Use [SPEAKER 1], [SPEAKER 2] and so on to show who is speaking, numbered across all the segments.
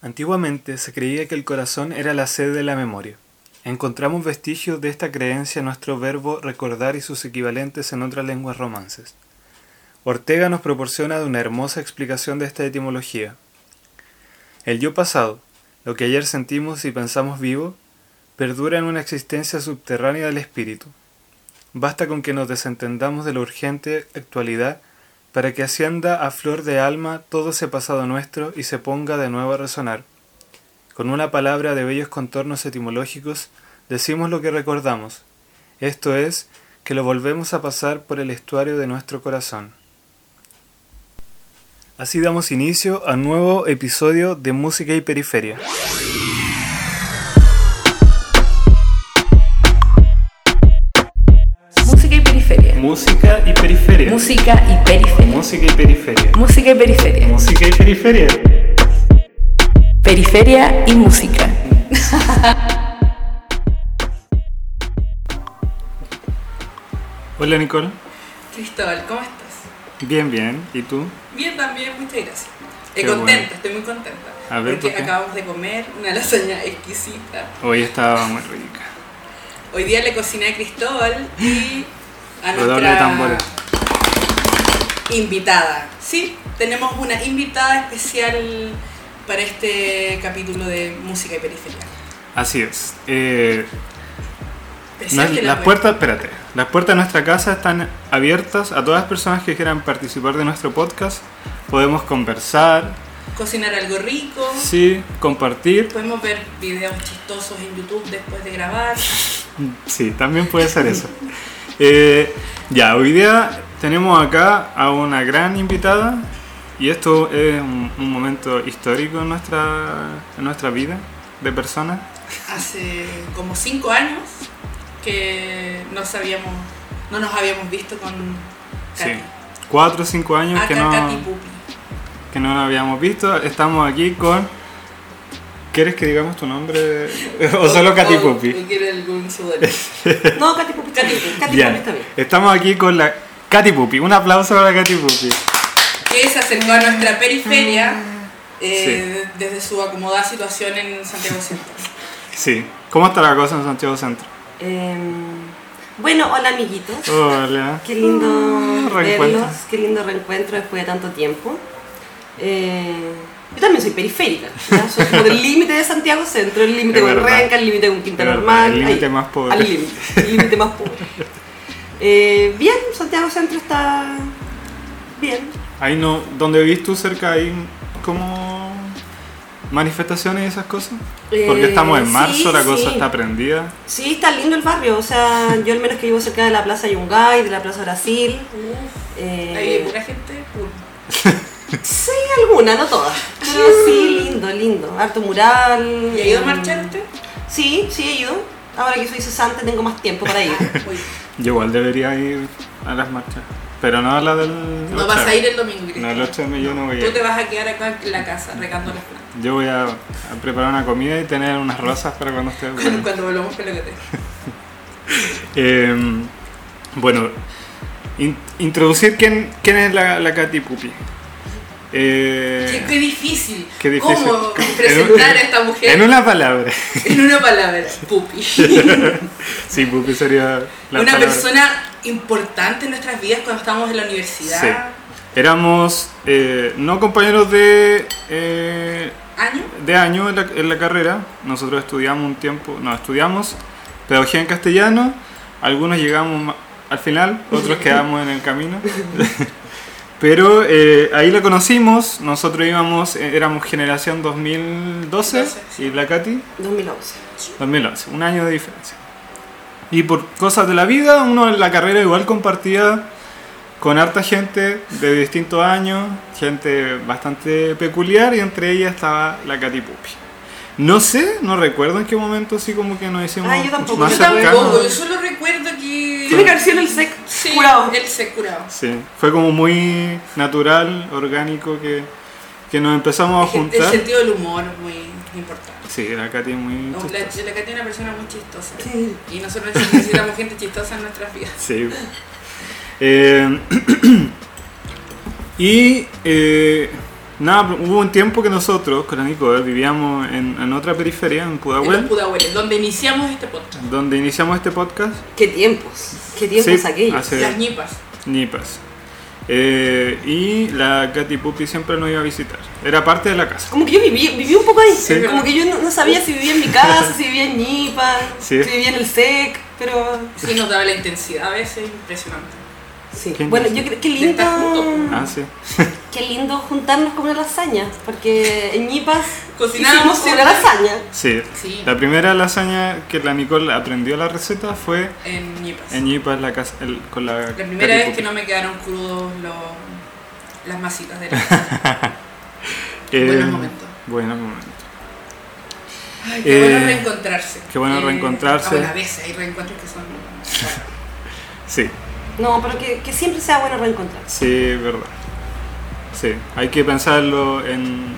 [SPEAKER 1] Antiguamente se creía que el corazón era la sede de la memoria. Encontramos vestigios de esta creencia en nuestro verbo recordar y sus equivalentes en otras lenguas romances. Ortega nos proporciona una hermosa explicación de esta etimología. El yo pasado, lo que ayer sentimos y pensamos vivo, perdura en una existencia subterránea del espíritu. Basta con que nos desentendamos de la urgente actualidad para que ascienda a flor de alma todo ese pasado nuestro y se ponga de nuevo a resonar. Con una palabra de bellos contornos etimológicos, decimos lo que recordamos, esto es, que lo volvemos a pasar por el estuario de nuestro corazón. Así damos inicio a un nuevo episodio de Música y Periferia.
[SPEAKER 2] Música y periferia.
[SPEAKER 1] Música y periferia.
[SPEAKER 2] Música y periferia.
[SPEAKER 1] Música y periferia.
[SPEAKER 2] Música y periferia.
[SPEAKER 1] Música y periferia.
[SPEAKER 2] Periferia y música.
[SPEAKER 1] Hola Nicole.
[SPEAKER 3] Cristóbal, ¿cómo estás?
[SPEAKER 1] Bien, bien. ¿Y tú?
[SPEAKER 3] Bien también, muchas gracias.
[SPEAKER 1] Qué
[SPEAKER 3] Eh, contenta,
[SPEAKER 1] bueno.
[SPEAKER 3] estoy muy contenta.
[SPEAKER 1] A ver,
[SPEAKER 3] porque
[SPEAKER 1] ¿por qué?
[SPEAKER 3] acabamos de comer una lasaña exquisita.
[SPEAKER 1] Hoy estaba muy rica.
[SPEAKER 3] Hoy día le cociné a Cristóbal y a
[SPEAKER 1] Redoble de tambores.
[SPEAKER 3] nuestra invitada. Sí, tenemos una invitada especial para este capítulo de Música y Periferia.
[SPEAKER 1] Así es. Eh,
[SPEAKER 3] Especial
[SPEAKER 1] Nos-
[SPEAKER 3] que la
[SPEAKER 1] las
[SPEAKER 3] web.
[SPEAKER 1] puertas, espérate, las puertas de nuestra casa están abiertas a todas las personas que quieran participar de nuestro podcast. Podemos conversar,
[SPEAKER 3] Cocinar algo rico.
[SPEAKER 1] sí, compartir,
[SPEAKER 3] Podemos ver videos chistosos en YouTube después de grabar.
[SPEAKER 1] sí, también puede ser eso. Eh, ya, hoy día tenemos acá a una gran invitada y esto es un, un momento histórico en nuestra, en nuestra vida de personas.
[SPEAKER 3] hace como cinco años que no sabíamos, no nos habíamos visto con
[SPEAKER 1] Sí,
[SPEAKER 3] Katy.
[SPEAKER 1] cuatro o cinco años
[SPEAKER 3] Acá
[SPEAKER 1] que no...
[SPEAKER 3] Katy Pupi.
[SPEAKER 1] que no la habíamos visto. Estamos aquí con. ¿Quieres que digamos tu nombre? o solo Katy
[SPEAKER 3] o-
[SPEAKER 1] Pupi.
[SPEAKER 3] o quiere algún sudor.
[SPEAKER 2] No, Katy Pupi. Katy Pupi. Katy
[SPEAKER 1] Ya.
[SPEAKER 2] Pupi está bien.
[SPEAKER 1] Estamos aquí con la Katy Pupi. Un aplauso para Katy Pupi.
[SPEAKER 3] que se acercó a nuestra periferia eh, desde su acomodada situación en Santiago Centro.
[SPEAKER 1] Sí. ¿Cómo está la cosa en Santiago Centro?
[SPEAKER 2] Em, bueno, hola amiguitos.
[SPEAKER 1] Hola.
[SPEAKER 2] Qué lindo
[SPEAKER 1] Ah, reencuentro.
[SPEAKER 2] verlos. Qué lindo reencuentro después de tanto tiempo. Eh, yo también soy periférica. ¿ya? Soy como del límite de Santiago Centro, el límite
[SPEAKER 1] Es
[SPEAKER 2] con
[SPEAKER 1] verdad.
[SPEAKER 2] Renca, el límite con Quinta
[SPEAKER 1] Es verdad,
[SPEAKER 2] Normal.
[SPEAKER 1] el límite
[SPEAKER 2] ahí,
[SPEAKER 1] más pobre.
[SPEAKER 2] Al límite. El límite más pobre. Eh, bien, Santiago Centro está bien.
[SPEAKER 1] Ahí no. ¿Dónde vivís tú cerca hay como manifestaciones y esas cosas? Porque
[SPEAKER 2] Eh,
[SPEAKER 1] estamos en
[SPEAKER 2] sí,
[SPEAKER 1] marzo, la cosa
[SPEAKER 2] sí.
[SPEAKER 1] está prendida.
[SPEAKER 2] Sí, está lindo el barrio. O sea, yo al menos que vivo cerca de la Plaza Yungay, de la Plaza Brasil. eh,
[SPEAKER 3] Hay pura gente, puro.
[SPEAKER 2] sí, alguna, no todas. Pero sí, lindo, lindo. Harto mural.
[SPEAKER 3] ¿Y ha ido a
[SPEAKER 2] em,
[SPEAKER 3] marchar usted?
[SPEAKER 2] Sí, sí, he ido. Ahora que soy cesante tengo más tiempo para ir.
[SPEAKER 3] Uy,
[SPEAKER 1] Yo igual debería ir a las marchas. Pero no a la del.
[SPEAKER 3] no vas a ir el domingo,
[SPEAKER 1] No,
[SPEAKER 3] Cristian.
[SPEAKER 1] el 8 de mayo yo no voy a
[SPEAKER 3] Tú
[SPEAKER 1] ir.
[SPEAKER 3] te vas a quedar acá en la casa regando las plantas.
[SPEAKER 1] Yo voy a, a preparar una comida y tener unas rosas para cuando esté bueno.
[SPEAKER 3] Cuando volvamos con lo que te.
[SPEAKER 1] Eh, bueno, in- introducir quién, quién es la, la Katy Pupi. Eh,
[SPEAKER 3] Qué, qué difícil.
[SPEAKER 1] qué difícil.
[SPEAKER 3] ¿Cómo
[SPEAKER 1] En un-
[SPEAKER 3] presentar a esta mujer
[SPEAKER 1] en una palabra.
[SPEAKER 3] en una palabra? Pupi.
[SPEAKER 1] Sí, Pupi sería la
[SPEAKER 3] una
[SPEAKER 1] palabra.
[SPEAKER 3] persona importante en nuestras vidas cuando estábamos en la universidad.
[SPEAKER 1] Sí. Éramos eh, no compañeros de, eh,
[SPEAKER 3] ¿Año?
[SPEAKER 1] de año en la, en la carrera. Nosotros estudiamos un tiempo, no, estudiamos pedagogía en castellano. Algunos llegamos ma- al final, otros quedamos en el camino. Pero eh, ahí la conocimos, nosotros íbamos, eh, éramos generación 2012
[SPEAKER 3] Doce, sí.
[SPEAKER 1] y la Katy
[SPEAKER 2] 2011.
[SPEAKER 1] 2011, un año de diferencia. Y por cosas de la vida, uno en la carrera igual compartía con harta gente de distintos años, gente bastante peculiar y entre ellas estaba la Katy Pupi. No sé, no recuerdo en qué momento así como que nos hicimos
[SPEAKER 2] Ah, yo tampoco,
[SPEAKER 1] más
[SPEAKER 3] Yo
[SPEAKER 1] cercanos.
[SPEAKER 3] tampoco, yo solo recuerdo que.
[SPEAKER 2] Tiene canción el sec
[SPEAKER 3] Sí,
[SPEAKER 2] curado.
[SPEAKER 3] él se curaba.
[SPEAKER 1] Sí, fue como muy natural, orgánico que, que nos empezamos a
[SPEAKER 3] El, el
[SPEAKER 1] juntar.
[SPEAKER 3] sentido del humor muy importante.
[SPEAKER 1] Sí, la Katy es muy
[SPEAKER 3] No, La, la
[SPEAKER 1] chistosa.
[SPEAKER 3] Katy es una persona muy chistosa.
[SPEAKER 2] Sí.
[SPEAKER 3] Y nosotros necesitamos gente chistosa en nuestras vidas.
[SPEAKER 1] Sí. Eh, y eh, Nada, pero hubo un tiempo que nosotros, con la Nicole, vivíamos en, en otra periferia, en
[SPEAKER 3] En los
[SPEAKER 1] Pudahuel,
[SPEAKER 3] Pudahueles, donde iniciamos este podcast.
[SPEAKER 1] donde iniciamos este podcast.
[SPEAKER 2] Qué tiempos, qué tiempos
[SPEAKER 1] Sí,
[SPEAKER 2] aquellos.
[SPEAKER 1] hace- Sí.
[SPEAKER 3] Las ñipas.
[SPEAKER 1] Nipas. Eh, y la Katy Puti siempre nos iba a visitar. Era parte de la casa.
[SPEAKER 2] Como que yo viví, viví un poco ahí,
[SPEAKER 1] Sí.
[SPEAKER 2] como que yo no, no sabía si vivía en mi casa, si vivía en Nipa,
[SPEAKER 1] Sí.
[SPEAKER 2] si vivía en el SEC, pero
[SPEAKER 3] Sí, nos daba la intensidad a veces, impresionante.
[SPEAKER 2] sí.
[SPEAKER 1] Qué
[SPEAKER 2] bueno, yo
[SPEAKER 1] interesante.
[SPEAKER 2] creo qué
[SPEAKER 3] De
[SPEAKER 2] lindo,
[SPEAKER 3] estar juntos.
[SPEAKER 1] Ah, sí.
[SPEAKER 2] qué lindo juntarnos como una lasaña, porque en Nipas
[SPEAKER 3] Cocinábamos
[SPEAKER 2] hicimos una
[SPEAKER 3] juntas.
[SPEAKER 2] lasaña.
[SPEAKER 1] Sí.
[SPEAKER 3] Sí.
[SPEAKER 1] La primera lasaña que la Nicole aprendió la receta fue
[SPEAKER 3] En ñipas.
[SPEAKER 1] en Nipas la casa, el- con la.
[SPEAKER 3] La primera vez que no me quedaron crudos los- las masitas de la Buenos momentos.
[SPEAKER 1] Buenos momentos.
[SPEAKER 3] Ay, qué bueno
[SPEAKER 1] Eh,
[SPEAKER 3] reencontrarse.
[SPEAKER 1] qué bueno reencontrarse.
[SPEAKER 3] Bueno, a veces hay reencuentros que son. bueno,
[SPEAKER 1] Sí,
[SPEAKER 2] No, pero que, que siempre sea bueno reencontrarse.
[SPEAKER 1] sí, verdad. Sí, hay que pensarlo en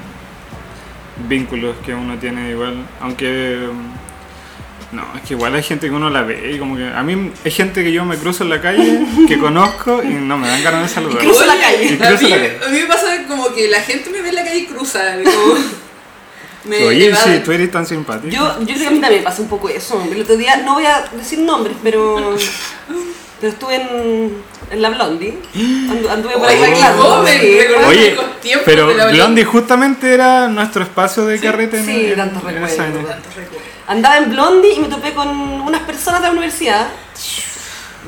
[SPEAKER 1] vínculos que uno tiene igual, aunque mm, no, es que igual hay gente que uno la ve y como que a mí hay gente que yo me cruzo en la calle, que conozco y no me dan ganas de saludar.
[SPEAKER 2] Cruza la
[SPEAKER 3] Oye,
[SPEAKER 2] calle.
[SPEAKER 1] Y cruza
[SPEAKER 3] a, mí,
[SPEAKER 1] la calle.
[SPEAKER 3] a mí me pasa como que la gente me ve en la calle y cruza. como- me
[SPEAKER 1] Oye,
[SPEAKER 3] evade.
[SPEAKER 1] sí, tú eres tan simpático.
[SPEAKER 2] Yo, yo creo que a mí también me pasa un poco eso. El otro día, no voy a decir nombres, pero, pero estuve en, en la Blondie. Andu- anduve por ahí
[SPEAKER 3] Oye,
[SPEAKER 2] bailando.
[SPEAKER 3] joven,
[SPEAKER 2] sí.
[SPEAKER 3] recordando
[SPEAKER 1] Oye,
[SPEAKER 3] los tiempos
[SPEAKER 1] pero
[SPEAKER 3] de la Blondie.
[SPEAKER 1] Blondie justamente era nuestro espacio de carrete. en-
[SPEAKER 2] sí,
[SPEAKER 1] en-
[SPEAKER 2] tantos
[SPEAKER 1] en esa
[SPEAKER 2] recuerdos.
[SPEAKER 1] época.
[SPEAKER 3] Tantos recuerdos.
[SPEAKER 2] Andaba en Blondie y me topé con unas personas de la universidad.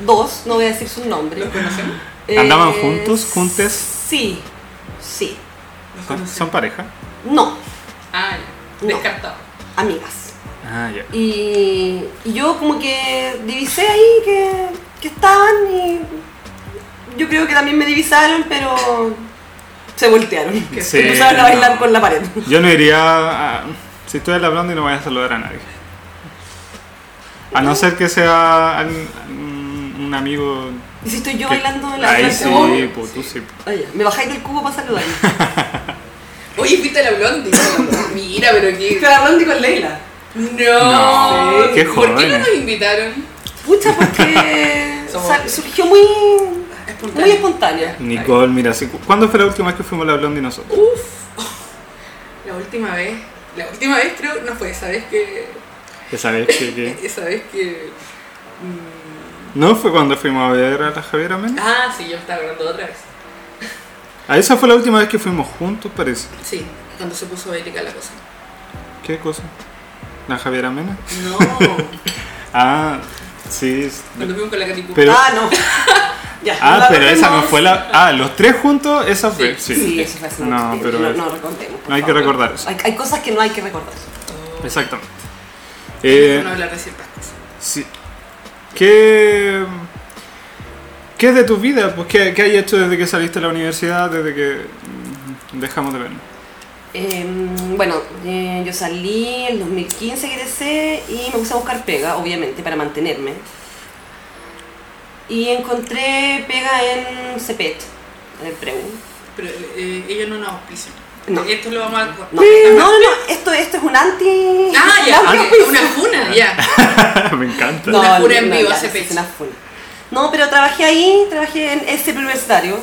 [SPEAKER 2] Dos, no voy a decir sus nombres.
[SPEAKER 3] ¿Los conocemos?
[SPEAKER 2] Eh,
[SPEAKER 1] ¿Andaban juntos, juntes?
[SPEAKER 2] Sí, sí.
[SPEAKER 3] Los
[SPEAKER 1] ¿Son,
[SPEAKER 3] conocemos.
[SPEAKER 1] son pareja?
[SPEAKER 2] No,
[SPEAKER 3] Ah, ya.
[SPEAKER 2] No.
[SPEAKER 3] Descartado.
[SPEAKER 2] amigas.
[SPEAKER 1] Ah, ya.
[SPEAKER 2] Y, y yo como que divisé ahí que, que estaban y yo creo que también me divisaron, pero se voltearon.
[SPEAKER 3] Que
[SPEAKER 1] Sí,
[SPEAKER 2] Se empezaron a bailar
[SPEAKER 1] no.
[SPEAKER 2] con la pared.
[SPEAKER 1] Yo no iría. a- si estoy en la Blondie no voy a saludar a nadie. A no ser que sea al- un un amigo.
[SPEAKER 2] Y si estoy yo
[SPEAKER 1] que-
[SPEAKER 2] bailando en la
[SPEAKER 1] Ahí
[SPEAKER 2] en la-
[SPEAKER 1] sí,
[SPEAKER 3] Blondie.
[SPEAKER 1] po, tú sí. po.
[SPEAKER 2] Ah, ya. Me bajáis del cubo para saludarme.
[SPEAKER 3] Oye, ¿viste a la blondie? Mira, pero qué.
[SPEAKER 2] Pero hablando con Leila.
[SPEAKER 3] No,
[SPEAKER 1] No, qué
[SPEAKER 3] ¿por qué no
[SPEAKER 1] jóvenes.
[SPEAKER 3] nos invitaron?
[SPEAKER 2] Pucha, porque
[SPEAKER 3] Somos-
[SPEAKER 2] sal- surgió muy, muy espontánea.
[SPEAKER 1] Nicole, mira, sí, cu- ¿cuándo fue la última vez que fuimos a la Blondie nosotros?
[SPEAKER 3] Uf, la última vez, la última vez creo, no fue esa vez que,
[SPEAKER 1] Esa vez que. que-
[SPEAKER 3] esa vez que, mm,
[SPEAKER 1] ¿No fue cuando fuimos a ver a la Javiera Méndez?
[SPEAKER 3] ah, sí, yo me estaba acordando de otra vez.
[SPEAKER 1] A Ah, esa fue la última vez que fuimos juntos, parece.
[SPEAKER 3] Sí, cuando se puso bélica la cosa.
[SPEAKER 1] ¿Qué cosa? ¿La Javiera Mena?
[SPEAKER 3] No,
[SPEAKER 1] Ah, sí. es-
[SPEAKER 3] cuando fuimos con la Catipu.
[SPEAKER 1] Pero-
[SPEAKER 2] Ah, no. Ya,
[SPEAKER 1] Ah,
[SPEAKER 2] la
[SPEAKER 1] pero esa no
[SPEAKER 2] vemos.
[SPEAKER 1] fue la. Ah, los tres juntos, esa fue.
[SPEAKER 2] Sí,
[SPEAKER 1] Sí.
[SPEAKER 2] eso fue hace
[SPEAKER 1] No,
[SPEAKER 2] mucho tiempo.
[SPEAKER 1] pero.
[SPEAKER 2] no, no recordemos. por
[SPEAKER 1] no hay que
[SPEAKER 2] favor.
[SPEAKER 1] recordar eso.
[SPEAKER 2] Hay, hay cosas que no hay que recordar.
[SPEAKER 1] Exactamente.
[SPEAKER 3] Oh, no
[SPEAKER 1] Eh,
[SPEAKER 3] hablar de ciertas cosas.
[SPEAKER 1] sí. ¿Qué. ¿Qué es de tu vida? Pues, ¿qué, ¿Qué hay hecho desde que saliste de la universidad, desde que mm, dejamos de vernos?
[SPEAKER 2] Eh, bueno, eh, yo salí en 2015, egresé y me puse a buscar pega, obviamente, para mantenerme. Y encontré pega en CEPET, en el PREU.
[SPEAKER 3] Pero eh, ellos no nos auspician.
[SPEAKER 2] No.
[SPEAKER 3] Esto lo vamos a...
[SPEAKER 2] No, no, no, no, esto, esto es un anti.
[SPEAKER 3] Ah, ya,
[SPEAKER 2] un
[SPEAKER 3] ok,
[SPEAKER 2] anti-
[SPEAKER 3] una juna, ya.
[SPEAKER 1] Me encanta.
[SPEAKER 2] No,
[SPEAKER 3] Una funa
[SPEAKER 2] no,
[SPEAKER 3] en
[SPEAKER 2] no,
[SPEAKER 3] vivo
[SPEAKER 2] ya,
[SPEAKER 3] hace
[SPEAKER 2] es
[SPEAKER 3] pecho.
[SPEAKER 2] una funa. No, pero trabajé ahí, trabajé en este universitario,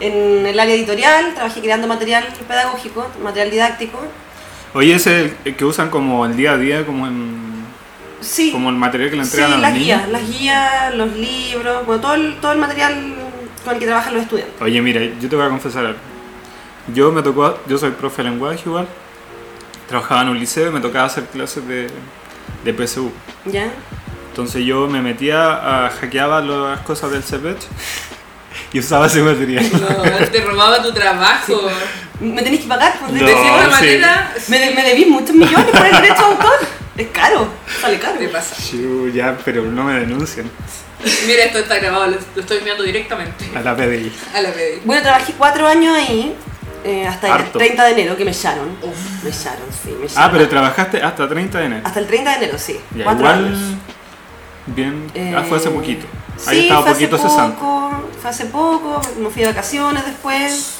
[SPEAKER 2] en el área editorial, trabajé creando material pedagógico, material didáctico.
[SPEAKER 1] Oye, ese es el que usan como el día a día, como, en,
[SPEAKER 2] Sí,
[SPEAKER 1] como el material que le
[SPEAKER 2] sí
[SPEAKER 1] entregan a los
[SPEAKER 2] las
[SPEAKER 1] niños.
[SPEAKER 2] guías, las guías, los libros, bueno, todo el, todo el material con el que trabajan los estudiantes.
[SPEAKER 1] Oye, mira, yo te voy a confesar algo. Yo me tocó, yo soy profe de lenguaje igual. Trabajaba en un liceo y me tocaba hacer clases de, de PSU.
[SPEAKER 2] ¿Ya?
[SPEAKER 1] Entonces yo me metía, a, hackeaba las cosas del CPET y usaba ese material.
[SPEAKER 3] No, te robaba tu trabajo.
[SPEAKER 2] ¿Me tenéis que pagar pues, por
[SPEAKER 1] No,
[SPEAKER 3] de cierta
[SPEAKER 1] sí.
[SPEAKER 3] manera,
[SPEAKER 2] ¿Me, de- me debís muchos millones por el derecho de autor? Es caro, sale caro.
[SPEAKER 3] te pasa.
[SPEAKER 1] Chu, ya, pero no me denuncian
[SPEAKER 3] Mira, esto está grabado, lo, lo estoy mirando directamente
[SPEAKER 1] a la PDI.
[SPEAKER 3] a la PDI.
[SPEAKER 2] Bueno, trabajé cuatro años ahí, eh, hasta el
[SPEAKER 1] Harto.
[SPEAKER 2] 30 de enero que me echaron.
[SPEAKER 3] Uf.
[SPEAKER 2] Me echaron, sí, me
[SPEAKER 1] Ah,
[SPEAKER 2] echaron.
[SPEAKER 1] pero trabajaste hasta 30 de enero.
[SPEAKER 2] Hasta el 30 de enero, sí.
[SPEAKER 1] Ya,
[SPEAKER 2] Cuatro
[SPEAKER 1] igual,
[SPEAKER 2] años.
[SPEAKER 1] bien.
[SPEAKER 2] Eh,
[SPEAKER 1] Ah, fue hace poquito. Ahí
[SPEAKER 2] sí,
[SPEAKER 1] estaba
[SPEAKER 2] fue
[SPEAKER 1] poquito
[SPEAKER 2] hace
[SPEAKER 1] cesante.
[SPEAKER 2] poco, fue hace poco, me fui de vacaciones después.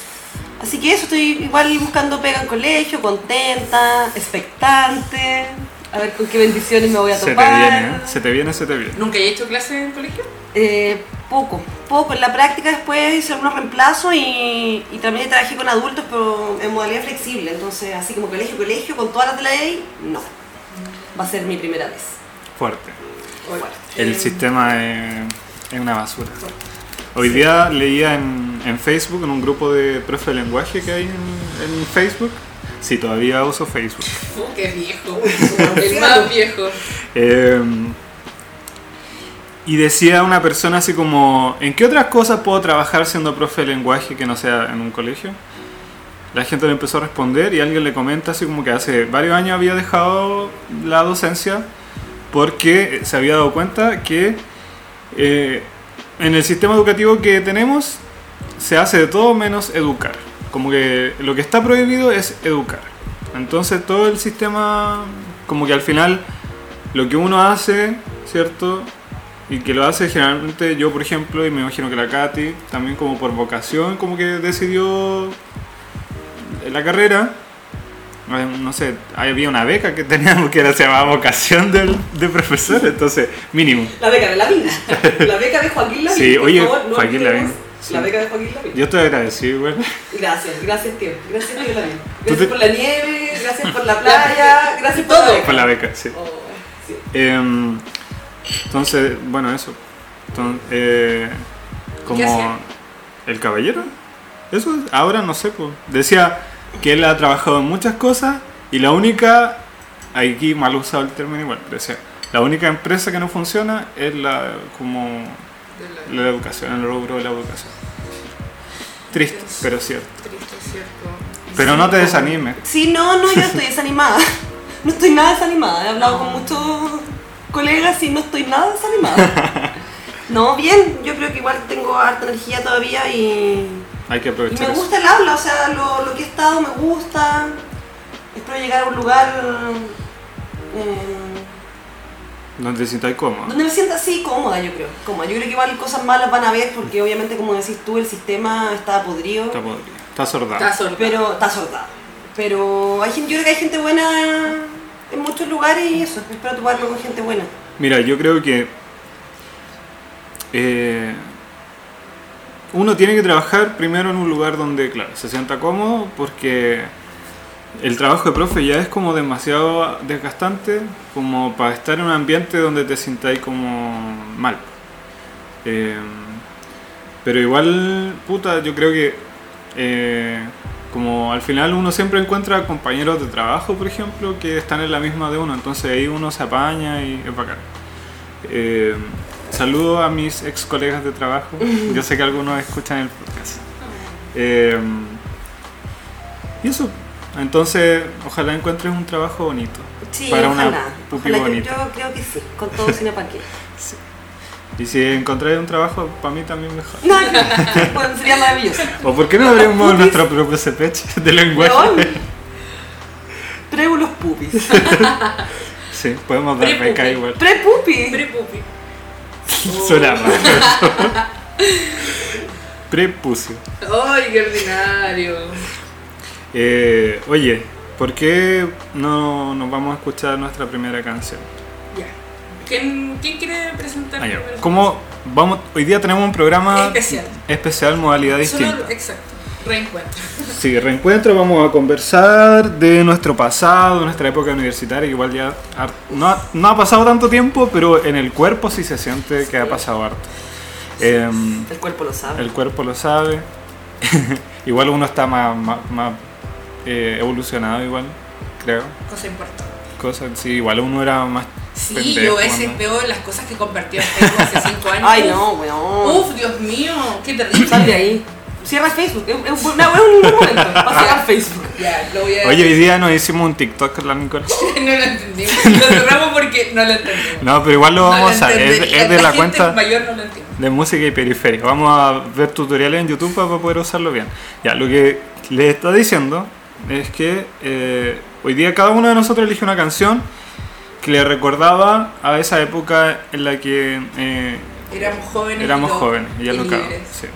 [SPEAKER 2] Así que eso, estoy igual buscando pega en colegio, contenta, expectante. A ver con qué bendiciones me voy a
[SPEAKER 1] Se te
[SPEAKER 2] topar.
[SPEAKER 1] viene, ¿eh? se te viene, se te viene.
[SPEAKER 3] ¿Nunca he hecho clases en colegio?
[SPEAKER 2] Eh, Poco, poco. En la práctica después hice algunos reemplazos y, y también trabajé con adultos, pero en modalidad flexible. Entonces, así como colegio, colegio, con todas las de la ley, no. Va a ser mi primera vez.
[SPEAKER 1] Fuerte.
[SPEAKER 2] Bueno,
[SPEAKER 1] El sistema es, es una basura. Hoy día leía en, en Facebook, en un grupo de profe de lenguaje que hay en, en Facebook, si todavía uso Facebook,
[SPEAKER 3] Oh, qué viejo. El más viejo.
[SPEAKER 1] Eh, y decía una persona así como, ¿en qué otras cosas puedo trabajar siendo profe de lenguaje que no sea en un colegio? La gente le empezó a responder y alguien le comenta así como que hace varios años había dejado la docencia porque se había dado cuenta que eh, en el sistema educativo que tenemos se hace de todo menos educar. Como que lo que está prohibido es educar. Entonces todo el sistema, como que al final lo que uno hace, ¿cierto? Y que lo hace generalmente yo, por ejemplo, y me imagino que la Katy, también como por vocación, como que decidió la carrera. Eh, No sé, había una beca que teníamos que era, se llamaba vocación del, de profesor, entonces mínimo.
[SPEAKER 2] La beca de Lavín. La beca de Joaquín Lavín.
[SPEAKER 1] Sí,
[SPEAKER 2] por
[SPEAKER 1] oye,
[SPEAKER 2] favor, no
[SPEAKER 1] Joaquín
[SPEAKER 2] olvidemos
[SPEAKER 1] Lavín, sí.
[SPEAKER 2] La beca de Joaquín Lavín.
[SPEAKER 1] Yo estoy agradecido, igual.
[SPEAKER 2] Gracias, gracias tío. Gracias tío Lavín.
[SPEAKER 1] Tú
[SPEAKER 2] Gracias
[SPEAKER 1] te-
[SPEAKER 2] por la nieve, gracias por la playa, gracias por
[SPEAKER 3] Todo.
[SPEAKER 2] la beca.
[SPEAKER 1] Por la beca, sí.
[SPEAKER 2] Oh, sí.
[SPEAKER 1] Em, entonces, bueno, eso. Enton- eh, como
[SPEAKER 3] hacía?
[SPEAKER 1] el caballero. Eso es- ahora no sé. pues. Decía que él ha trabajado en muchas cosas y la única, aquí mal usado el término igual, pero decía, la única empresa que no funciona es la como
[SPEAKER 3] De la-
[SPEAKER 1] la educación, el rubro de la educación. Triste, pero cierto.
[SPEAKER 3] Triste, cierto.
[SPEAKER 1] Pero no te desanimes.
[SPEAKER 2] Sí, no, no, yo no estoy desanimada. No estoy nada desanimada. He hablado
[SPEAKER 1] Ah.
[SPEAKER 2] con muchos colegas y no estoy nada desanimada. No, bien, yo creo que igual tengo harta energía todavía y,
[SPEAKER 1] Hay que
[SPEAKER 2] y
[SPEAKER 1] aprovechar
[SPEAKER 2] me
[SPEAKER 1] eso.
[SPEAKER 2] gusta el habla, o sea, lo, lo que he estado me gusta. Espero llegar a un lugar eh,
[SPEAKER 1] Donde te sintáis cómodo.
[SPEAKER 2] donde me sienta así cómoda, yo creo. Cómoda. Yo creo que igual cosas malas van a haber porque obviamente, como decís tú, el sistema está podrido.
[SPEAKER 1] Está podrido. Está sordado.
[SPEAKER 3] Está sorda.
[SPEAKER 2] Pero está soltado. Pero hay gente, yo creo que hay gente buena en muchos lugares y eso. Espero toparme con gente buena.
[SPEAKER 1] Mira, yo creo que eh, uno tiene que trabajar primero en un lugar donde, claro, se sienta cómodo porque el trabajo de profe ya es como demasiado desgastante como para estar en un ambiente donde te sintáis como mal. Eh, pero igual, puta, yo creo que eh, como al final uno siempre encuentra compañeros de trabajo, por ejemplo, que están en la misma de uno, entonces ahí uno se apaña y es bacán. Eh, saludo a mis ex colegas de trabajo, yo sé que algunos escuchan el podcast. Eh, y eso, entonces ojalá encuentres un trabajo bonito.
[SPEAKER 2] Sí,
[SPEAKER 1] para
[SPEAKER 2] ojalá.
[SPEAKER 1] una pupi
[SPEAKER 2] Ojalá, yo-
[SPEAKER 1] bonita.
[SPEAKER 2] Yo, creo que sí, con todo sin apaque.
[SPEAKER 1] Y si encontráis un trabajo, para mí también mejor.
[SPEAKER 2] No, no, bueno, sería maravilloso.
[SPEAKER 1] ¿O por qué no abrimos nuestro propio CPECH de lenguaje?
[SPEAKER 2] León, Traigo los pupis.
[SPEAKER 1] Sí, podemos dar
[SPEAKER 3] Pre-pupi.
[SPEAKER 1] beca igual.
[SPEAKER 2] Pre-pupis.
[SPEAKER 3] Pre-pupi.
[SPEAKER 1] Suena mal eso. Prepucio.
[SPEAKER 3] ¡Ay, qué ordinario!
[SPEAKER 1] Eh, oye, ¿por qué no nos vamos a escuchar nuestra primera canción?
[SPEAKER 3] Ya. ¿Quién, quién quiere presentar
[SPEAKER 1] Ah, ya.
[SPEAKER 3] primero?
[SPEAKER 1] ¿Cómo vamos? Hoy día tenemos un programa
[SPEAKER 3] Especial.
[SPEAKER 1] especial, modalidad
[SPEAKER 3] Solo,
[SPEAKER 1] distinta.
[SPEAKER 3] exacto. Reencuentro.
[SPEAKER 1] Sí, reencuentro, vamos a conversar de nuestro pasado, nuestra época universitaria, que igual ya har- no ha, no ha pasado tanto tiempo, pero en el cuerpo sí se siente que ha pasado harto. Em,
[SPEAKER 2] El cuerpo lo sabe.
[SPEAKER 1] El cuerpo lo sabe. igual uno está más, más- más, eh, evolucionado, igual, creo.
[SPEAKER 3] Cosa importante.
[SPEAKER 1] Cosas, sí, igual uno era más.
[SPEAKER 3] Sí,
[SPEAKER 1] pendejo,
[SPEAKER 3] yo a veces
[SPEAKER 1] ¿no?
[SPEAKER 3] veo las cosas que compartió en Facebook hace 5 años.
[SPEAKER 2] Ay, no, weón.
[SPEAKER 3] Uf, Dios mío, qué terrible.
[SPEAKER 2] Sal de ahí. Cierra Facebook. Es es un no, es un buen momento. Va a cerrar Facebook.
[SPEAKER 3] Ya, lo voy a
[SPEAKER 1] Oye, hoy día nos hicimos un TikTok, la Nicole.
[SPEAKER 3] no lo entendimos. Lo cerramos porque no lo entendimos.
[SPEAKER 1] No, pero igual lo
[SPEAKER 3] No
[SPEAKER 1] vamos a. Es,
[SPEAKER 3] entendería.
[SPEAKER 1] es de la
[SPEAKER 3] gente
[SPEAKER 1] cuenta
[SPEAKER 3] mayor no lo entiende.
[SPEAKER 1] de música y periferia. Vamos a ver tutoriales en YouTube para poder usarlo bien. Ya, lo que les está diciendo es que eh, hoy día cada uno de nosotros elige una canción que le recordaba a esa época en la que. eh,
[SPEAKER 3] Éramos jóvenes.
[SPEAKER 1] Éramos
[SPEAKER 3] y lo-
[SPEAKER 1] jóvenes, ya
[SPEAKER 3] y
[SPEAKER 1] lo cago.
[SPEAKER 3] libres.
[SPEAKER 1] sí.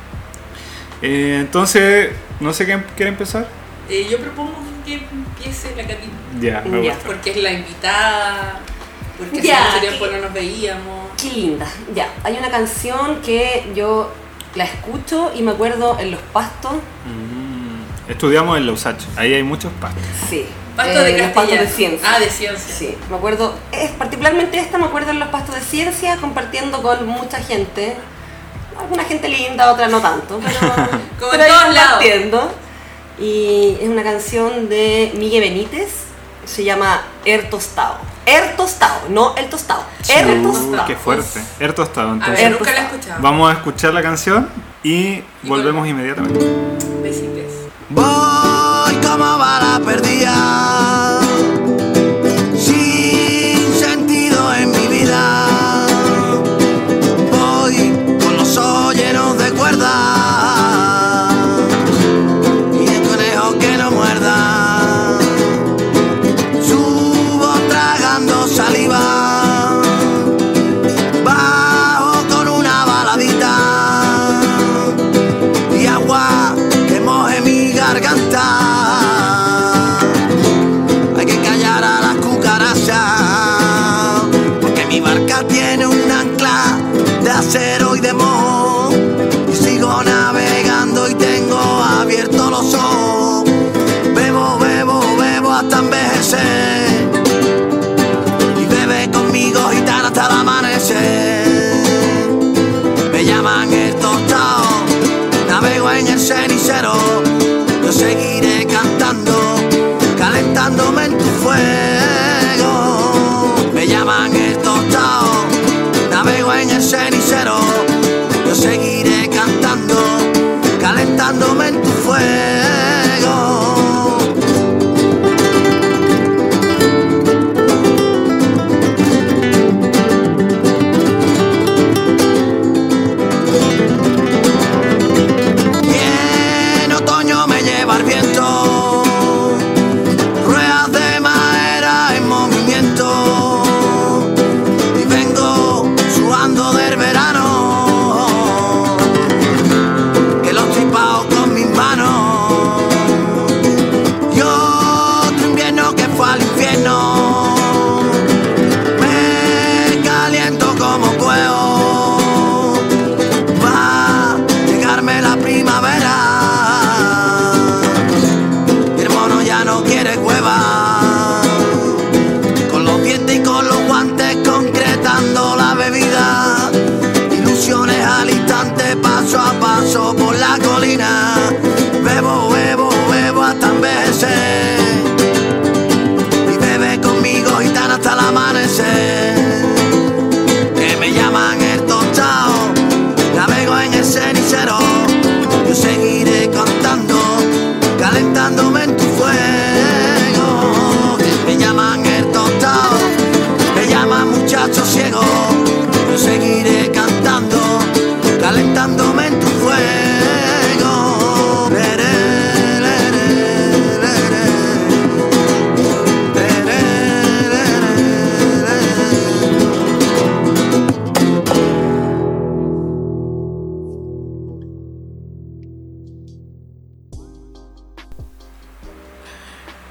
[SPEAKER 1] Eh, entonces, no sé quién quiere empezar.
[SPEAKER 3] Eh, yo propongo que empiece la Katy,
[SPEAKER 1] Ya, me
[SPEAKER 2] Ya.
[SPEAKER 1] gusta.
[SPEAKER 3] porque es la invitada. porque hace
[SPEAKER 2] Ya,
[SPEAKER 3] mucho tiempo
[SPEAKER 2] que-
[SPEAKER 3] no nos veíamos.
[SPEAKER 2] Qué linda. Ya, hay una canción que yo la escucho y me acuerdo en los pastos.
[SPEAKER 1] Mm. Estudiamos en la USACH, ahí hay muchos pastos.
[SPEAKER 2] Sí.
[SPEAKER 3] Pasto
[SPEAKER 2] eh,
[SPEAKER 3] de
[SPEAKER 2] en los pastos
[SPEAKER 3] Castilla.
[SPEAKER 2] de ciencia.
[SPEAKER 3] Ah, de ciencia.
[SPEAKER 2] Sí, me acuerdo, es, particularmente esta me acuerdo en los pastos de ciencia compartiendo con mucha gente. Alguna gente linda, otra no tanto, pero,
[SPEAKER 3] Como
[SPEAKER 2] pero
[SPEAKER 3] en
[SPEAKER 2] ahí
[SPEAKER 3] todos lados.
[SPEAKER 2] compartiendo. Y es una canción de Miguel Benítez, se llama Er Tostado. Er Tostado, no El Tostado. Er
[SPEAKER 1] Uh,
[SPEAKER 2] Tostado.
[SPEAKER 1] qué fuerte. Er tostado,
[SPEAKER 3] A
[SPEAKER 1] entonces.
[SPEAKER 3] ver,
[SPEAKER 2] Entonces-
[SPEAKER 3] nunca la he escuchado.
[SPEAKER 1] Vamos a escuchar la canción y volvemos inmediatamente.
[SPEAKER 3] Besitos.
[SPEAKER 4] Voy como bala perdida, sin sentido en mi vida. Voy con los ojos llenos de cuerda y de conejos que no muerdan. Subo tragando saliva, bajo con una baladita y agua que moje mi garganta. Hay que callar a las cucarachas, porque mi barca tiene un ancla de acero y de moho. Y sigo navegando y tengo abiertos los ojos. Bebo, bebo, bebo hasta envejecer. Y bebe conmigo gitana hasta el amanecer. Me llaman el tostado, navego en el cenicero. Yo seguiré cantando, calentándome en tu fuego. Me llaman el tostado, navego en el cenicero. Yo seguiré cantando, calentándome en tu fuego. Y en otoño me lleva el viento, ruedas de madera en movimiento, y vengo sudando del verano, que los tripao con mis manos, y otro invierno que fue al infierno, me caliento como puedo va a llegarme la primavera. Mi hermano ya no quiere cueva, con los dientes y con los guantes concretando la bebida. Ilusiones al instante, paso a paso por la colina. Bebo, bebo, bebo hasta envejecer. Y bebe conmigo gitana hasta el amanecer que me llaman el tostado. Navego en el cenicero, yo seguiré cantando, calentándome en tu fuego. Que me llaman el tostado, me llaman muchacho ciego. Yo seguiré cantando, calentándome en tu fuego. Leré, leré, leré. Leré, leré, leré.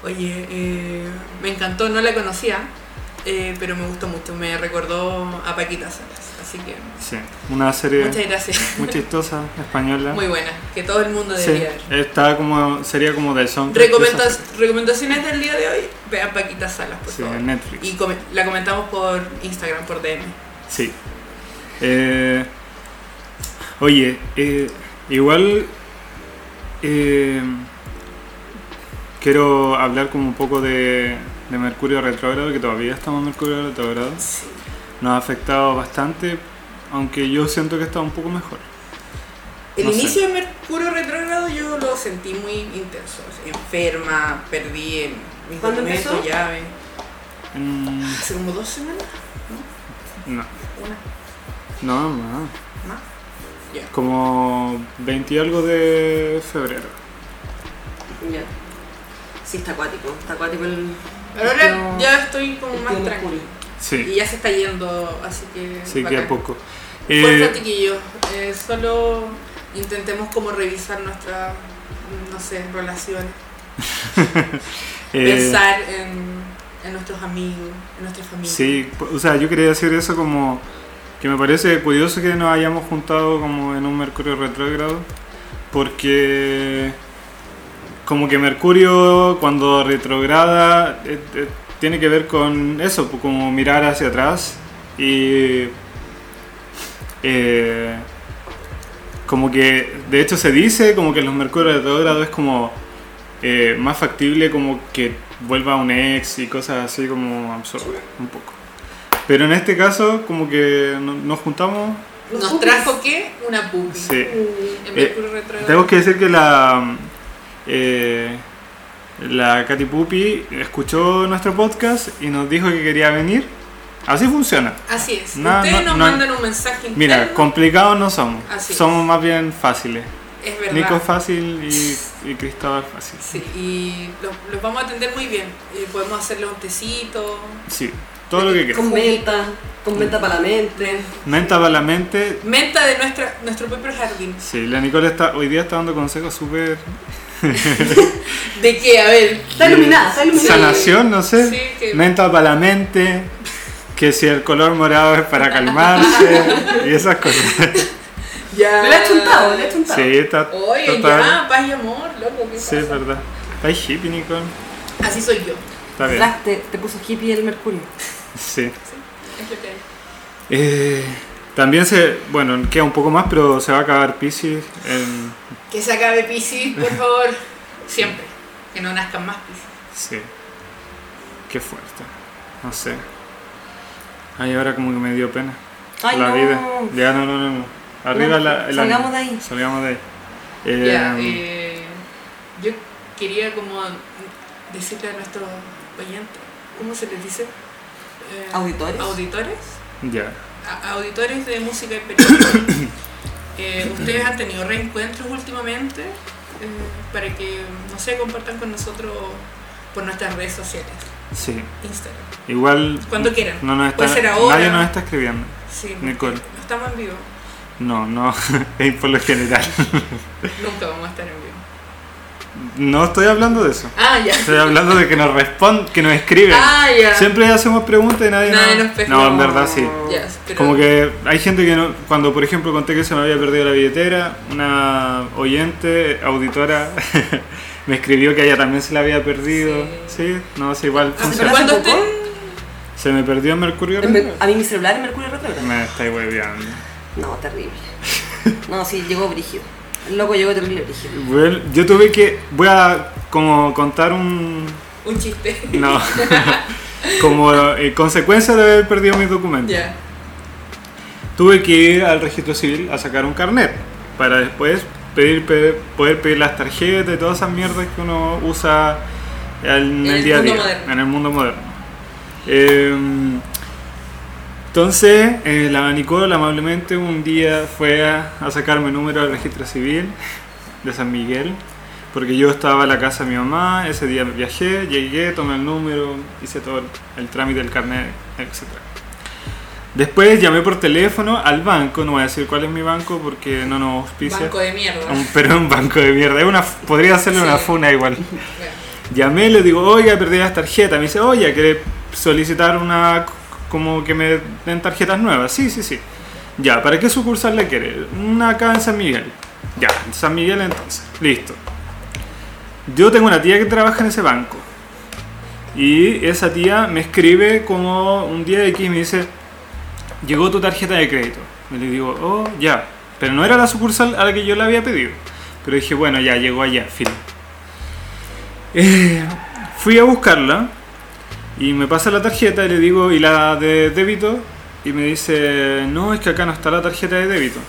[SPEAKER 3] Oye, eh, me encantó, no la conocía, eh, pero me gustó mucho, me recordó a Paquita Salas, así que
[SPEAKER 1] Sí, una serie
[SPEAKER 3] muchas gracias.
[SPEAKER 1] muy chistosa, española.
[SPEAKER 3] Muy buena, que todo el mundo
[SPEAKER 1] Sí,
[SPEAKER 3] debería ver.
[SPEAKER 1] está como, sería como del son.
[SPEAKER 3] Recomendas- recomendaciones del día de hoy, vean Paquita Salas, por
[SPEAKER 1] Sí,
[SPEAKER 3] favor.
[SPEAKER 1] en Netflix.
[SPEAKER 3] Y come- la comentamos por Instagram, por DM.
[SPEAKER 1] Sí. Eh, oye, eh, igual eh, quiero hablar como un poco de, de Mercurio retrógrado, que todavía estamos en Mercurio retrógrado.
[SPEAKER 3] Sí.
[SPEAKER 1] Nos ha afectado bastante, aunque yo siento que está un poco mejor.
[SPEAKER 3] El
[SPEAKER 1] No sé.
[SPEAKER 3] inicio de Mercurio retrógrado yo lo sentí muy intenso, o sea, enferma, perdí en mis
[SPEAKER 2] ¿Cuándo
[SPEAKER 3] documentos,
[SPEAKER 2] empezó?
[SPEAKER 3] llave.
[SPEAKER 1] Mm,
[SPEAKER 3] Hace como dos semanas,
[SPEAKER 1] no,
[SPEAKER 3] una
[SPEAKER 1] no, no.
[SPEAKER 3] más. Ya.
[SPEAKER 1] Como 20 y algo de febrero.
[SPEAKER 2] Ya. Sí, está acuático, está acuático el...
[SPEAKER 3] Ahora
[SPEAKER 2] Yo-
[SPEAKER 3] ya estoy como
[SPEAKER 2] el
[SPEAKER 3] más
[SPEAKER 2] tío
[SPEAKER 3] tranquila. Y
[SPEAKER 1] Sí,
[SPEAKER 3] ya se está yendo, así que.
[SPEAKER 1] sí, que
[SPEAKER 3] bacán.
[SPEAKER 1] a poco.
[SPEAKER 3] Fuerza,
[SPEAKER 1] Eh,
[SPEAKER 3] chiquillos. eh, solo intentemos como revisar nuestra, no sé, relación.
[SPEAKER 1] eh,
[SPEAKER 3] Pensar en en nuestros amigos, en nuestra familia.
[SPEAKER 1] Sí, po- o sea, yo quería decir eso como que me parece curioso que nos hayamos juntado como en un Mercurio retrógrado, porque como que Mercurio cuando retrograda eh, eh, tiene que ver con eso, po- como mirar hacia atrás y eh, como que de hecho se dice como que los Mercurio retrógrado es como eh, más factible como que vuelva un ex y cosas así como absorber un poco. Pero en este caso como que no- nos juntamos.
[SPEAKER 2] Los
[SPEAKER 3] ¿Nos
[SPEAKER 2] pupis.
[SPEAKER 3] trajo qué? Una pupi.
[SPEAKER 1] Sí.
[SPEAKER 2] Mm.
[SPEAKER 3] En
[SPEAKER 1] Eh,
[SPEAKER 3] Mercurio retrógrado.
[SPEAKER 1] Tenemos que decir que la eh, la Katy Pupi escuchó nuestro podcast y nos dijo que quería venir. Así funciona.
[SPEAKER 3] Así es.
[SPEAKER 1] No,
[SPEAKER 3] Ustedes
[SPEAKER 1] no,
[SPEAKER 3] nos
[SPEAKER 1] no.
[SPEAKER 3] mandan un mensaje interno.
[SPEAKER 1] Mira, complicados no somos.
[SPEAKER 3] Así es.
[SPEAKER 1] somos más bien fáciles.
[SPEAKER 3] es verdad.
[SPEAKER 1] Nico fácil y, y Cristóbal fácil.
[SPEAKER 3] Sí, y los, los vamos a atender muy bien. Eh, podemos hacerle un tecito.
[SPEAKER 1] Sí, todo
[SPEAKER 3] Eh,
[SPEAKER 1] lo que quieras.
[SPEAKER 2] Con menta, con menta para la mente.
[SPEAKER 1] Menta para la mente,
[SPEAKER 3] Menta de nuestra, nuestro propio jardín.
[SPEAKER 1] Sí, la Nicole está, hoy día está dando consejos súper...
[SPEAKER 3] ¿De qué? A ver.
[SPEAKER 2] Está iluminada, está iluminada.
[SPEAKER 1] Sanación, no sé.
[SPEAKER 3] Sí, que-
[SPEAKER 1] Menta para la mente, que si el color morado es para calmarse y esas cosas.
[SPEAKER 3] Ya.
[SPEAKER 2] Le ha chuntado, le ha chuntado.
[SPEAKER 1] Sí, está
[SPEAKER 3] Oye,
[SPEAKER 1] total.
[SPEAKER 3] ya, paz y amor, loco. ¿qué
[SPEAKER 1] Sí, es
[SPEAKER 3] pasa?
[SPEAKER 1] verdad. Está hippie, Nicole.
[SPEAKER 3] Así soy yo.
[SPEAKER 1] Está bien.
[SPEAKER 2] Tras, Te, te puso hippie el mercurio.
[SPEAKER 1] Sí.
[SPEAKER 3] Es lo que hay.
[SPEAKER 1] Eh, también se... Bueno, queda un poco más, pero se va a acabar Pisces. en-
[SPEAKER 3] Que se acabe Piscis, por favor. Siempre. Que no nazcan más Piscis.
[SPEAKER 1] Sí. Qué fuerte. No sé. Ay, ahora como que me dio pena.
[SPEAKER 2] Ay,
[SPEAKER 1] la
[SPEAKER 2] no.
[SPEAKER 1] vida. Ya, no, no, no. no. Arriba
[SPEAKER 2] No,
[SPEAKER 1] la, el
[SPEAKER 2] salgamos
[SPEAKER 1] ánimo.
[SPEAKER 2] de ahí.
[SPEAKER 1] Salgamos de ahí. Eh,
[SPEAKER 3] Ya, eh, yo quería como decirle a nuestros oyentes, ¿cómo se les dice? Eh,
[SPEAKER 2] Auditores.
[SPEAKER 3] Auditores.
[SPEAKER 1] ya.
[SPEAKER 3] A- auditores de música y películas. Eh, ¿Ustedes han tenido reencuentros últimamente? Eh, para que, no sé, compartan con nosotros por nuestras redes sociales,
[SPEAKER 1] Sí.
[SPEAKER 3] Instagram.
[SPEAKER 1] Igual.
[SPEAKER 3] Cuando quieran.
[SPEAKER 1] No nos está,
[SPEAKER 3] Puede ser ahora.
[SPEAKER 1] Nadie nos está escribiendo.
[SPEAKER 3] Sí,
[SPEAKER 1] Nicole.
[SPEAKER 3] no estamos en vivo.
[SPEAKER 1] No, no. es por lo general.
[SPEAKER 3] Nunca vamos a estar en vivo.
[SPEAKER 1] No estoy hablando de eso.
[SPEAKER 3] Ah, ya.
[SPEAKER 1] Estoy hablando de que nos responden, que nos escriben.
[SPEAKER 3] Ah, ya.
[SPEAKER 1] Siempre hacemos preguntas y nadie,
[SPEAKER 3] Nadie nos pesca.
[SPEAKER 1] No, en verdad sí.
[SPEAKER 3] Ya, pero-
[SPEAKER 1] Como que hay gente que no, cuando por ejemplo conté que se me había perdido la billetera, una oyente, auditora, me escribió que a ella también se la había perdido. Sí, no, es igual
[SPEAKER 3] Ah,
[SPEAKER 2] ¿Se
[SPEAKER 3] pero
[SPEAKER 1] funciona.
[SPEAKER 2] parece
[SPEAKER 3] cuando
[SPEAKER 2] poco?
[SPEAKER 3] estén
[SPEAKER 1] Se me perdió en Mercurio.
[SPEAKER 2] El mer-
[SPEAKER 1] Retrógrado?
[SPEAKER 2] A mí mi celular es mercurio retrógrado.
[SPEAKER 1] Me estáis hueveando.
[SPEAKER 2] No, terrible. No, sí, llegó brígido. El loco llegó terrible brígido.
[SPEAKER 1] Bueno, yo tuve que. Voy a como contar un.
[SPEAKER 3] un chiste.
[SPEAKER 1] No. como eh, consecuencia de haber perdido mis documentos.
[SPEAKER 3] Ya.
[SPEAKER 1] Tuve que ir al registro civil a sacar un carnet para después pedir, pe- poder pedir las tarjetas y todas esas mierdas que uno usa en, el,
[SPEAKER 3] el
[SPEAKER 1] día a
[SPEAKER 3] mundo
[SPEAKER 1] día,
[SPEAKER 3] moderno.
[SPEAKER 1] en el mundo moderno. Eh, entonces, eh, la Nicole amablemente un día fue a, a sacarme el número del registro civil de San Miguel, porque yo estaba en la casa de mi mamá, ese día viajé, llegué, tomé el número, hice todo el, el trámite del carnet, etcétera. Después llamé por teléfono al banco, no voy a decir cuál es mi banco porque no nos auspicia.
[SPEAKER 3] Banco de mierda.
[SPEAKER 1] Un- pero un banco de mierda. Es una, podría hacerle
[SPEAKER 3] Sí.
[SPEAKER 1] una funa igual.
[SPEAKER 3] Ya.
[SPEAKER 1] Llamé, le digo, oiga, perdí las tarjetas. Me dice, oye, ¿querés solicitar una. c- como que me den tarjetas nuevas? Sí, sí, sí. Ya, ¿para qué sucursal la quiere? Una acá en San Miguel. Ya, en San Miguel entonces. Listo. Yo tengo una tía que trabaja en ese banco. Y esa tía me escribe como un día de X y me dice, llegó tu tarjeta de crédito. Y le digo, oh, ya. Pero no era la sucursal a la que yo la había pedido. Pero dije, bueno, ya, llegó allá, fin. Eh, fui a buscarla y me pasa la tarjeta y le digo, ¿y la de débito? Y me dice, no, es que acá no está la tarjeta de débito.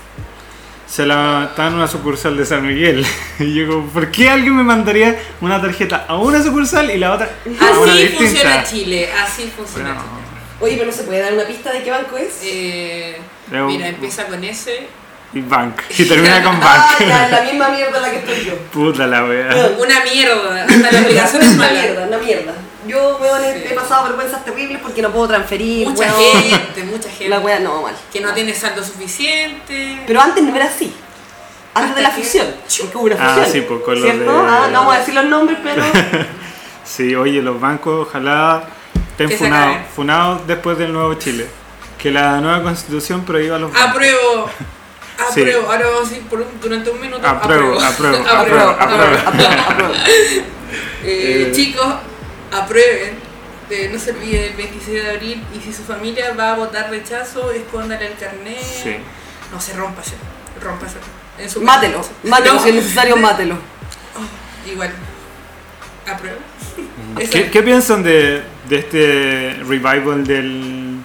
[SPEAKER 1] Se la está en una sucursal de San Miguel. Y yo como, ¿por qué alguien me mandaría una tarjeta a una sucursal y la otra a Ah, una
[SPEAKER 3] Así
[SPEAKER 1] distinta?
[SPEAKER 3] funciona Chile, así funciona
[SPEAKER 1] Bueno,
[SPEAKER 3] Chile.
[SPEAKER 2] Oye, pero no se puede dar una pista de qué banco es.
[SPEAKER 3] Eh,
[SPEAKER 1] Era un-
[SPEAKER 3] mira, empieza con ese.
[SPEAKER 1] y bank. Y termina con
[SPEAKER 2] ah,
[SPEAKER 1] bank.
[SPEAKER 2] ya, la misma mierda en la que estoy yo.
[SPEAKER 1] Puta la wea.
[SPEAKER 3] Una mierda. Hasta la aplicación es
[SPEAKER 2] Una
[SPEAKER 3] mala.
[SPEAKER 2] mierda, una mierda. Yo, weón, he-
[SPEAKER 3] Sí.
[SPEAKER 2] he pasado vergüenzas terribles porque no puedo transferir,
[SPEAKER 3] Mucha
[SPEAKER 2] weón.
[SPEAKER 3] gente, mucha
[SPEAKER 2] La
[SPEAKER 3] gente.
[SPEAKER 2] wea no, mal.
[SPEAKER 3] Que no tiene saldo suficiente.
[SPEAKER 2] Pero antes no era así. Antes
[SPEAKER 3] Hasta
[SPEAKER 2] de la
[SPEAKER 3] que-
[SPEAKER 2] fusión. Porque hubo una
[SPEAKER 1] Ah,
[SPEAKER 2] fusión.
[SPEAKER 1] sí, pues, con lo
[SPEAKER 2] ¿Cierto?
[SPEAKER 1] de-
[SPEAKER 2] Ah, no vamos a decir los nombres, pero.
[SPEAKER 1] Sí, oye, los bancos, ojalá Ten
[SPEAKER 3] Que se
[SPEAKER 1] funado,
[SPEAKER 3] acaben.
[SPEAKER 1] funado después del Nuevo Chile. Que la nueva constitución prohíba los bancos.
[SPEAKER 3] Apruebo.
[SPEAKER 1] Sí.
[SPEAKER 3] Apruebo. Ahora vamos a decir por un- durante un minuto.
[SPEAKER 1] Apruebo, apruebo, apruebo, apruebo.
[SPEAKER 3] Eh,
[SPEAKER 1] Eh.
[SPEAKER 3] Chicos, aprueben. Eh, no se olviden el 26 de abril. Y si su familia va a votar rechazo, escóndale el carnet.
[SPEAKER 1] Sí.
[SPEAKER 3] No se rómpase. Rómpase. En su
[SPEAKER 2] Mátelo,
[SPEAKER 3] casa.
[SPEAKER 2] mátelo,
[SPEAKER 3] No.
[SPEAKER 2] si es necesario, mátelo.
[SPEAKER 3] Igual. Apruebo.
[SPEAKER 1] Mm. ¿Qué, qué piensan de, de este revival del,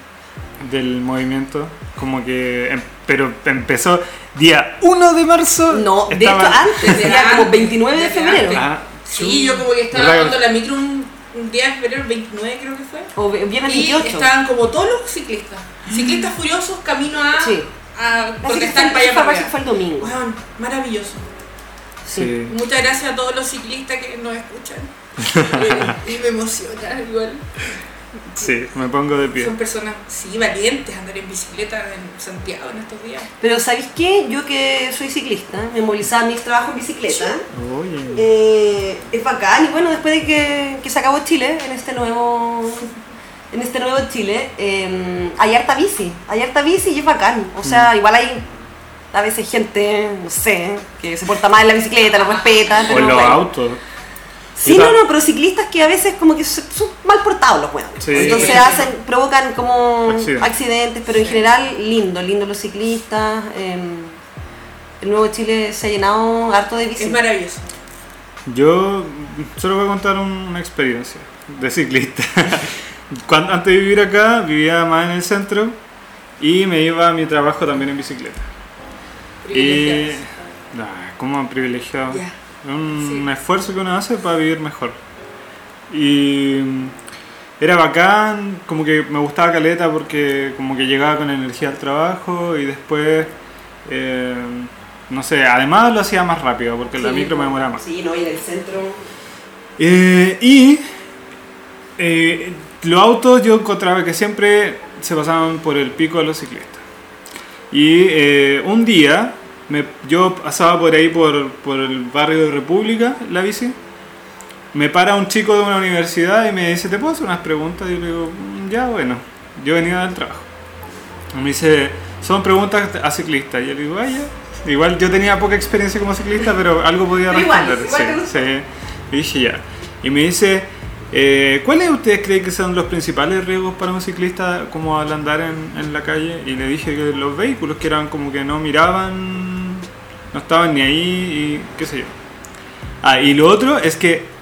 [SPEAKER 1] del movimiento? Como que. em- pero empezó día 1 de marzo.
[SPEAKER 2] No, de hecho
[SPEAKER 1] estaban-
[SPEAKER 2] antes,
[SPEAKER 3] Desde
[SPEAKER 2] era como
[SPEAKER 3] antes,
[SPEAKER 2] 29 de
[SPEAKER 3] desde
[SPEAKER 2] febrero.
[SPEAKER 3] antes.
[SPEAKER 1] Ah,
[SPEAKER 3] Sí, yo como que estaba
[SPEAKER 1] ¿Verdad?
[SPEAKER 3] dando la micro un, un día de febrero, el 29 creo que fue.
[SPEAKER 2] O vi- viernes
[SPEAKER 3] Y
[SPEAKER 2] 28.
[SPEAKER 3] estaban como todos los ciclistas. Ciclistas furiosos camino a,
[SPEAKER 2] Sí.
[SPEAKER 3] a
[SPEAKER 2] Así que
[SPEAKER 3] protestar
[SPEAKER 2] fue-
[SPEAKER 3] para allá
[SPEAKER 2] fue-
[SPEAKER 3] para allá.
[SPEAKER 2] fue el domingo.
[SPEAKER 3] Weón, maravilloso.
[SPEAKER 1] sí.
[SPEAKER 3] Muchas gracias a todos los ciclistas que nos escuchan. y me emociona igual.
[SPEAKER 1] Sí, me pongo de pie.
[SPEAKER 3] Son personas, sí, valientes andar en bicicleta en Santiago en estos días.
[SPEAKER 2] Pero ¿sabéis qué? Yo que soy ciclista, me movilizaba a mis trabajos en bicicleta.
[SPEAKER 1] Oye.
[SPEAKER 2] Eh, es bacán y bueno, después de que, que se acabó Chile, en este nuevo, en este nuevo Chile, eh, hay harta bici, hay harta bici y es bacán. O sea, igual hay a veces gente, no sé, que se porta mal en la bicicleta, lo respeta.
[SPEAKER 1] O
[SPEAKER 2] pero
[SPEAKER 1] los
[SPEAKER 2] bueno.
[SPEAKER 1] autos.
[SPEAKER 2] Sí, no, no, pero ciclistas que a veces como que se- son mal portados los huevos.
[SPEAKER 1] Sí.
[SPEAKER 2] Entonces hacen, provocan como
[SPEAKER 1] Accidentes.
[SPEAKER 2] accidentes, pero en
[SPEAKER 3] Sí.
[SPEAKER 2] general lindo, lindo los ciclistas. em, el nuevo Chile se ha llenado harto de bici.
[SPEAKER 3] Es maravilloso.
[SPEAKER 1] Yo solo voy a contar un- una experiencia de ciclista. Cuando, antes de vivir acá, vivía más en el centro y me iba a mi trabajo también en bicicleta. Y.
[SPEAKER 3] Privilegiados.
[SPEAKER 1] Nah, como
[SPEAKER 2] Ah.
[SPEAKER 1] privilegiado.
[SPEAKER 3] Ya.
[SPEAKER 1] Un
[SPEAKER 3] Sí.
[SPEAKER 1] esfuerzo que uno hace para vivir mejor. Y mm, era bacán, como que me gustaba Caleta porque como que llegaba con energía al trabajo y después, eh, no sé, además lo hacía más rápido porque la
[SPEAKER 2] Sí,
[SPEAKER 1] micro me demoraba más.
[SPEAKER 2] Sí, no, y en el centro.
[SPEAKER 1] Eh, y eh, los autos yo encontraba que siempre se pasaban por el pico de los ciclistas. Y eh, un día me- yo pasaba por ahí, por, por el barrio de República, la bici. Me para un chico de una universidad y me dice, ¿te puedo hacer unas preguntas? Y yo le digo, "Mm, ya, bueno, yo venía del trabajo. Y me dice, son preguntas a ciclistas. Y yo le digo, ah, ya". Igual yo tenía poca experiencia como ciclista, pero algo podía
[SPEAKER 2] Pero igual,
[SPEAKER 1] responder.
[SPEAKER 2] igual te
[SPEAKER 1] sí, sí. Y dije, ya. Y me dice, eh, ¿cuáles ustedes creen que son los principales riesgos para un ciclista como al andar en, en la calle? Y le dije que los vehículos que eran como que no miraban, no estaban ni ahí y qué sé yo. Ah, y lo otro es que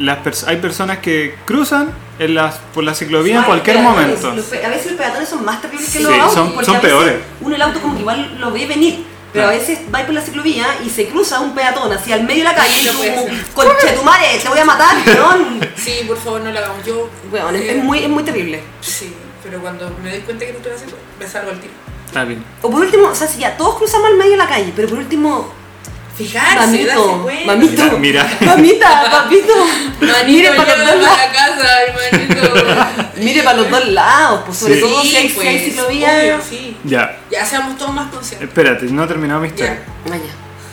[SPEAKER 1] las pers- hay personas que cruzan en las, por la ciclovía en
[SPEAKER 2] Ay,
[SPEAKER 1] cualquier
[SPEAKER 2] los peatones,
[SPEAKER 1] momento.
[SPEAKER 2] los pe- a veces los peatones son más terribles que
[SPEAKER 1] Sí,
[SPEAKER 2] los autos.
[SPEAKER 1] son-
[SPEAKER 2] porque
[SPEAKER 1] son
[SPEAKER 2] a veces
[SPEAKER 1] peores.
[SPEAKER 2] Uno el auto como que igual lo ve venir. Pero a
[SPEAKER 1] Claro.
[SPEAKER 2] veces va por la ciclovía y se cruza un peatón así al medio de la calle y
[SPEAKER 3] No
[SPEAKER 2] tú
[SPEAKER 3] puede
[SPEAKER 2] como,
[SPEAKER 3] ser.
[SPEAKER 2] conche tu madre, te voy a matar, weón.
[SPEAKER 3] Sí, por favor, no lo hagamos. Yo.
[SPEAKER 2] Weón, es,
[SPEAKER 3] eh,
[SPEAKER 2] es muy, es muy terrible.
[SPEAKER 3] Sí, pero cuando me doy cuenta que lo estoy haciendo, me salgo al tiro.
[SPEAKER 1] Está bien.
[SPEAKER 2] O por último, o sea, si ya todos cruzamos al medio de la calle, pero por último,
[SPEAKER 3] Fijarse, darse
[SPEAKER 2] mamito,
[SPEAKER 3] Ah, cuenta.
[SPEAKER 1] Mira,
[SPEAKER 2] mamito,
[SPEAKER 1] mira.
[SPEAKER 2] mamita, papito, mire
[SPEAKER 3] Manito,
[SPEAKER 2] para los
[SPEAKER 3] llévala
[SPEAKER 2] dos lados.
[SPEAKER 3] para la casa, hermanito.
[SPEAKER 2] Mire para los dos lados, pues sobre
[SPEAKER 1] Sí.
[SPEAKER 2] todo si hay, si
[SPEAKER 3] pues,
[SPEAKER 2] hay ciclovía.
[SPEAKER 3] obvio, sí.
[SPEAKER 1] Ya,
[SPEAKER 3] Ya seamos todos más conscientes.
[SPEAKER 1] espérate, no he terminado mi historia.
[SPEAKER 3] Ya.
[SPEAKER 2] Vaya.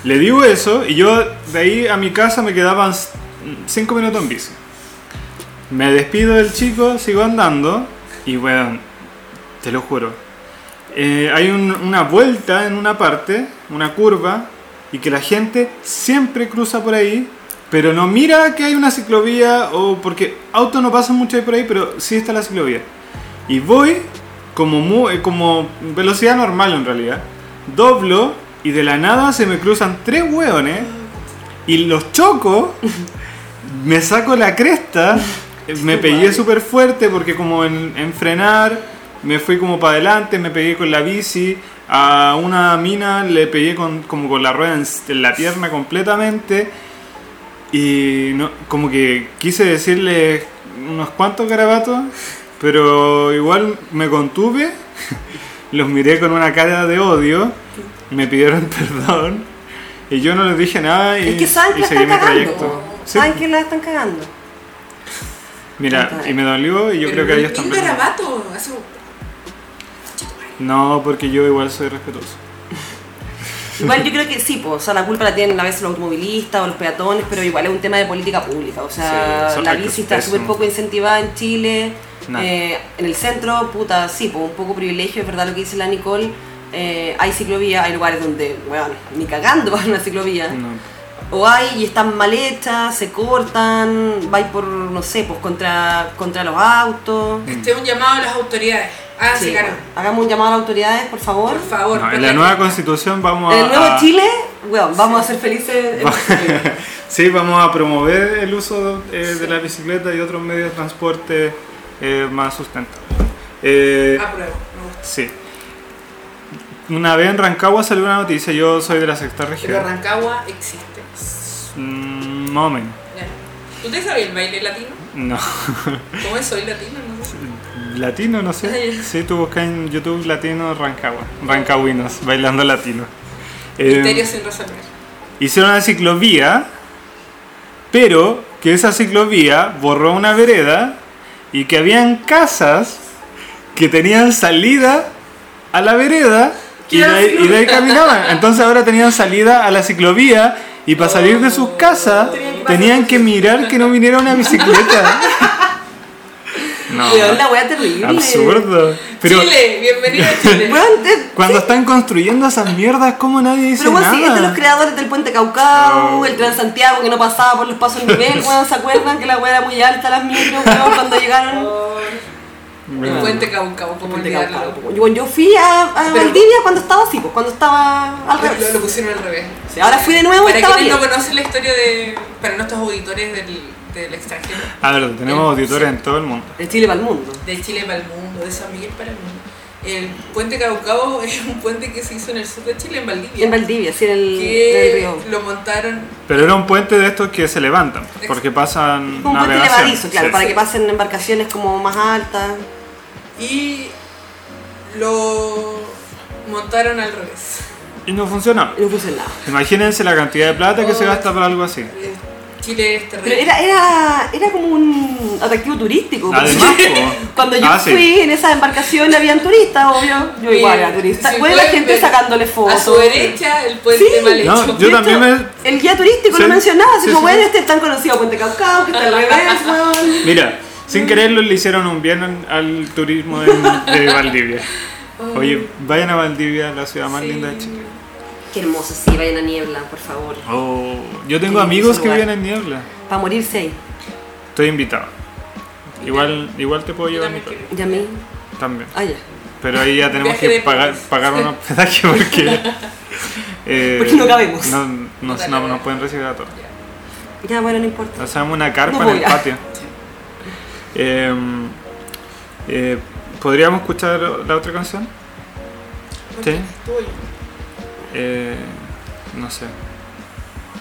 [SPEAKER 1] Le digo eso y yo de ahí a mi casa me quedaban 5 minutos en bici. Me despido del chico, sigo andando y bueno, te lo juro. eh, hay un- una vuelta en una parte, una curva, y que la gente siempre cruza por ahí, pero no mira que hay una ciclovía o porque autos no pasan mucho ahí por ahí, pero sí está la ciclovía. Y voy como, mu- eh, como velocidad normal en realidad. Doblo y de la nada se me cruzan tres hueones y los choco, me saco la cresta, me pegué súper fuerte porque como en, en frenar, me fui como para adelante, me pegué con la bici, a una mina le pegué con, como con la rueda en s- en la pierna completamente. Y no, como que quise decirle unos cuantos garabatos, pero igual me contuve, los miré con una cara de odio, me pidieron perdón y yo no les dije nada y,
[SPEAKER 2] Es que saben que
[SPEAKER 1] y
[SPEAKER 2] la
[SPEAKER 1] seguí
[SPEAKER 2] están
[SPEAKER 1] mi
[SPEAKER 2] cagando.
[SPEAKER 1] trayecto. Sí,
[SPEAKER 2] Saben que la están cagando.
[SPEAKER 1] mira, y me dolió
[SPEAKER 2] Eh,
[SPEAKER 1] y yo
[SPEAKER 3] Pero
[SPEAKER 1] creo que
[SPEAKER 3] ni
[SPEAKER 1] ellos
[SPEAKER 3] Un
[SPEAKER 1] también.
[SPEAKER 3] garabato. hace-
[SPEAKER 1] No, porque yo igual soy respetuoso.
[SPEAKER 2] Igual yo creo que sí, pues, o sea, la culpa la tienen a veces los automovilistas o los peatones, pero igual es un tema de política pública. O sea,
[SPEAKER 1] Sí, son
[SPEAKER 2] la
[SPEAKER 1] recursos,
[SPEAKER 2] bici está
[SPEAKER 1] es
[SPEAKER 2] súper
[SPEAKER 1] un-
[SPEAKER 2] poco incentivada en Chile.
[SPEAKER 1] Nada.
[SPEAKER 2] eh, en el centro, puta, sí, pues, un poco privilegio, es verdad lo que dice la Nicole. eh, hay ciclovía, hay lugares donde, weón, ni cagando van a una ciclovía.
[SPEAKER 1] No.
[SPEAKER 2] O hay y están mal hechas, se cortan, vais por, no sé, pues contra, contra los autos.
[SPEAKER 3] Este es un llamado a las autoridades. Háganse
[SPEAKER 2] Mm. Sí,
[SPEAKER 3] cargo.
[SPEAKER 2] bueno, hagamos un llamado a las autoridades, por favor.
[SPEAKER 3] Por favor.
[SPEAKER 1] No, en la
[SPEAKER 3] porque-
[SPEAKER 1] nueva constitución vamos a.
[SPEAKER 2] En el nuevo
[SPEAKER 1] a-
[SPEAKER 2] Chile, weón, vamos a ser felices. en Chile.
[SPEAKER 1] sí, vamos a promover el uso eh, de la bicicleta y otros medios de transporte eh, más sustentables. Eh,
[SPEAKER 3] Apruebo, me gusta.
[SPEAKER 1] sí. Una vez en Rancagua salió una noticia, yo soy de la sexta
[SPEAKER 3] Pero
[SPEAKER 1] región.
[SPEAKER 3] Rancagua existe.
[SPEAKER 1] Mm, más o menos.
[SPEAKER 3] Ya. ¿Tú te sabes el baile latino?
[SPEAKER 1] No.
[SPEAKER 3] ¿Cómo es soy latino? No sé.
[SPEAKER 1] Latino, no sé. Sí, tú buscas en YouTube latino Rancagua. Rancaguinos, bailando latino. Eh,
[SPEAKER 3] Misterio sin resolver.
[SPEAKER 1] hicieron una ciclovía, pero que esa ciclovía borró una vereda y que habían casas que tenían salida a la vereda y de, ahí, y de ahí caminaban. Entonces ahora tenían salida a la ciclovía y para salir de sus casas
[SPEAKER 2] Tenían que
[SPEAKER 1] tenían que mirar que no viniera una bicicleta. No,
[SPEAKER 2] Weón, la wea terrible.
[SPEAKER 1] absurdo. Pero
[SPEAKER 3] Chile, bienvenido a Chile.
[SPEAKER 2] Weón, te-
[SPEAKER 1] cuando están construyendo esas mierdas, ¿cómo nadie dice
[SPEAKER 2] pero weón,
[SPEAKER 1] nada?
[SPEAKER 2] si es de los creadores del Puente Caucao,
[SPEAKER 1] No.
[SPEAKER 2] el Transantiago que no pasaba por los pasos del nivel, weón, ¿se acuerdan que la wea era muy alta las micros, weón, cuando llegaron?
[SPEAKER 3] El Oh, puente Caucao, como
[SPEAKER 2] Puente
[SPEAKER 3] olvidarlo.
[SPEAKER 2] Caucao, po. pues, Yo, yo fui a, a
[SPEAKER 3] Pero-
[SPEAKER 2] Valdivia cuando estaba así, pues, cuando estaba al
[SPEAKER 3] Lo,
[SPEAKER 2] revés.
[SPEAKER 3] lo pusieron al revés.
[SPEAKER 2] Sí, ahora fui de nuevo y
[SPEAKER 3] Para
[SPEAKER 2] estaba
[SPEAKER 3] quienes no
[SPEAKER 2] bien.
[SPEAKER 3] conocen la historia de. Para nuestros auditores del, del extranjero.
[SPEAKER 1] A ver, Ah, tenemos
[SPEAKER 2] Eh,
[SPEAKER 1] auditores en todo el mundo.
[SPEAKER 2] De Chile para el mundo.
[SPEAKER 3] de Chile para el mundo, de San Miguel para el mundo. El puente Caucao es un puente que se hizo en el sur de Chile, en Valdivia.
[SPEAKER 2] En Valdivia, sí, en el, en el
[SPEAKER 3] que
[SPEAKER 2] río.
[SPEAKER 3] lo montaron.
[SPEAKER 1] Pero era un puente de estos que se levantan, porque pasan
[SPEAKER 2] Un puente
[SPEAKER 1] navegación.
[SPEAKER 2] levadizo, claro,
[SPEAKER 1] Sí.
[SPEAKER 2] para que pasen embarcaciones como más altas.
[SPEAKER 3] Y lo montaron al revés.
[SPEAKER 1] Y no funcionó.
[SPEAKER 2] Y no funciona nada.
[SPEAKER 1] Imagínense la cantidad de plata que se
[SPEAKER 3] Oh.
[SPEAKER 1] gasta para algo así.
[SPEAKER 3] Eh, Chile es
[SPEAKER 2] Pero
[SPEAKER 3] terrible.
[SPEAKER 2] era, era, era como un atractivo turístico. porque
[SPEAKER 1] Además, po.
[SPEAKER 2] cuando yo
[SPEAKER 1] Ah, sí.
[SPEAKER 2] fui en esa embarcación habían turistas, obvio. Yo igual era turista.
[SPEAKER 3] Si
[SPEAKER 2] Bueno, la
[SPEAKER 3] pueden
[SPEAKER 2] gente
[SPEAKER 3] ver
[SPEAKER 2] sacándole fotos.
[SPEAKER 3] A su derecha, el puente
[SPEAKER 2] Sí.
[SPEAKER 3] mal hecho.
[SPEAKER 1] No, yo
[SPEAKER 2] De
[SPEAKER 1] también
[SPEAKER 2] hecho,
[SPEAKER 1] me-
[SPEAKER 2] El guía turístico
[SPEAKER 1] Sí.
[SPEAKER 2] lo mencionaba, así
[SPEAKER 1] Sí,
[SPEAKER 2] como,
[SPEAKER 1] sí,
[SPEAKER 2] bueno,
[SPEAKER 1] sí.
[SPEAKER 2] este es tan conocido Puente Caucao, que está al revés, weón.
[SPEAKER 1] Mira, sin
[SPEAKER 2] Mm.
[SPEAKER 1] quererlo le hicieron un bien en- al turismo de, de Valdivia.
[SPEAKER 2] Oh.
[SPEAKER 1] Oye, vayan a Valdivia, la ciudad más
[SPEAKER 3] Sí.
[SPEAKER 1] linda de Chile.
[SPEAKER 2] Qué hermoso, sí, vayan a Niebla, por favor.
[SPEAKER 1] Oh, yo tengo
[SPEAKER 2] Qué
[SPEAKER 1] amigos
[SPEAKER 2] hermoso
[SPEAKER 1] que
[SPEAKER 2] lugar.
[SPEAKER 1] viven en Niebla.
[SPEAKER 2] Para morirse ahí.
[SPEAKER 1] Estoy invitado. Igual, igual te puedo
[SPEAKER 3] Yo
[SPEAKER 1] llevar mi
[SPEAKER 3] también quiero ir.
[SPEAKER 2] ¿Y a mí?
[SPEAKER 1] también.
[SPEAKER 2] Ah, ya.
[SPEAKER 1] Pero ahí ya tenemos
[SPEAKER 3] Viaje
[SPEAKER 1] que
[SPEAKER 3] de
[SPEAKER 1] pagar,
[SPEAKER 3] pobres.
[SPEAKER 1] pagar un hospedaje porque. eh,
[SPEAKER 2] Porque no cabemos.
[SPEAKER 1] No, no- no-
[SPEAKER 3] Puta la
[SPEAKER 1] no
[SPEAKER 3] wea.
[SPEAKER 1] pueden recibir a todos.
[SPEAKER 2] Ya, bueno, no importa.
[SPEAKER 1] Hacemos una carpa
[SPEAKER 2] No
[SPEAKER 1] en el
[SPEAKER 2] voy a-
[SPEAKER 1] patio. Eh, eh, ¿Podríamos escuchar la otra canción?
[SPEAKER 3] Porque
[SPEAKER 1] Sí.
[SPEAKER 3] estuvo yo.
[SPEAKER 1] Eh, no sé.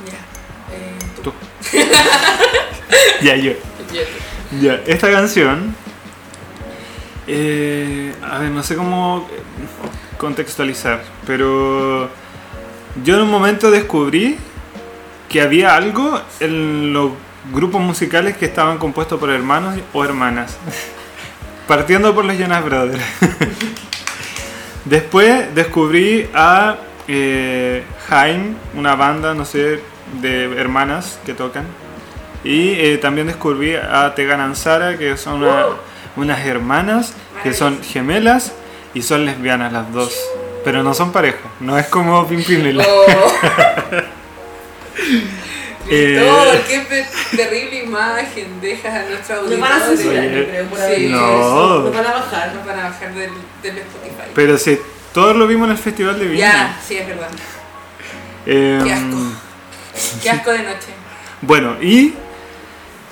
[SPEAKER 3] Ya. Eh, tú.
[SPEAKER 1] Tú. Ya, yo.
[SPEAKER 3] Ya.
[SPEAKER 1] Ya, esta canción. eh, a ver, no sé cómo contextualizar, pero yo en un momento descubrí que había algo en los grupos musicales que estaban compuestos por hermanos o hermanas. Partiendo por los Jonas Brothers. Después descubrí a eh, Haim, una banda, no sé, de hermanas que tocan. Y eh, también descubrí a Tegan Ansara, que son una- unas hermanas, que son gemelas y son lesbianas las dos. Pero no son pareja, no es como Pimpinela.
[SPEAKER 3] Oh.
[SPEAKER 1] Eh.
[SPEAKER 3] Víctor, qué pe- terrible imagen dejas a nuestra
[SPEAKER 2] Nos
[SPEAKER 3] audiencia.
[SPEAKER 2] van a censurar,
[SPEAKER 1] Oye.
[SPEAKER 2] yo creo, por
[SPEAKER 3] Sí.
[SPEAKER 2] haber dicho
[SPEAKER 1] Ah, No.
[SPEAKER 2] eso. Nos van a bajar.
[SPEAKER 3] Nos van a bajar del, del Spotify.
[SPEAKER 1] Pero sí, todos lo vimos en el Festival de
[SPEAKER 3] ya,
[SPEAKER 1] Viña.
[SPEAKER 3] sí, es verdad.
[SPEAKER 1] Em,
[SPEAKER 3] Qué asco. Qué asco de noche.
[SPEAKER 1] Bueno, y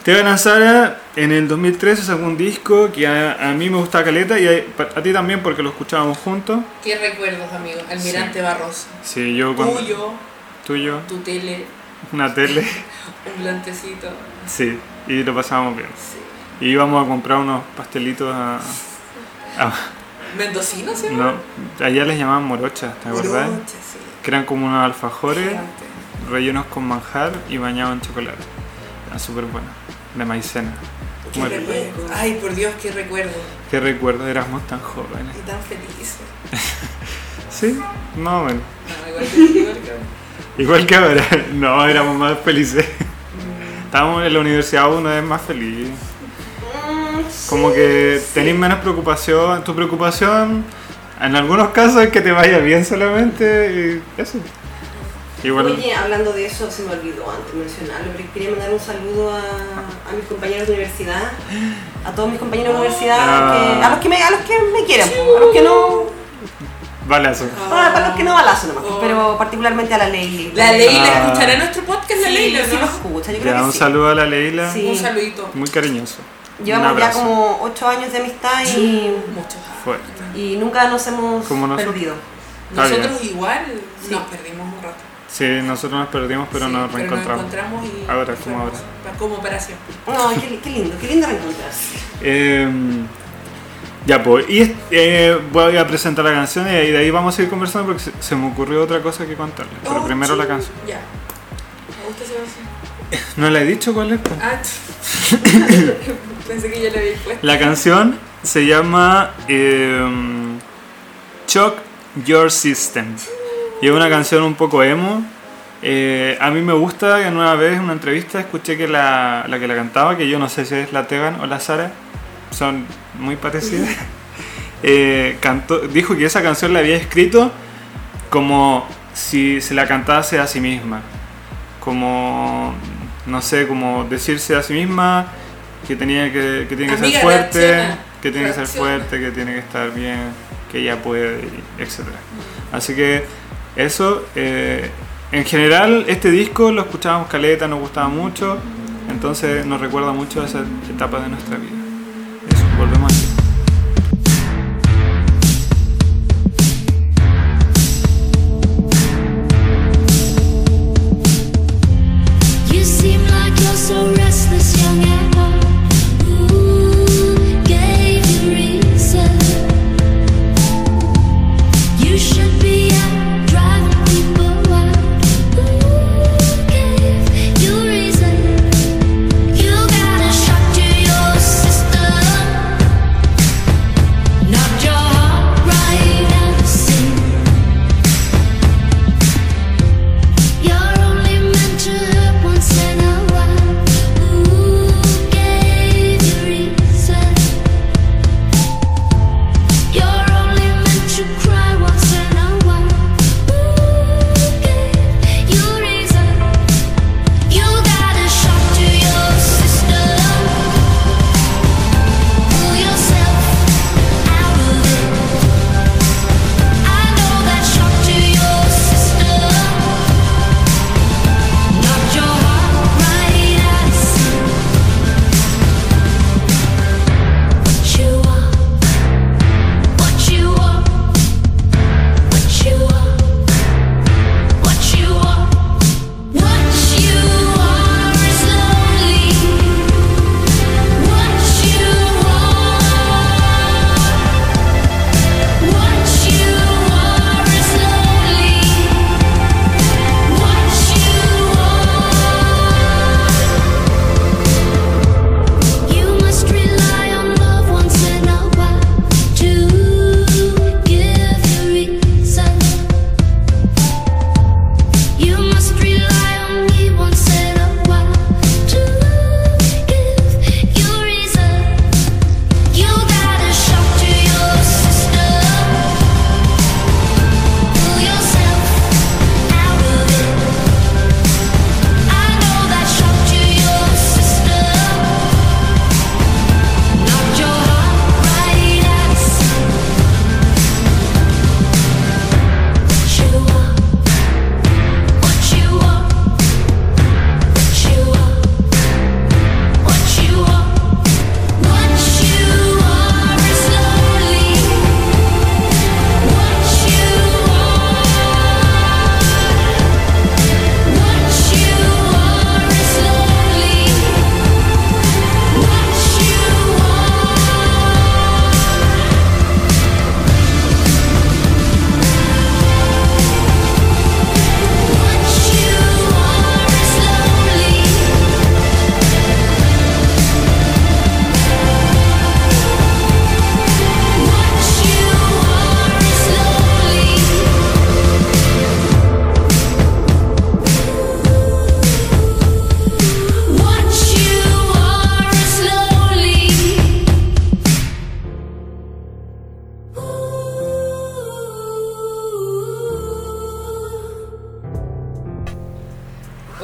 [SPEAKER 1] Tegan Ansara en el 2013 sacó un disco que a, a mí me gustaba caleta y a, a ti también porque lo escuchábamos juntos.
[SPEAKER 3] Qué recuerdos, amigo. Almirante Barroso.
[SPEAKER 1] Sí, yo cuando-
[SPEAKER 3] Tuyo,
[SPEAKER 1] Tuyo,
[SPEAKER 3] tu tele,
[SPEAKER 1] una tele.
[SPEAKER 3] un plantecito.
[SPEAKER 1] Sí, y lo pasábamos bien.
[SPEAKER 3] Sí.
[SPEAKER 1] Y íbamos a comprar unos pastelitos a. a-
[SPEAKER 3] Mendocino, ¿sí?
[SPEAKER 1] no, allá les llamaban morochas, ¿te acuerdas?
[SPEAKER 3] Noche, sí.
[SPEAKER 1] Que eran como unos alfajores
[SPEAKER 3] Gigante.
[SPEAKER 1] rellenos con manjar y bañados en chocolate. Era súper bueno, de maicena.
[SPEAKER 3] Qué
[SPEAKER 1] Muy rico.
[SPEAKER 3] recuerdo. Ay, por Dios, qué recuerdo.
[SPEAKER 1] Qué recuerdo, éramos tan jóvenes.
[SPEAKER 3] Y tan felices.
[SPEAKER 1] Sí, no, bueno.
[SPEAKER 3] No, igual que, igual que ahora.
[SPEAKER 1] Igual que ahora, no, éramos más felices. Estábamos en la universidad una vez más feliz. Como que tenés menos preocupación. Tu preocupación, en algunos casos, es que te vaya bien solamente y eso. Igual.
[SPEAKER 2] Oye, hablando de eso, se me olvidó antes mencionarlo, pero quería mandar un saludo a, a mis compañeros de universidad, a todos mis compañeros
[SPEAKER 1] Oh,
[SPEAKER 2] de universidad,
[SPEAKER 1] Ah.
[SPEAKER 2] que- a los que me, a los que me quieran, po, a los que no,
[SPEAKER 1] Balazo.
[SPEAKER 2] para, Ah, para los que no balazo nomás,
[SPEAKER 3] Oh.
[SPEAKER 2] pero particularmente a la Leili.
[SPEAKER 3] La ley la
[SPEAKER 1] Ah.
[SPEAKER 3] escuchará en nuestro podcast, la
[SPEAKER 2] Sí,
[SPEAKER 3] ley,
[SPEAKER 2] sí lo
[SPEAKER 3] ¿no?
[SPEAKER 2] escucha, yo creo
[SPEAKER 1] Ya,
[SPEAKER 2] que
[SPEAKER 1] un
[SPEAKER 2] sí.
[SPEAKER 1] saludo a la Leila.
[SPEAKER 2] Sí.
[SPEAKER 3] Un saludito.
[SPEAKER 1] Muy cariñoso. un
[SPEAKER 2] Llevamos ya
[SPEAKER 1] abrazo.
[SPEAKER 2] como 8 años de amistad y,
[SPEAKER 3] Muchos.
[SPEAKER 1] Fuerte.
[SPEAKER 2] y nunca nos hemos
[SPEAKER 1] Como nosotros.
[SPEAKER 2] perdido.
[SPEAKER 1] Está bien.
[SPEAKER 3] Nosotros igual
[SPEAKER 2] Sí.
[SPEAKER 3] nos perdimos un rato.
[SPEAKER 1] Sí, nosotros nos perdimos, pero
[SPEAKER 3] Sí,
[SPEAKER 1] nos reencontramos.
[SPEAKER 3] encontramos y
[SPEAKER 1] Ahora, como
[SPEAKER 3] fuimos pa- Como para siempre.
[SPEAKER 2] No, qué, qué lindo, qué lindo reencontrarse.
[SPEAKER 1] Eh, ya, pues. Y es- eh, voy a presentar la canción y ahí- de ahí vamos a ir conversando porque se, se me ocurrió otra cosa que contarles. Pero
[SPEAKER 3] Oh,
[SPEAKER 1] primero la
[SPEAKER 3] chu,
[SPEAKER 1] canción.
[SPEAKER 3] Ya. Me gusta esa canción.
[SPEAKER 1] No la he dicho cuál es. pues. po?
[SPEAKER 3] Ah, pensé que ya la había puesto.
[SPEAKER 1] La canción se llama eh, Shock Your System. Y es una canción un poco emo. Eh, a mí me gusta que una vez en una entrevista escuché que la, la que la cantaba, que yo no sé si es la Tegan o la Sara, son muy parecidas, eh, cantó- dijo que esa canción la había escrito como si se la cantase a sí misma. Como, no sé, como decirse a sí misma que, tenía que, que tiene que
[SPEAKER 3] Amiga,
[SPEAKER 1] ser fuerte,
[SPEAKER 3] reacciona,
[SPEAKER 1] que tiene que ser
[SPEAKER 3] reacciona.
[SPEAKER 1] fuerte, que tiene que estar bien, que ella puede, y etcétera. Así que eso, eh, en general este disco lo escuchábamos caleta, nos gustaba mucho, entonces nos recuerda mucho a esa etapa de nuestra vida. Eso, volvemos aquí.
[SPEAKER 5] You seem like you're so restless, young at heart. Who gave you reason? You should be out driving people wild. Who gave you reason? You got a shock to your system.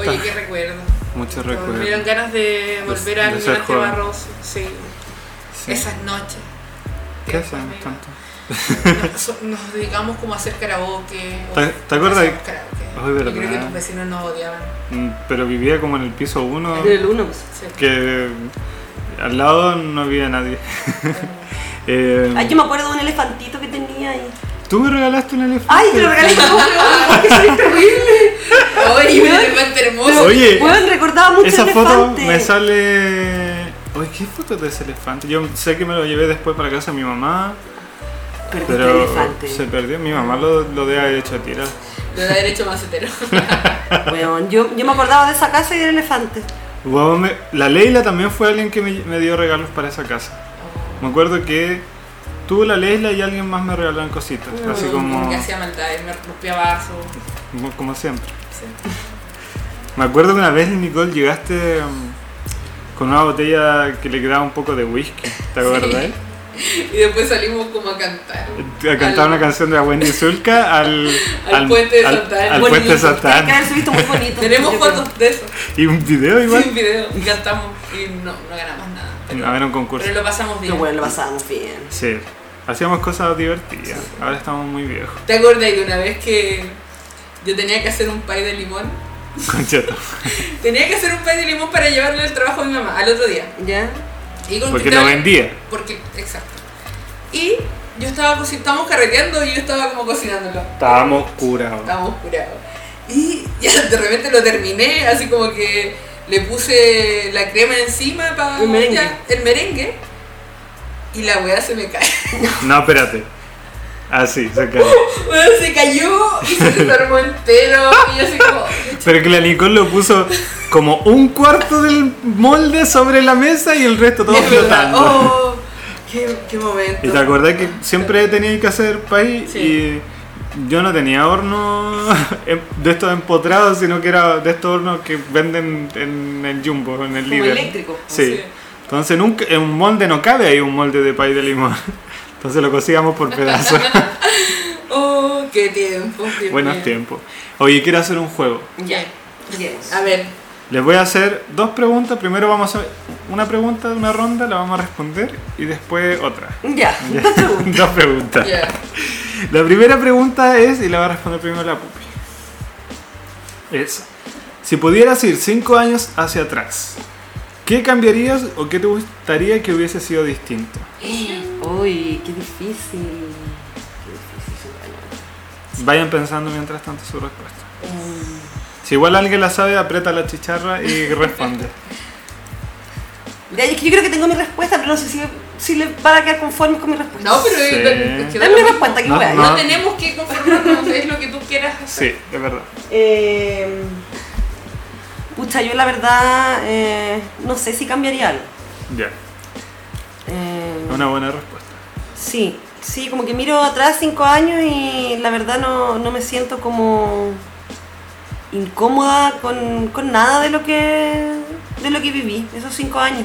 [SPEAKER 1] mucho
[SPEAKER 3] Me dieron
[SPEAKER 1] Ah. recuerdo.
[SPEAKER 3] ganas de volver
[SPEAKER 1] de
[SPEAKER 3] al
[SPEAKER 1] ser
[SPEAKER 3] Grande
[SPEAKER 1] joven.
[SPEAKER 3] Barroso. Sí,
[SPEAKER 1] Sí.
[SPEAKER 3] esas noches.
[SPEAKER 1] ¿Qué
[SPEAKER 3] Dios
[SPEAKER 1] hacen
[SPEAKER 3] mío.
[SPEAKER 1] tanto?
[SPEAKER 3] Nos, so- nos dedicamos como a hacer karaoke. o
[SPEAKER 1] ¿Te- te acuerdas
[SPEAKER 3] hacíamos
[SPEAKER 1] de-
[SPEAKER 3] karaoke.
[SPEAKER 1] Ay, verdad.
[SPEAKER 3] Y creo que tus vecinos nos odiaban.
[SPEAKER 1] Mm, Pero vivía como en el piso 1,
[SPEAKER 2] En el uno, pues.
[SPEAKER 3] Sí.
[SPEAKER 1] que al lado no había nadie. Eh,
[SPEAKER 2] Ay, Ah, yo me acuerdo de un elefantito que tenía ahí.
[SPEAKER 1] Tú me regalaste un elefante.
[SPEAKER 2] Ay, te lo regalé tú, weón, porque soy terrible.
[SPEAKER 3] Oye, un elefante hermoso.
[SPEAKER 1] Oye,
[SPEAKER 2] Weón, recordaba mucho
[SPEAKER 1] esa
[SPEAKER 2] el
[SPEAKER 1] foto
[SPEAKER 2] elefante.
[SPEAKER 1] me sale. Oye, ¿qué foto de ese elefante? Yo sé que me lo llevé después para casa de mi mamá,
[SPEAKER 2] Perdiste el
[SPEAKER 1] pero
[SPEAKER 2] Este elefante.
[SPEAKER 1] se perdió. Mi mamá lo, lo debe haber hecho tirar.
[SPEAKER 3] De la derecha macetero.
[SPEAKER 2] Weón, yo, yo me acordaba de esa casa y del elefante.
[SPEAKER 1] Guau, me- La Leila también fue alguien que me, me dio regalos para esa casa.
[SPEAKER 2] Oh.
[SPEAKER 1] Me acuerdo que tú, la Leila y alguien más me regalaron cositas. así como,
[SPEAKER 3] que hacía maldades, me rompía vasos.
[SPEAKER 1] como, como siempre.
[SPEAKER 3] Sí.
[SPEAKER 1] Me acuerdo que una vez, Nicole, llegaste mm, con una botella que le quedaba un poco de whisky. ¿Te acuerdas?
[SPEAKER 3] Y después salimos como a cantar.
[SPEAKER 1] A cantar una canción de la Wendy Zulka al,
[SPEAKER 3] Al puente de
[SPEAKER 1] al-
[SPEAKER 3] Santana.
[SPEAKER 1] al
[SPEAKER 3] Bonito.
[SPEAKER 1] puente de
[SPEAKER 2] Tiene que
[SPEAKER 1] Santana.
[SPEAKER 2] haberse visto muy bonito.
[SPEAKER 3] Tenemos
[SPEAKER 2] Yo
[SPEAKER 3] fotos de eso. Sí,
[SPEAKER 1] Y un video igual.
[SPEAKER 3] un video. Y cantamos y no, no ganamos nada. Pero,
[SPEAKER 1] A ver, un concurso.
[SPEAKER 3] pero lo pasamos
[SPEAKER 2] creo.
[SPEAKER 3] bien.
[SPEAKER 2] Pero bueno, lo pasábamos bien.
[SPEAKER 1] Sí. Hacíamos cosas divertidas. Ahora estamos muy viejos.
[SPEAKER 3] ¿Te acordás de una vez que yo tenía que hacer un pay de limón?
[SPEAKER 1] Concheto.
[SPEAKER 3] Tenía que hacer un pay de limón para llevarle al trabajo a mi mamá al otro día.
[SPEAKER 2] ¿Ya?
[SPEAKER 3] Y con
[SPEAKER 1] Porque
[SPEAKER 3] Cristal-
[SPEAKER 1] lo vendía.
[SPEAKER 3] Porque, exacto. Y yo estaba, co- estábamos carreteando y yo estaba como cocinándolo.
[SPEAKER 1] Estábamos curados.
[SPEAKER 3] Estábamos curados. Y ya de repente lo terminé, así como que le puse la crema encima para
[SPEAKER 2] El merengue.
[SPEAKER 3] el merengue. Y la weá se me cae.
[SPEAKER 1] No, espérate. Así, se acabó.
[SPEAKER 3] Bueno, se cayó y se desarmó entero. Y yo así como.
[SPEAKER 1] Pero que la Nicole lo puso como un cuarto del molde sobre la mesa y el resto todo
[SPEAKER 3] es verdad.
[SPEAKER 1] flotando.
[SPEAKER 3] Oh, qué, qué momento.
[SPEAKER 1] Y te acordás que siempre tenías que hacer país
[SPEAKER 3] Sí.
[SPEAKER 1] y yo no tenía horno em, de estos empotrados, sino que era de estos hornos que venden en el Jumbo, en el
[SPEAKER 2] Como
[SPEAKER 1] Líder.
[SPEAKER 2] eléctrico,
[SPEAKER 1] Sí.
[SPEAKER 3] pues, sí.
[SPEAKER 1] Entonces nunca, en un molde no cabe ahí un molde de país de limón. Entonces lo cocíamos por pedazos.
[SPEAKER 3] Oh, qué tiempo. Dios
[SPEAKER 1] Buenos
[SPEAKER 3] mío.
[SPEAKER 1] tiempos. Oye, quiero hacer un juego.
[SPEAKER 3] Ya.
[SPEAKER 2] Yes.
[SPEAKER 3] A ver,
[SPEAKER 1] Les voy a hacer dos preguntas. Primero vamos a hacer una pregunta, de una ronda, la vamos a responder y después otra.
[SPEAKER 2] Ya, dos preguntas.
[SPEAKER 1] dos preguntas.
[SPEAKER 3] ya.
[SPEAKER 1] La primera pregunta es, y la va a responder primero la pupi. Es, si pudieras ir 5 años hacia atrás, ¿qué cambiarías o qué te gustaría que hubiese sido distinto?
[SPEAKER 2] Uy, qué difícil. Qué difícil. señora.
[SPEAKER 1] Vayan pensando mientras tanto su respuesta.
[SPEAKER 2] Mm.
[SPEAKER 1] Si igual alguien la sabe, aprieta la chicharra y responde.
[SPEAKER 2] Ya, es que yo creo que tengo mi respuesta, pero no sé si, si le van a quedar conformes con mi respuesta.
[SPEAKER 3] No, pero
[SPEAKER 1] Sí.
[SPEAKER 3] es que da
[SPEAKER 2] Dame mi
[SPEAKER 3] lo mismo.
[SPEAKER 2] respuesta, que
[SPEAKER 1] No,
[SPEAKER 2] wea.
[SPEAKER 1] no.
[SPEAKER 3] No tenemos que conformarnos, es lo que tú quieras hacer.
[SPEAKER 1] Sí, es verdad.
[SPEAKER 2] Eh, pucha, yo la verdad eh, no sé si cambiaría algo.
[SPEAKER 1] Ya,
[SPEAKER 2] Eh,
[SPEAKER 1] es una buena respuesta.
[SPEAKER 2] Sí, sí, como que miro atrás cinco años y la verdad no, no me siento como incómoda con, con nada de lo que de lo que viví esos cinco años.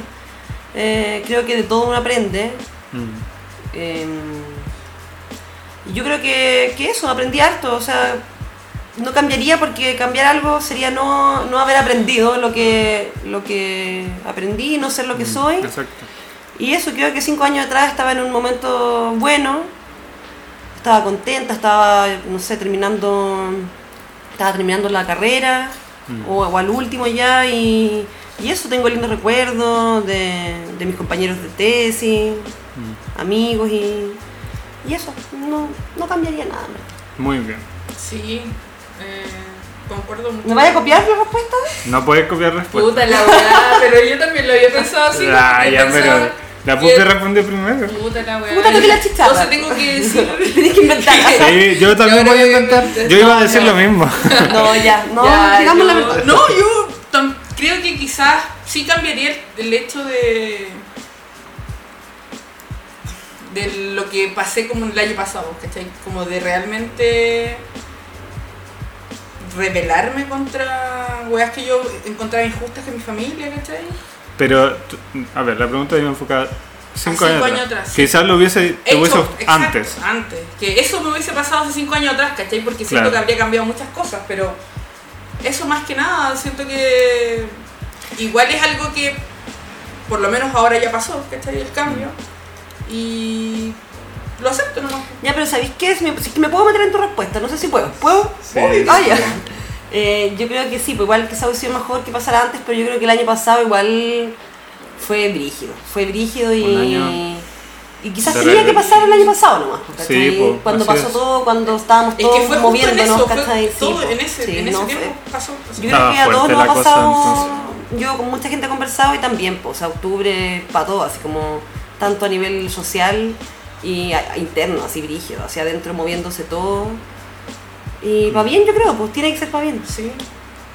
[SPEAKER 2] Eh, creo que de todo uno aprende.
[SPEAKER 1] Mm.
[SPEAKER 2] Eh, y yo creo que, que eso, aprendí harto, o sea, no cambiaría porque cambiar algo sería no, no haber aprendido lo que, lo que aprendí, no ser lo que
[SPEAKER 1] Mm,
[SPEAKER 2] soy.
[SPEAKER 1] Exacto.
[SPEAKER 2] Y eso, creo que cinco años atrás estaba en un momento bueno, estaba contenta, estaba, no sé, terminando, estaba terminando la carrera,
[SPEAKER 1] Mm.
[SPEAKER 2] o, o al último ya, y, y eso, tengo lindos recuerdos de, de mis compañeros de tesis,
[SPEAKER 1] Mm.
[SPEAKER 2] amigos, y, y eso, no, no cambiaría nada. ¿no?
[SPEAKER 1] Muy bien.
[SPEAKER 3] Sí, eh, concuerdo mucho.
[SPEAKER 2] ¿Me vaya a copiar la respuesta?
[SPEAKER 1] No puedes copiar respuesta.
[SPEAKER 3] Puta la weá, pero yo también lo había pensado así.
[SPEAKER 1] Ah,
[SPEAKER 3] he
[SPEAKER 1] ya,
[SPEAKER 3] pensado
[SPEAKER 1] pero la
[SPEAKER 3] que-
[SPEAKER 1] pupi responde primero.
[SPEAKER 3] Puta la weá.
[SPEAKER 2] Puta, toqué la chicharra.
[SPEAKER 3] Entonces tengo que decir.
[SPEAKER 2] Tienes que inventar.
[SPEAKER 1] Sí, yo también voy
[SPEAKER 3] ahora
[SPEAKER 1] a
[SPEAKER 3] yo-
[SPEAKER 1] intentar. Yo iba a decir
[SPEAKER 3] No,
[SPEAKER 1] lo mismo.
[SPEAKER 2] No, ya, no,
[SPEAKER 3] Ya,
[SPEAKER 2] digamos la
[SPEAKER 3] yo-
[SPEAKER 2] verdad.
[SPEAKER 3] No, yo tam- creo que quizás sí cambiaría el, el hecho de. de lo que pasé como el año pasado, ¿cachai? Como de realmente. rebelarme contra weas que yo encontraba injustas en mi familia, ¿cachai?
[SPEAKER 1] Pero, tú- a ver, la pregunta iba enfocada 5
[SPEAKER 3] cinco
[SPEAKER 1] años,
[SPEAKER 3] años
[SPEAKER 1] atrás.
[SPEAKER 3] atrás, sí.
[SPEAKER 1] Quizás lo hubiese, te hubiese
[SPEAKER 3] Hecho, exacto,
[SPEAKER 1] antes.
[SPEAKER 3] Antes. Que eso me hubiese pasado hace cinco años atrás, ¿cachai? Porque siento
[SPEAKER 1] Claro.
[SPEAKER 3] que habría cambiado muchas cosas, pero eso más que nada, siento que Igual es algo que, por lo menos ahora ya pasó, ¿cachai? El cambio.
[SPEAKER 1] Mm.
[SPEAKER 3] Y lo acepto nomás.
[SPEAKER 2] Ya, pero ¿sabéis qué es? Me, si es que me puedo meter en tu respuesta, no sé si puedo. ¿Puedo?
[SPEAKER 1] Sí.
[SPEAKER 2] Obvio. Ah, ya. Eh, yo creo que sí, pues igual que hubiese sido mejor que pasara antes, pero yo creo que el año pasado igual fue brígido. Fue brígido y.
[SPEAKER 1] Un año
[SPEAKER 2] Y quizás
[SPEAKER 1] de
[SPEAKER 2] tenía
[SPEAKER 1] rebel-
[SPEAKER 2] que pasar el año pasado nomás, ¿cachai?
[SPEAKER 1] Sí, po,
[SPEAKER 2] Cuando
[SPEAKER 1] así
[SPEAKER 2] pasó
[SPEAKER 1] es.
[SPEAKER 2] todo, cuando estábamos
[SPEAKER 3] Es
[SPEAKER 2] todos
[SPEAKER 3] que fue justo en
[SPEAKER 2] moviéndonos,
[SPEAKER 3] eso, fue
[SPEAKER 2] ¿cachai? Sí,
[SPEAKER 3] todo
[SPEAKER 2] po.
[SPEAKER 3] en ese,
[SPEAKER 2] Sí,
[SPEAKER 3] en ese
[SPEAKER 2] no,
[SPEAKER 3] tiempo
[SPEAKER 2] fue-
[SPEAKER 3] pasó. pasó.
[SPEAKER 2] yo creo
[SPEAKER 1] Estaba
[SPEAKER 2] que a todos
[SPEAKER 1] fuerte
[SPEAKER 2] nos ha
[SPEAKER 1] la cosa,
[SPEAKER 2] pasado. yo con mucha gente he conversado y también, pues, a octubre para todo, así como tanto a nivel social y a- a interno, así brígido, hacia adentro moviéndose todo. Y para bien, yo creo, pues tiene que ser para bien.
[SPEAKER 3] Sí.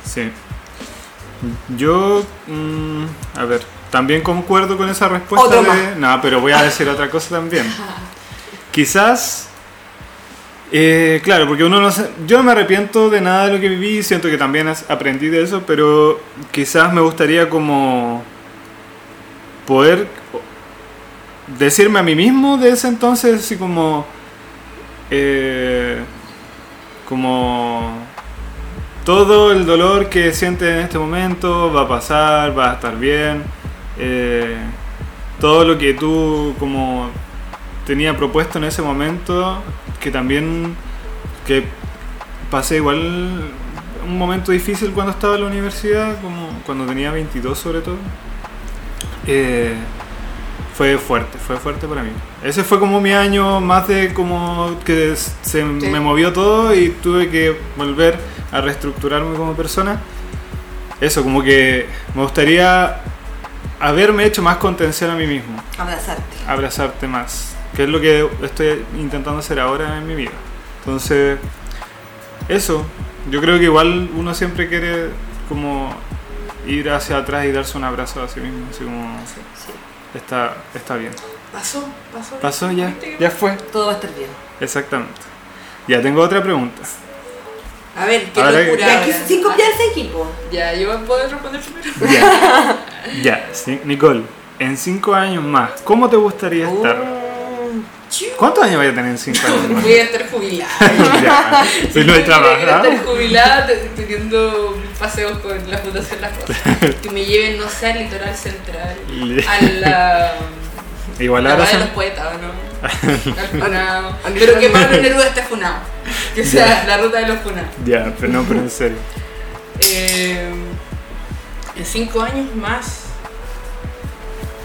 [SPEAKER 1] Sí. Yo, mm, a ver, también concuerdo con esa respuesta
[SPEAKER 2] Otro
[SPEAKER 1] de-
[SPEAKER 2] más.
[SPEAKER 1] No, pero voy a decir otra cosa también. Quizás... eh, claro, porque uno no se- yo no me arrepiento de nada de lo que viví, siento que también as- aprendí de eso, pero quizás me gustaría como poder decirme a mí mismo de ese entonces, así como, eh, como todo el dolor que siente en este momento va a pasar, va a estar bien. Eh, todo lo que tú como tenía propuesto en ese momento, que también que pasé igual un momento difícil cuando estaba en la universidad, como cuando tenía 22 sobre todo. Eh, fue fuerte, fue fuerte para mí. Ese fue como mi año más de como que se me movió todo y tuve que volver a reestructurarme como persona. Eso, como que me gustaría haberme hecho más contención a mí mismo,
[SPEAKER 2] Abrazarte.
[SPEAKER 1] abrazarte más, que es lo que estoy intentando hacer ahora en mi vida. Entonces, eso, yo creo que igual uno siempre quiere como ir hacia atrás y darse un abrazo a sí mismo, así como
[SPEAKER 2] Sí.
[SPEAKER 1] está, está bien.
[SPEAKER 3] Pasó, pasó.
[SPEAKER 1] Pasó ya,
[SPEAKER 3] ¿Viste que-
[SPEAKER 1] ya fue.
[SPEAKER 2] Todo va a estar bien.
[SPEAKER 1] Exactamente. Ya tengo otra pregunta.
[SPEAKER 3] A ver, qué
[SPEAKER 1] Ahora que-
[SPEAKER 3] locura.
[SPEAKER 2] Y
[SPEAKER 3] ahora.
[SPEAKER 2] aquí sin copiar ese equipo.
[SPEAKER 3] Ya, yo puedo responder primero.
[SPEAKER 1] Ya, ya, sí. Nicole, en cinco años más, ¿cómo te gustaría estar?
[SPEAKER 2] Mm.
[SPEAKER 1] ¿Cuántos años vaya a tener en cinco años más?
[SPEAKER 3] Voy a estar jubilada.
[SPEAKER 1] ya, si no hay
[SPEAKER 3] Voy a
[SPEAKER 1] trabajo.
[SPEAKER 3] estar jubilada te- teniendo paseos con la Fundación Las Cosas. Que me lleven, no sé, al litoral central. A la.
[SPEAKER 1] Igual
[SPEAKER 3] la
[SPEAKER 1] ahora
[SPEAKER 3] de
[SPEAKER 1] se-
[SPEAKER 3] los poetas, ¿o ¿no? Al funado. Pero que Pablo Neruda esté funado. Que sea la ruta de los funados.
[SPEAKER 1] Ya, pero no, pero en serio.
[SPEAKER 3] Eh, en cinco años más,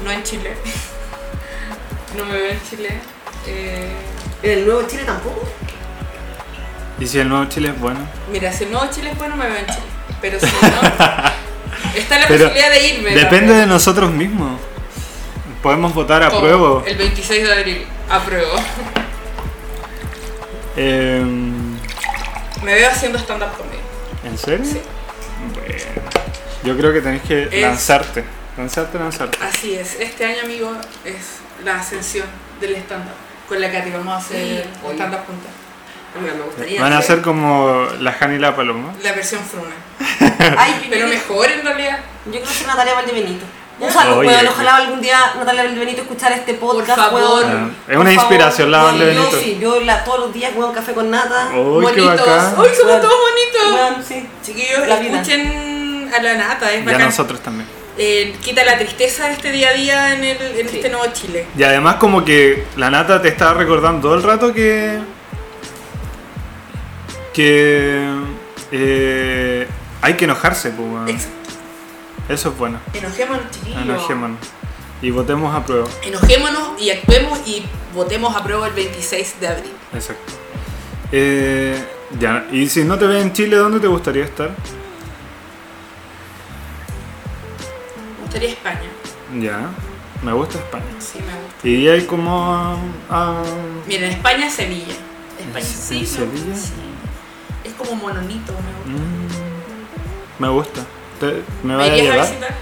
[SPEAKER 3] no en Chile. No me veo en Chile. Eh,
[SPEAKER 2] En el nuevo Chile tampoco.
[SPEAKER 1] ¿Y si el nuevo Chile es bueno?
[SPEAKER 3] mira, si no Chile es bueno, me veo en Chile. Pero si no, está la
[SPEAKER 1] Pero
[SPEAKER 3] posibilidad de irme.
[SPEAKER 1] Depende de nosotros mismos. Podemos votar a prueba.
[SPEAKER 3] El 26 de abril, apruebo.
[SPEAKER 1] Em,
[SPEAKER 3] Me veo haciendo stand-up comedy.
[SPEAKER 1] ¿En serio?
[SPEAKER 3] Sí.
[SPEAKER 1] Bueno, yo creo que tenés que
[SPEAKER 3] Es-
[SPEAKER 1] lanzarte. Lanzarte, lanzarte.
[SPEAKER 3] Así es, este año, amigo, es la ascensión del stand-up. Con la Katy vamos a hacer
[SPEAKER 2] Oye.
[SPEAKER 3] stand-up juntas.
[SPEAKER 2] Mira, me gustaría.
[SPEAKER 1] Van a
[SPEAKER 2] hacer-
[SPEAKER 1] ser como la Jani y la Paloma.
[SPEAKER 3] La versión fruna.
[SPEAKER 2] Ay, yo
[SPEAKER 3] Pero
[SPEAKER 2] creo-
[SPEAKER 3] mejor en realidad.
[SPEAKER 2] Yo quiero ser Natalia Valdebenito. Un saludo,
[SPEAKER 1] Oye.
[SPEAKER 2] weón. Ojalá algún día Natalia Valdebenito escuchar este podcast,
[SPEAKER 3] Por favor.
[SPEAKER 2] weón.
[SPEAKER 1] Ah, es
[SPEAKER 2] Por
[SPEAKER 1] una
[SPEAKER 2] favor.
[SPEAKER 1] inspiración la
[SPEAKER 2] No,
[SPEAKER 1] Valdebenito. Oh.
[SPEAKER 2] Yo sí, yo la, todos los días, weón, café con nata.
[SPEAKER 1] Uy, qué
[SPEAKER 3] bonitos.
[SPEAKER 1] bacán.
[SPEAKER 3] Uy, somos
[SPEAKER 2] Bueno.
[SPEAKER 3] todos bonitos.
[SPEAKER 2] Weón, sí.
[SPEAKER 3] Chiquillos,
[SPEAKER 2] La vida.
[SPEAKER 3] escuchen a la nata, es
[SPEAKER 1] Ya
[SPEAKER 3] bacán.
[SPEAKER 1] nosotros también.
[SPEAKER 3] Eh, quita la tristeza de este día a día en, el, en
[SPEAKER 2] Sí.
[SPEAKER 3] este nuevo Chile.
[SPEAKER 1] Y además como que la nata te está recordando todo el rato que... Que... eh, hay que enojarse, pues, weón.
[SPEAKER 3] Exacto.
[SPEAKER 1] Eso es bueno.
[SPEAKER 3] Enojémonos, chiquillos.
[SPEAKER 1] Enojémonos. Y votemos a prueba.
[SPEAKER 3] Enojémonos y actuemos y votemos a prueba el 26 de abril.
[SPEAKER 1] Exacto. Eh, ya. Y si no te ves en Chile, ¿dónde te gustaría estar?
[SPEAKER 3] Me gustaría España.
[SPEAKER 1] Ya. Me gusta España.
[SPEAKER 3] Sí, me gusta.
[SPEAKER 1] Y hay como... a- a-
[SPEAKER 3] Mira, España, Sevilla.
[SPEAKER 1] ¿En-
[SPEAKER 3] España, sí,
[SPEAKER 1] en
[SPEAKER 3] me gusta,
[SPEAKER 1] Sevilla?
[SPEAKER 3] sí. Es como mononito, me gusta.
[SPEAKER 1] Mm, me gusta. Te- ¿Me
[SPEAKER 3] ¿Me,
[SPEAKER 1] vas a
[SPEAKER 3] irías a
[SPEAKER 1] llevar?
[SPEAKER 3] visitar?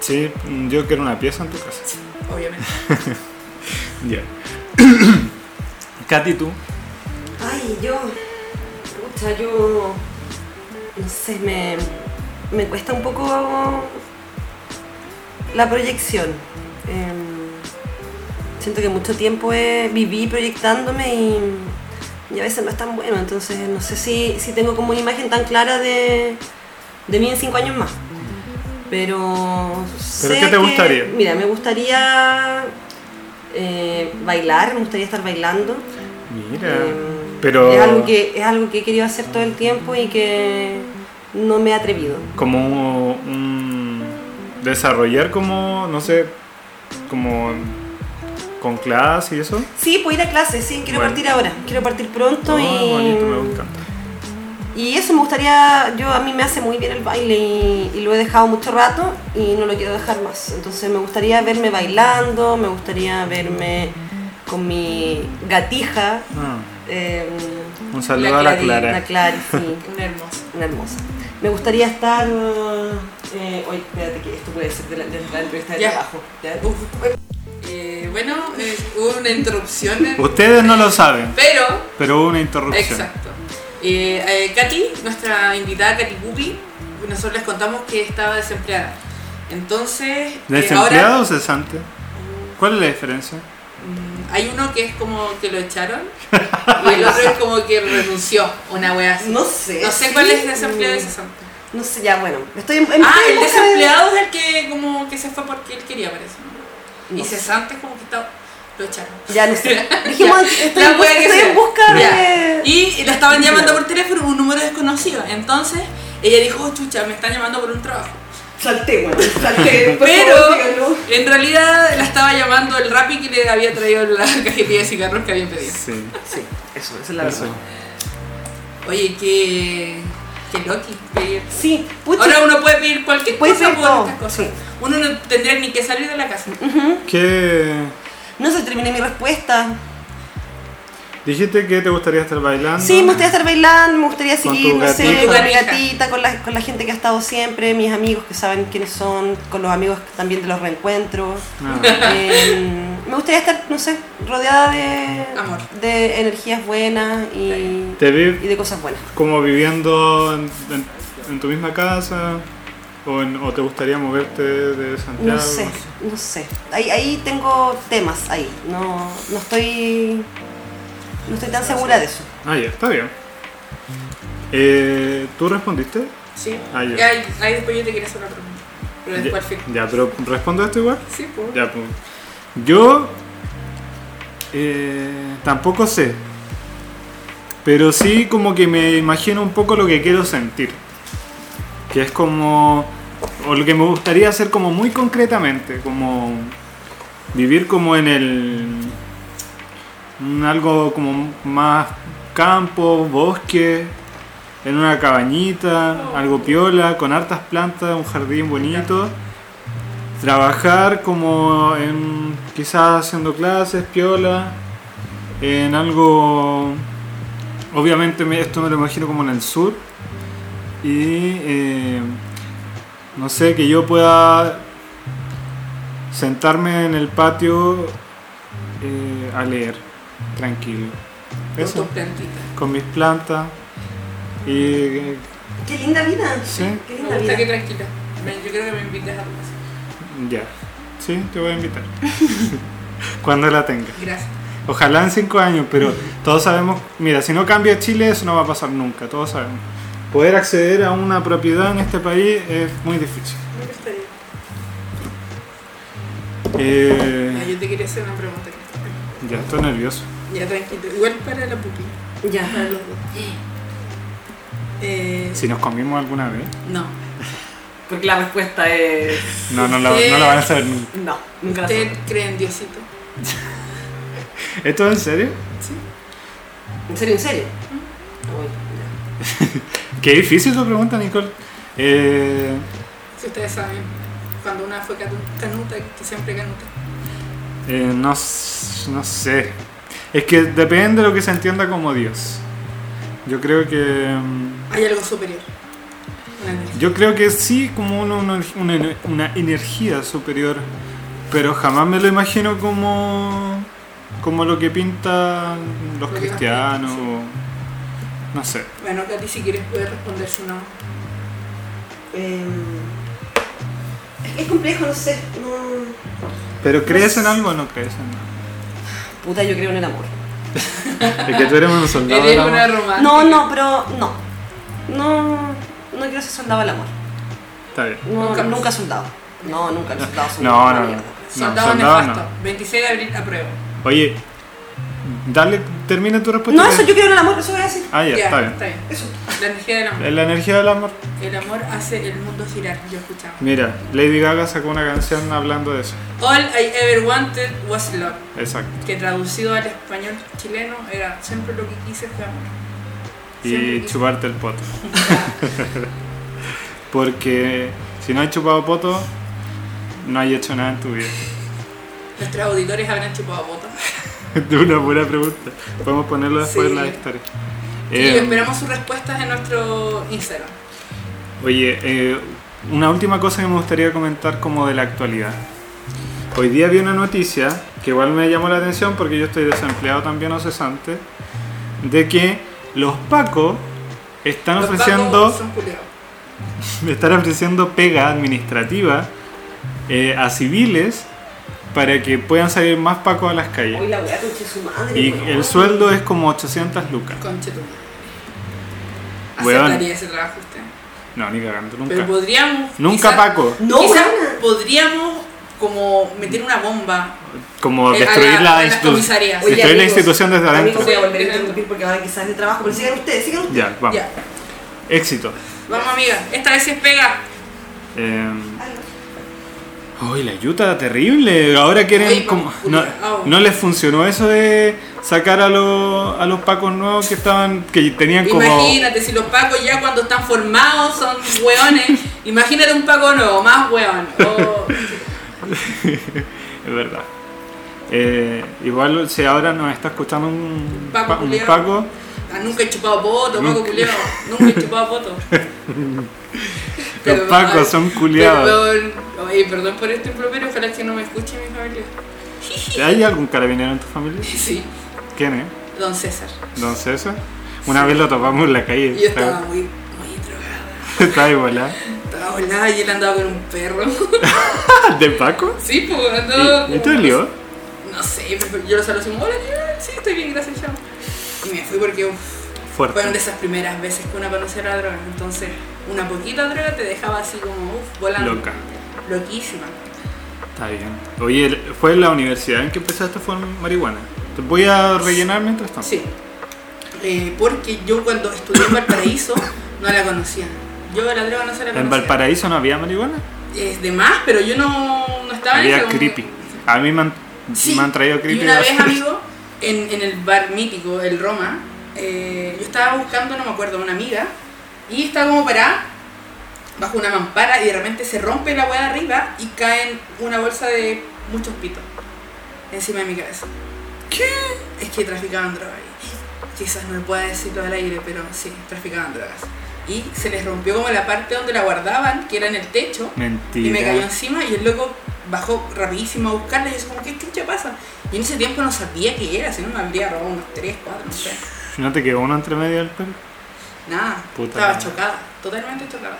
[SPEAKER 1] Sí, yo quiero una pieza en tu casa.
[SPEAKER 3] Obviamente.
[SPEAKER 1] Ya. Katy, tú.
[SPEAKER 2] Ay, yo. Pucha, yo. No sé, me. Me cuesta un poco. La proyección. Em, siento que mucho tiempo eh, viví proyectándome y. Y a veces no es tan bueno, entonces no sé si, si tengo como una imagen tan clara de, de mí en cinco años más. Pero. sé
[SPEAKER 1] qué te
[SPEAKER 2] que-
[SPEAKER 1] gustaría?
[SPEAKER 2] mira, me gustaría eh, bailar, me gustaría estar bailando.
[SPEAKER 1] Mira.
[SPEAKER 2] Eh,
[SPEAKER 1] Pero.
[SPEAKER 2] Es algo, que, es algo que he querido hacer todo el tiempo y que no me he atrevido.
[SPEAKER 1] Como un. Desarrollar como. No sé. Como. Con clase y eso.
[SPEAKER 2] Sí, puedo ir a clases, sí, quiero
[SPEAKER 1] Bueno.
[SPEAKER 2] partir ahora, quiero partir pronto
[SPEAKER 1] Ah,
[SPEAKER 2] y.
[SPEAKER 1] bonito, me gusta.
[SPEAKER 2] Y eso me gustaría, yo a mí me hace muy bien el baile y, y lo he dejado mucho rato y no lo quiero dejar más. Entonces me gustaría verme bailando, me gustaría verme con mi gatija.
[SPEAKER 1] Ah,
[SPEAKER 2] eh,
[SPEAKER 1] un saludo a la Clara.
[SPEAKER 2] La Clary, sí,
[SPEAKER 3] Una hermosa.
[SPEAKER 2] una hermosa. Me gustaría estar... eh, oye, espérate que esto puede ser de la, de la entrevista de
[SPEAKER 3] Ya.
[SPEAKER 2] trabajo. ¿ya?
[SPEAKER 3] Eh, bueno, eh, hubo una interrupción, en-
[SPEAKER 1] Ustedes no lo saben,
[SPEAKER 3] pero
[SPEAKER 1] pero hubo una interrupción.
[SPEAKER 3] Exacto. Eh, eh, Katy, nuestra invitada Katy Pupi, nosotros les contamos que estaba desempleada. Entonces, eh,
[SPEAKER 1] ¿Desempleado o
[SPEAKER 3] ahora
[SPEAKER 1] cesante? ¿Cuál es la diferencia?
[SPEAKER 3] mm, hay uno que es como que lo echaron y el otro es como que renunció, una wea así.
[SPEAKER 2] No sé.
[SPEAKER 3] No sé cuál es
[SPEAKER 2] sí,
[SPEAKER 3] desempleado y
[SPEAKER 2] mm,
[SPEAKER 3] cesante.
[SPEAKER 2] No sé, ya bueno. Estoy en, en-
[SPEAKER 3] Ah,
[SPEAKER 2] en
[SPEAKER 3] el
[SPEAKER 2] busca de-
[SPEAKER 3] desempleado es el que como que se fue porque él quería, parece. ¿no?
[SPEAKER 2] No
[SPEAKER 3] Y
[SPEAKER 2] sé.
[SPEAKER 3] cesante es como que está, lo echaron.
[SPEAKER 2] Ya no sé. Dijimos, estoy,
[SPEAKER 3] La
[SPEAKER 2] en,
[SPEAKER 3] wea
[SPEAKER 2] busca-
[SPEAKER 3] que
[SPEAKER 2] estoy en
[SPEAKER 3] sea.
[SPEAKER 2] busca de.
[SPEAKER 3] Ya. Y la estaban llamando por teléfono un número desconocido. Entonces ella dijo, "Oh, chucha, me están llamando por un trabajo.
[SPEAKER 2] Salté, bueno, salté. por
[SPEAKER 3] Pero
[SPEAKER 2] favor, díganlo.
[SPEAKER 3] en realidad la estaba llamando el Rappi que le había traído la cajetilla de cigarros que había pedido.
[SPEAKER 1] Sí,
[SPEAKER 2] Sí, eso, esa es la
[SPEAKER 1] eso.
[SPEAKER 2] verdad.
[SPEAKER 3] Oye, qué, qué loqui pedir.
[SPEAKER 2] Sí, pucha.
[SPEAKER 3] Ahora uno puede pedir cualquier
[SPEAKER 2] Puede
[SPEAKER 3] cosa
[SPEAKER 2] pedir
[SPEAKER 3] por
[SPEAKER 2] todo,
[SPEAKER 3] estas cosas.
[SPEAKER 2] sí. Mm.
[SPEAKER 3] Uno no tendría ni que salir de la casa.
[SPEAKER 1] ¿Qué?
[SPEAKER 2] No sé, terminé mi respuesta.
[SPEAKER 1] Dijiste que te gustaría estar bailando.
[SPEAKER 2] Sí, me gustaría estar bailando, me gustaría
[SPEAKER 1] Ah, Con
[SPEAKER 2] seguir,
[SPEAKER 1] tu
[SPEAKER 2] no sé,
[SPEAKER 1] gatita.
[SPEAKER 2] con mi
[SPEAKER 3] Gatita.
[SPEAKER 2] gatita, con la, con la gente que ha estado siempre, mis amigos que saben quiénes son, con los amigos también de los reencuentros.
[SPEAKER 1] Ah,
[SPEAKER 2] Eh, me gustaría estar, no sé, rodeada de,
[SPEAKER 3] Amor.
[SPEAKER 2] de energías buenas y,
[SPEAKER 1] ¿Te
[SPEAKER 2] y
[SPEAKER 1] vi
[SPEAKER 2] de cosas buenas.
[SPEAKER 1] como viviendo en, en- en tu misma casa? ¿O, en- o te gustaría moverte de Santiago?
[SPEAKER 2] No sé, no sé. Ahí, ahí tengo temas, ahí. No, no estoy. No estoy tan segura de eso.
[SPEAKER 1] Ah, ya, está bien. Eh, ¿Tú respondiste?
[SPEAKER 3] Sí.
[SPEAKER 1] Ah, ya.
[SPEAKER 3] Y ahí, ahí después yo te quería hacer una pregunta. Pero
[SPEAKER 2] Pues,
[SPEAKER 1] Ya,
[SPEAKER 3] después al fin.
[SPEAKER 1] ya, pero respondo esto igual.
[SPEAKER 3] Sí, pues.
[SPEAKER 1] Ya, pues. Yo eh, tampoco sé. Pero sí como que me imagino un poco lo que quiero sentir. Que es como... O lo que me gustaría hacer como muy concretamente. Como vivir como en el... en algo como más campo, bosque. En una cabañita, algo piola, con hartas plantas, un jardín bonito trabajar como en quizás haciendo clases, piola, en algo, obviamente me- esto me lo imagino como en el sur, y eh, no sé, que yo pueda sentarme en el patio eh, a leer, tranquilo,
[SPEAKER 3] Con
[SPEAKER 1] eso,
[SPEAKER 3] tus plantitas.
[SPEAKER 1] con mis plantas, y eh,
[SPEAKER 2] Qué linda vida.
[SPEAKER 1] Sí.
[SPEAKER 2] Qué
[SPEAKER 3] Me
[SPEAKER 2] linda
[SPEAKER 3] gusta que
[SPEAKER 2] vida.
[SPEAKER 3] tranquila. Me- Yo creo que me invites a tu casa.
[SPEAKER 1] ya, sí, te voy a invitar, cuando la tenga.
[SPEAKER 3] Gracias.
[SPEAKER 1] Ojalá en cinco años, pero todos sabemos, mira, si no cambia Chile eso no va a pasar nunca, todos sabemos. Poder acceder a una propiedad en este país es muy difícil.
[SPEAKER 3] Me gustaría. Ya,
[SPEAKER 1] Eh,
[SPEAKER 3] Ah, Yo te quería hacer una pregunta. Cristian.
[SPEAKER 1] ya estoy nervioso.
[SPEAKER 3] Ya, tranquilo. Igual para la pupi.
[SPEAKER 2] Ya.
[SPEAKER 3] Para los dos. Eh,
[SPEAKER 1] Si nos comimos alguna vez,
[SPEAKER 3] No.
[SPEAKER 2] Porque la respuesta es.
[SPEAKER 1] no, no, la, no la van a saber nunca.
[SPEAKER 2] No, nunca la
[SPEAKER 3] ¿Usted
[SPEAKER 2] supe.
[SPEAKER 3] cree en Diosito?
[SPEAKER 1] ¿Esto es en serio?
[SPEAKER 2] ¿En serio, en serio? Uy, ya.
[SPEAKER 1] Qué difícil tu pregunta, Nicole. Eh,
[SPEAKER 3] Si ustedes saben, cuando una fue canu- canuta, que siempre canuta.
[SPEAKER 1] eh, no, s- no sé. Es que depende de lo que se entienda como Dios. Yo creo que... mm,
[SPEAKER 3] Hay algo superior. Una energía.
[SPEAKER 1] Yo creo que sí, como una, una, una- una energía superior, pero jamás me lo imagino como, como lo que pintan los
[SPEAKER 3] Lo que
[SPEAKER 1] cristianos.
[SPEAKER 3] pintan,
[SPEAKER 1] o- No sé.
[SPEAKER 3] Bueno, Katy, si quieres puedes responder si no.
[SPEAKER 2] Em, es- Es complejo, no sé. no-
[SPEAKER 1] ¿Pero crees en algo o no crees en nada?
[SPEAKER 2] Puta, yo creo en el amor.
[SPEAKER 1] Es que tú eres un soldado.
[SPEAKER 3] Eres
[SPEAKER 1] del
[SPEAKER 3] una
[SPEAKER 1] amor.
[SPEAKER 3] romántica.
[SPEAKER 2] No, no, pero no. No, no quiero ser soldado al amor.
[SPEAKER 1] Está bien.
[SPEAKER 2] No,
[SPEAKER 3] Nunca.
[SPEAKER 2] nunca, soldado. No, nunca el soldado son
[SPEAKER 1] No,
[SPEAKER 2] una
[SPEAKER 1] no, no.
[SPEAKER 2] mierda.
[SPEAKER 3] Soldado
[SPEAKER 1] soldado
[SPEAKER 3] nefasto. 26 de abril apruebo.
[SPEAKER 1] Oye, dale, termina tu respuesta.
[SPEAKER 2] No, eso yo quiero en el amor, eso voy a decir.
[SPEAKER 1] Ah, ya, está bien.
[SPEAKER 3] está bien.
[SPEAKER 2] Eso.
[SPEAKER 3] La energía del amor.
[SPEAKER 1] La energía del amor.
[SPEAKER 3] El amor hace el mundo girar, yo escuchaba.
[SPEAKER 1] Mira, Lady Gaga sacó una canción hablando de eso.
[SPEAKER 3] All I ever wanted was love,
[SPEAKER 1] Exacto.
[SPEAKER 3] que traducido al español chileno era siempre lo que quise fue amor. Siempre
[SPEAKER 1] Y
[SPEAKER 3] quise-
[SPEAKER 1] chuparte el poto. Porque si no has chupado poto, no has hecho nada en tu vida.
[SPEAKER 3] Nuestros auditores habrán chupado botas.
[SPEAKER 1] De una buena pregunta. Podemos ponerlo después
[SPEAKER 3] Sí.
[SPEAKER 1] en la historia.
[SPEAKER 3] y
[SPEAKER 1] Eh,
[SPEAKER 3] esperamos sus respuestas en nuestro Instagram.
[SPEAKER 1] Oye, eh, una última cosa que me gustaría comentar como de la actualidad. Hoy día vi una noticia que igual me llamó la atención porque yo estoy desempleado también o cesante, de que los Pacos están
[SPEAKER 3] Los
[SPEAKER 1] ofreciendo,
[SPEAKER 3] pacos son culiados.
[SPEAKER 1] están ofreciendo pega administrativa eh, a civiles para que puedan salir más Pacos a las
[SPEAKER 2] Hoy
[SPEAKER 1] calles.
[SPEAKER 2] la weá conche su madre.
[SPEAKER 1] Y
[SPEAKER 2] weón.
[SPEAKER 1] el sueldo es como 800 lucas.
[SPEAKER 3] Conchetumare.
[SPEAKER 1] Weón.
[SPEAKER 3] Aceptaría ese trabajo usted.
[SPEAKER 1] No, ni cagando,
[SPEAKER 3] Pero
[SPEAKER 1] nunca.
[SPEAKER 3] podríamos.
[SPEAKER 1] Nunca
[SPEAKER 3] quizá-
[SPEAKER 1] Paco.
[SPEAKER 2] No,
[SPEAKER 3] quizá
[SPEAKER 2] weón.
[SPEAKER 3] podríamos como meter una bomba.
[SPEAKER 1] Como
[SPEAKER 3] Eh, a
[SPEAKER 1] destruir
[SPEAKER 3] la-
[SPEAKER 1] la,
[SPEAKER 3] a las
[SPEAKER 1] institu-
[SPEAKER 3] comisarías.
[SPEAKER 2] Oye,
[SPEAKER 1] destruir la
[SPEAKER 2] amigos,
[SPEAKER 1] institución desde
[SPEAKER 2] amigos,
[SPEAKER 1] adentro.
[SPEAKER 2] voy a volver a interrumpir porque ahora quizás es trabajo, pero sigan ustedes, sigan ustedes.
[SPEAKER 1] Ya, vamos.
[SPEAKER 3] Ya.
[SPEAKER 1] Éxito.
[SPEAKER 3] Vamos amiga. Esta vez sí es pega.
[SPEAKER 1] Eh, Uy, la yuta, terrible. Ahora quieren
[SPEAKER 3] Oye,
[SPEAKER 1] como... No,
[SPEAKER 3] vamos, culiao.
[SPEAKER 1] no les funcionó eso de sacar a los, a los pacos nuevos que estaban que tenían como...
[SPEAKER 3] Imagínate, si los pacos ya cuando están formados son hueones. imagínate un paco nuevo, más hueón. Oh,
[SPEAKER 1] Es verdad. Eh, igual si ahora nos está escuchando un
[SPEAKER 3] Paco
[SPEAKER 1] pa- un
[SPEAKER 3] culiao.
[SPEAKER 1] paco,
[SPEAKER 3] ah, nunca he chupado poto, paco
[SPEAKER 1] Nunca.
[SPEAKER 3] culiao. Nunca he chupado poto.
[SPEAKER 1] los
[SPEAKER 3] Perdón.
[SPEAKER 1] pacos son culiados.
[SPEAKER 3] Perdón. Oye, perdón por este improperio, ojalá que no me escuche mi familia.
[SPEAKER 1] ¿Hay algún carabinero en tu familia?
[SPEAKER 3] Sí,
[SPEAKER 1] ¿Quién es?
[SPEAKER 3] don César.
[SPEAKER 1] ¿Don César? Una vez lo topamos en la calle.
[SPEAKER 3] Y Yo estaba muy, muy drogada.
[SPEAKER 1] Estaba igualada.
[SPEAKER 3] Estaba volada y él andaba con un perro.
[SPEAKER 1] ¿De Paco?
[SPEAKER 3] Sí, pues andaba.
[SPEAKER 1] ¿Y, y
[SPEAKER 3] como-
[SPEAKER 1] te olió?
[SPEAKER 3] No sé, pero yo lo saludo así como, hola, tío, sí, estoy bien, gracias, chao. Y me fui porque uf,
[SPEAKER 1] Fuerte.
[SPEAKER 3] fueron de esas primeras veces que una conocía la droga. Entonces, una poquita droga te dejaba así como, uff, volando.
[SPEAKER 1] Loca.
[SPEAKER 3] Loquísima.
[SPEAKER 1] Está bien. Oye, fue en la universidad en que empezaste a fumar marihuana. Te voy a rellenar mientras tanto.
[SPEAKER 3] Sí. Eh, porque yo cuando estudié en Valparaíso no la conocía. Yo la droga no se la conocía.
[SPEAKER 1] ¿En Valparaíso no había marihuana?
[SPEAKER 3] Es de más, pero yo no, no estaba en
[SPEAKER 1] Había
[SPEAKER 3] esa, como-
[SPEAKER 1] creepy. A mí me han,
[SPEAKER 3] Sí,
[SPEAKER 1] me han traído creepy.
[SPEAKER 3] Y una vez,
[SPEAKER 1] bastante.
[SPEAKER 3] amigo, en, en el bar mítico, el Roma, eh, yo estaba buscando, no me acuerdo, una amiga, y estaba como parada bajo una mampara y de repente se rompe la hueá de arriba y caen una bolsa de muchos pitos encima de mi cabeza. ¿Qué? Es que traficaban drogas. y Quizás no me pueda decirlo al aire, pero sí, traficaban drogas. Y se les rompió como la parte donde la guardaban, que era en el techo.
[SPEAKER 1] Mentira.
[SPEAKER 3] Y me cayó encima y el loco bajó rapidísimo a buscarla y yo como, ¿qué chucha pasa? Y en ese tiempo no sabía qué era, si no me habría robado unos 3, 4, no sé.
[SPEAKER 1] ¿No te quedó uno entre medio del pelo?
[SPEAKER 3] Nada,
[SPEAKER 1] Puta
[SPEAKER 3] estaba
[SPEAKER 1] madre.
[SPEAKER 3] chocada, totalmente chocada.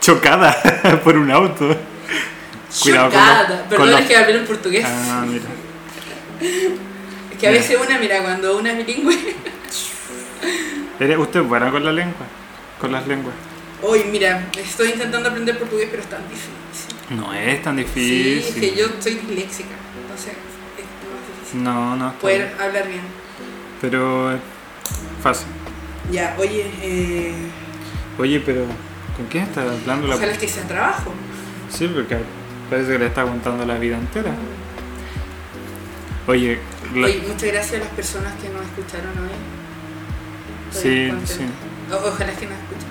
[SPEAKER 1] Chocada por un auto. Cuidado con los-
[SPEAKER 3] chocada,
[SPEAKER 1] con
[SPEAKER 3] perdón,
[SPEAKER 1] los-
[SPEAKER 3] es que hablé en portugués.
[SPEAKER 1] Ah, mira.
[SPEAKER 3] es que a
[SPEAKER 1] mira.
[SPEAKER 3] veces una, mira, cuando una es bilingüe,
[SPEAKER 1] ¿Eres usted es buena con la lengua? Con las lenguas.
[SPEAKER 3] hoy mira, estoy intentando aprender portugués pero es tan difícil.
[SPEAKER 1] No es tan
[SPEAKER 3] Sí,
[SPEAKER 1] difícil.
[SPEAKER 3] es que yo soy disléxica, entonces es más difícil
[SPEAKER 1] No, no. está
[SPEAKER 3] poder
[SPEAKER 1] bien.
[SPEAKER 3] hablar bien.
[SPEAKER 1] Pero eh, fácil.
[SPEAKER 3] Ya, oye, eh,
[SPEAKER 1] Oye, pero ¿con quién estás hablando la
[SPEAKER 3] ojalá que sea trabajo.
[SPEAKER 1] Sí, porque parece que le está contando la vida entera. Oye, la-
[SPEAKER 3] Oye, muchas gracias a las personas que nos escucharon hoy.
[SPEAKER 1] sí,
[SPEAKER 3] contenta.
[SPEAKER 1] sí.
[SPEAKER 3] O- ojalá que nos escuchen.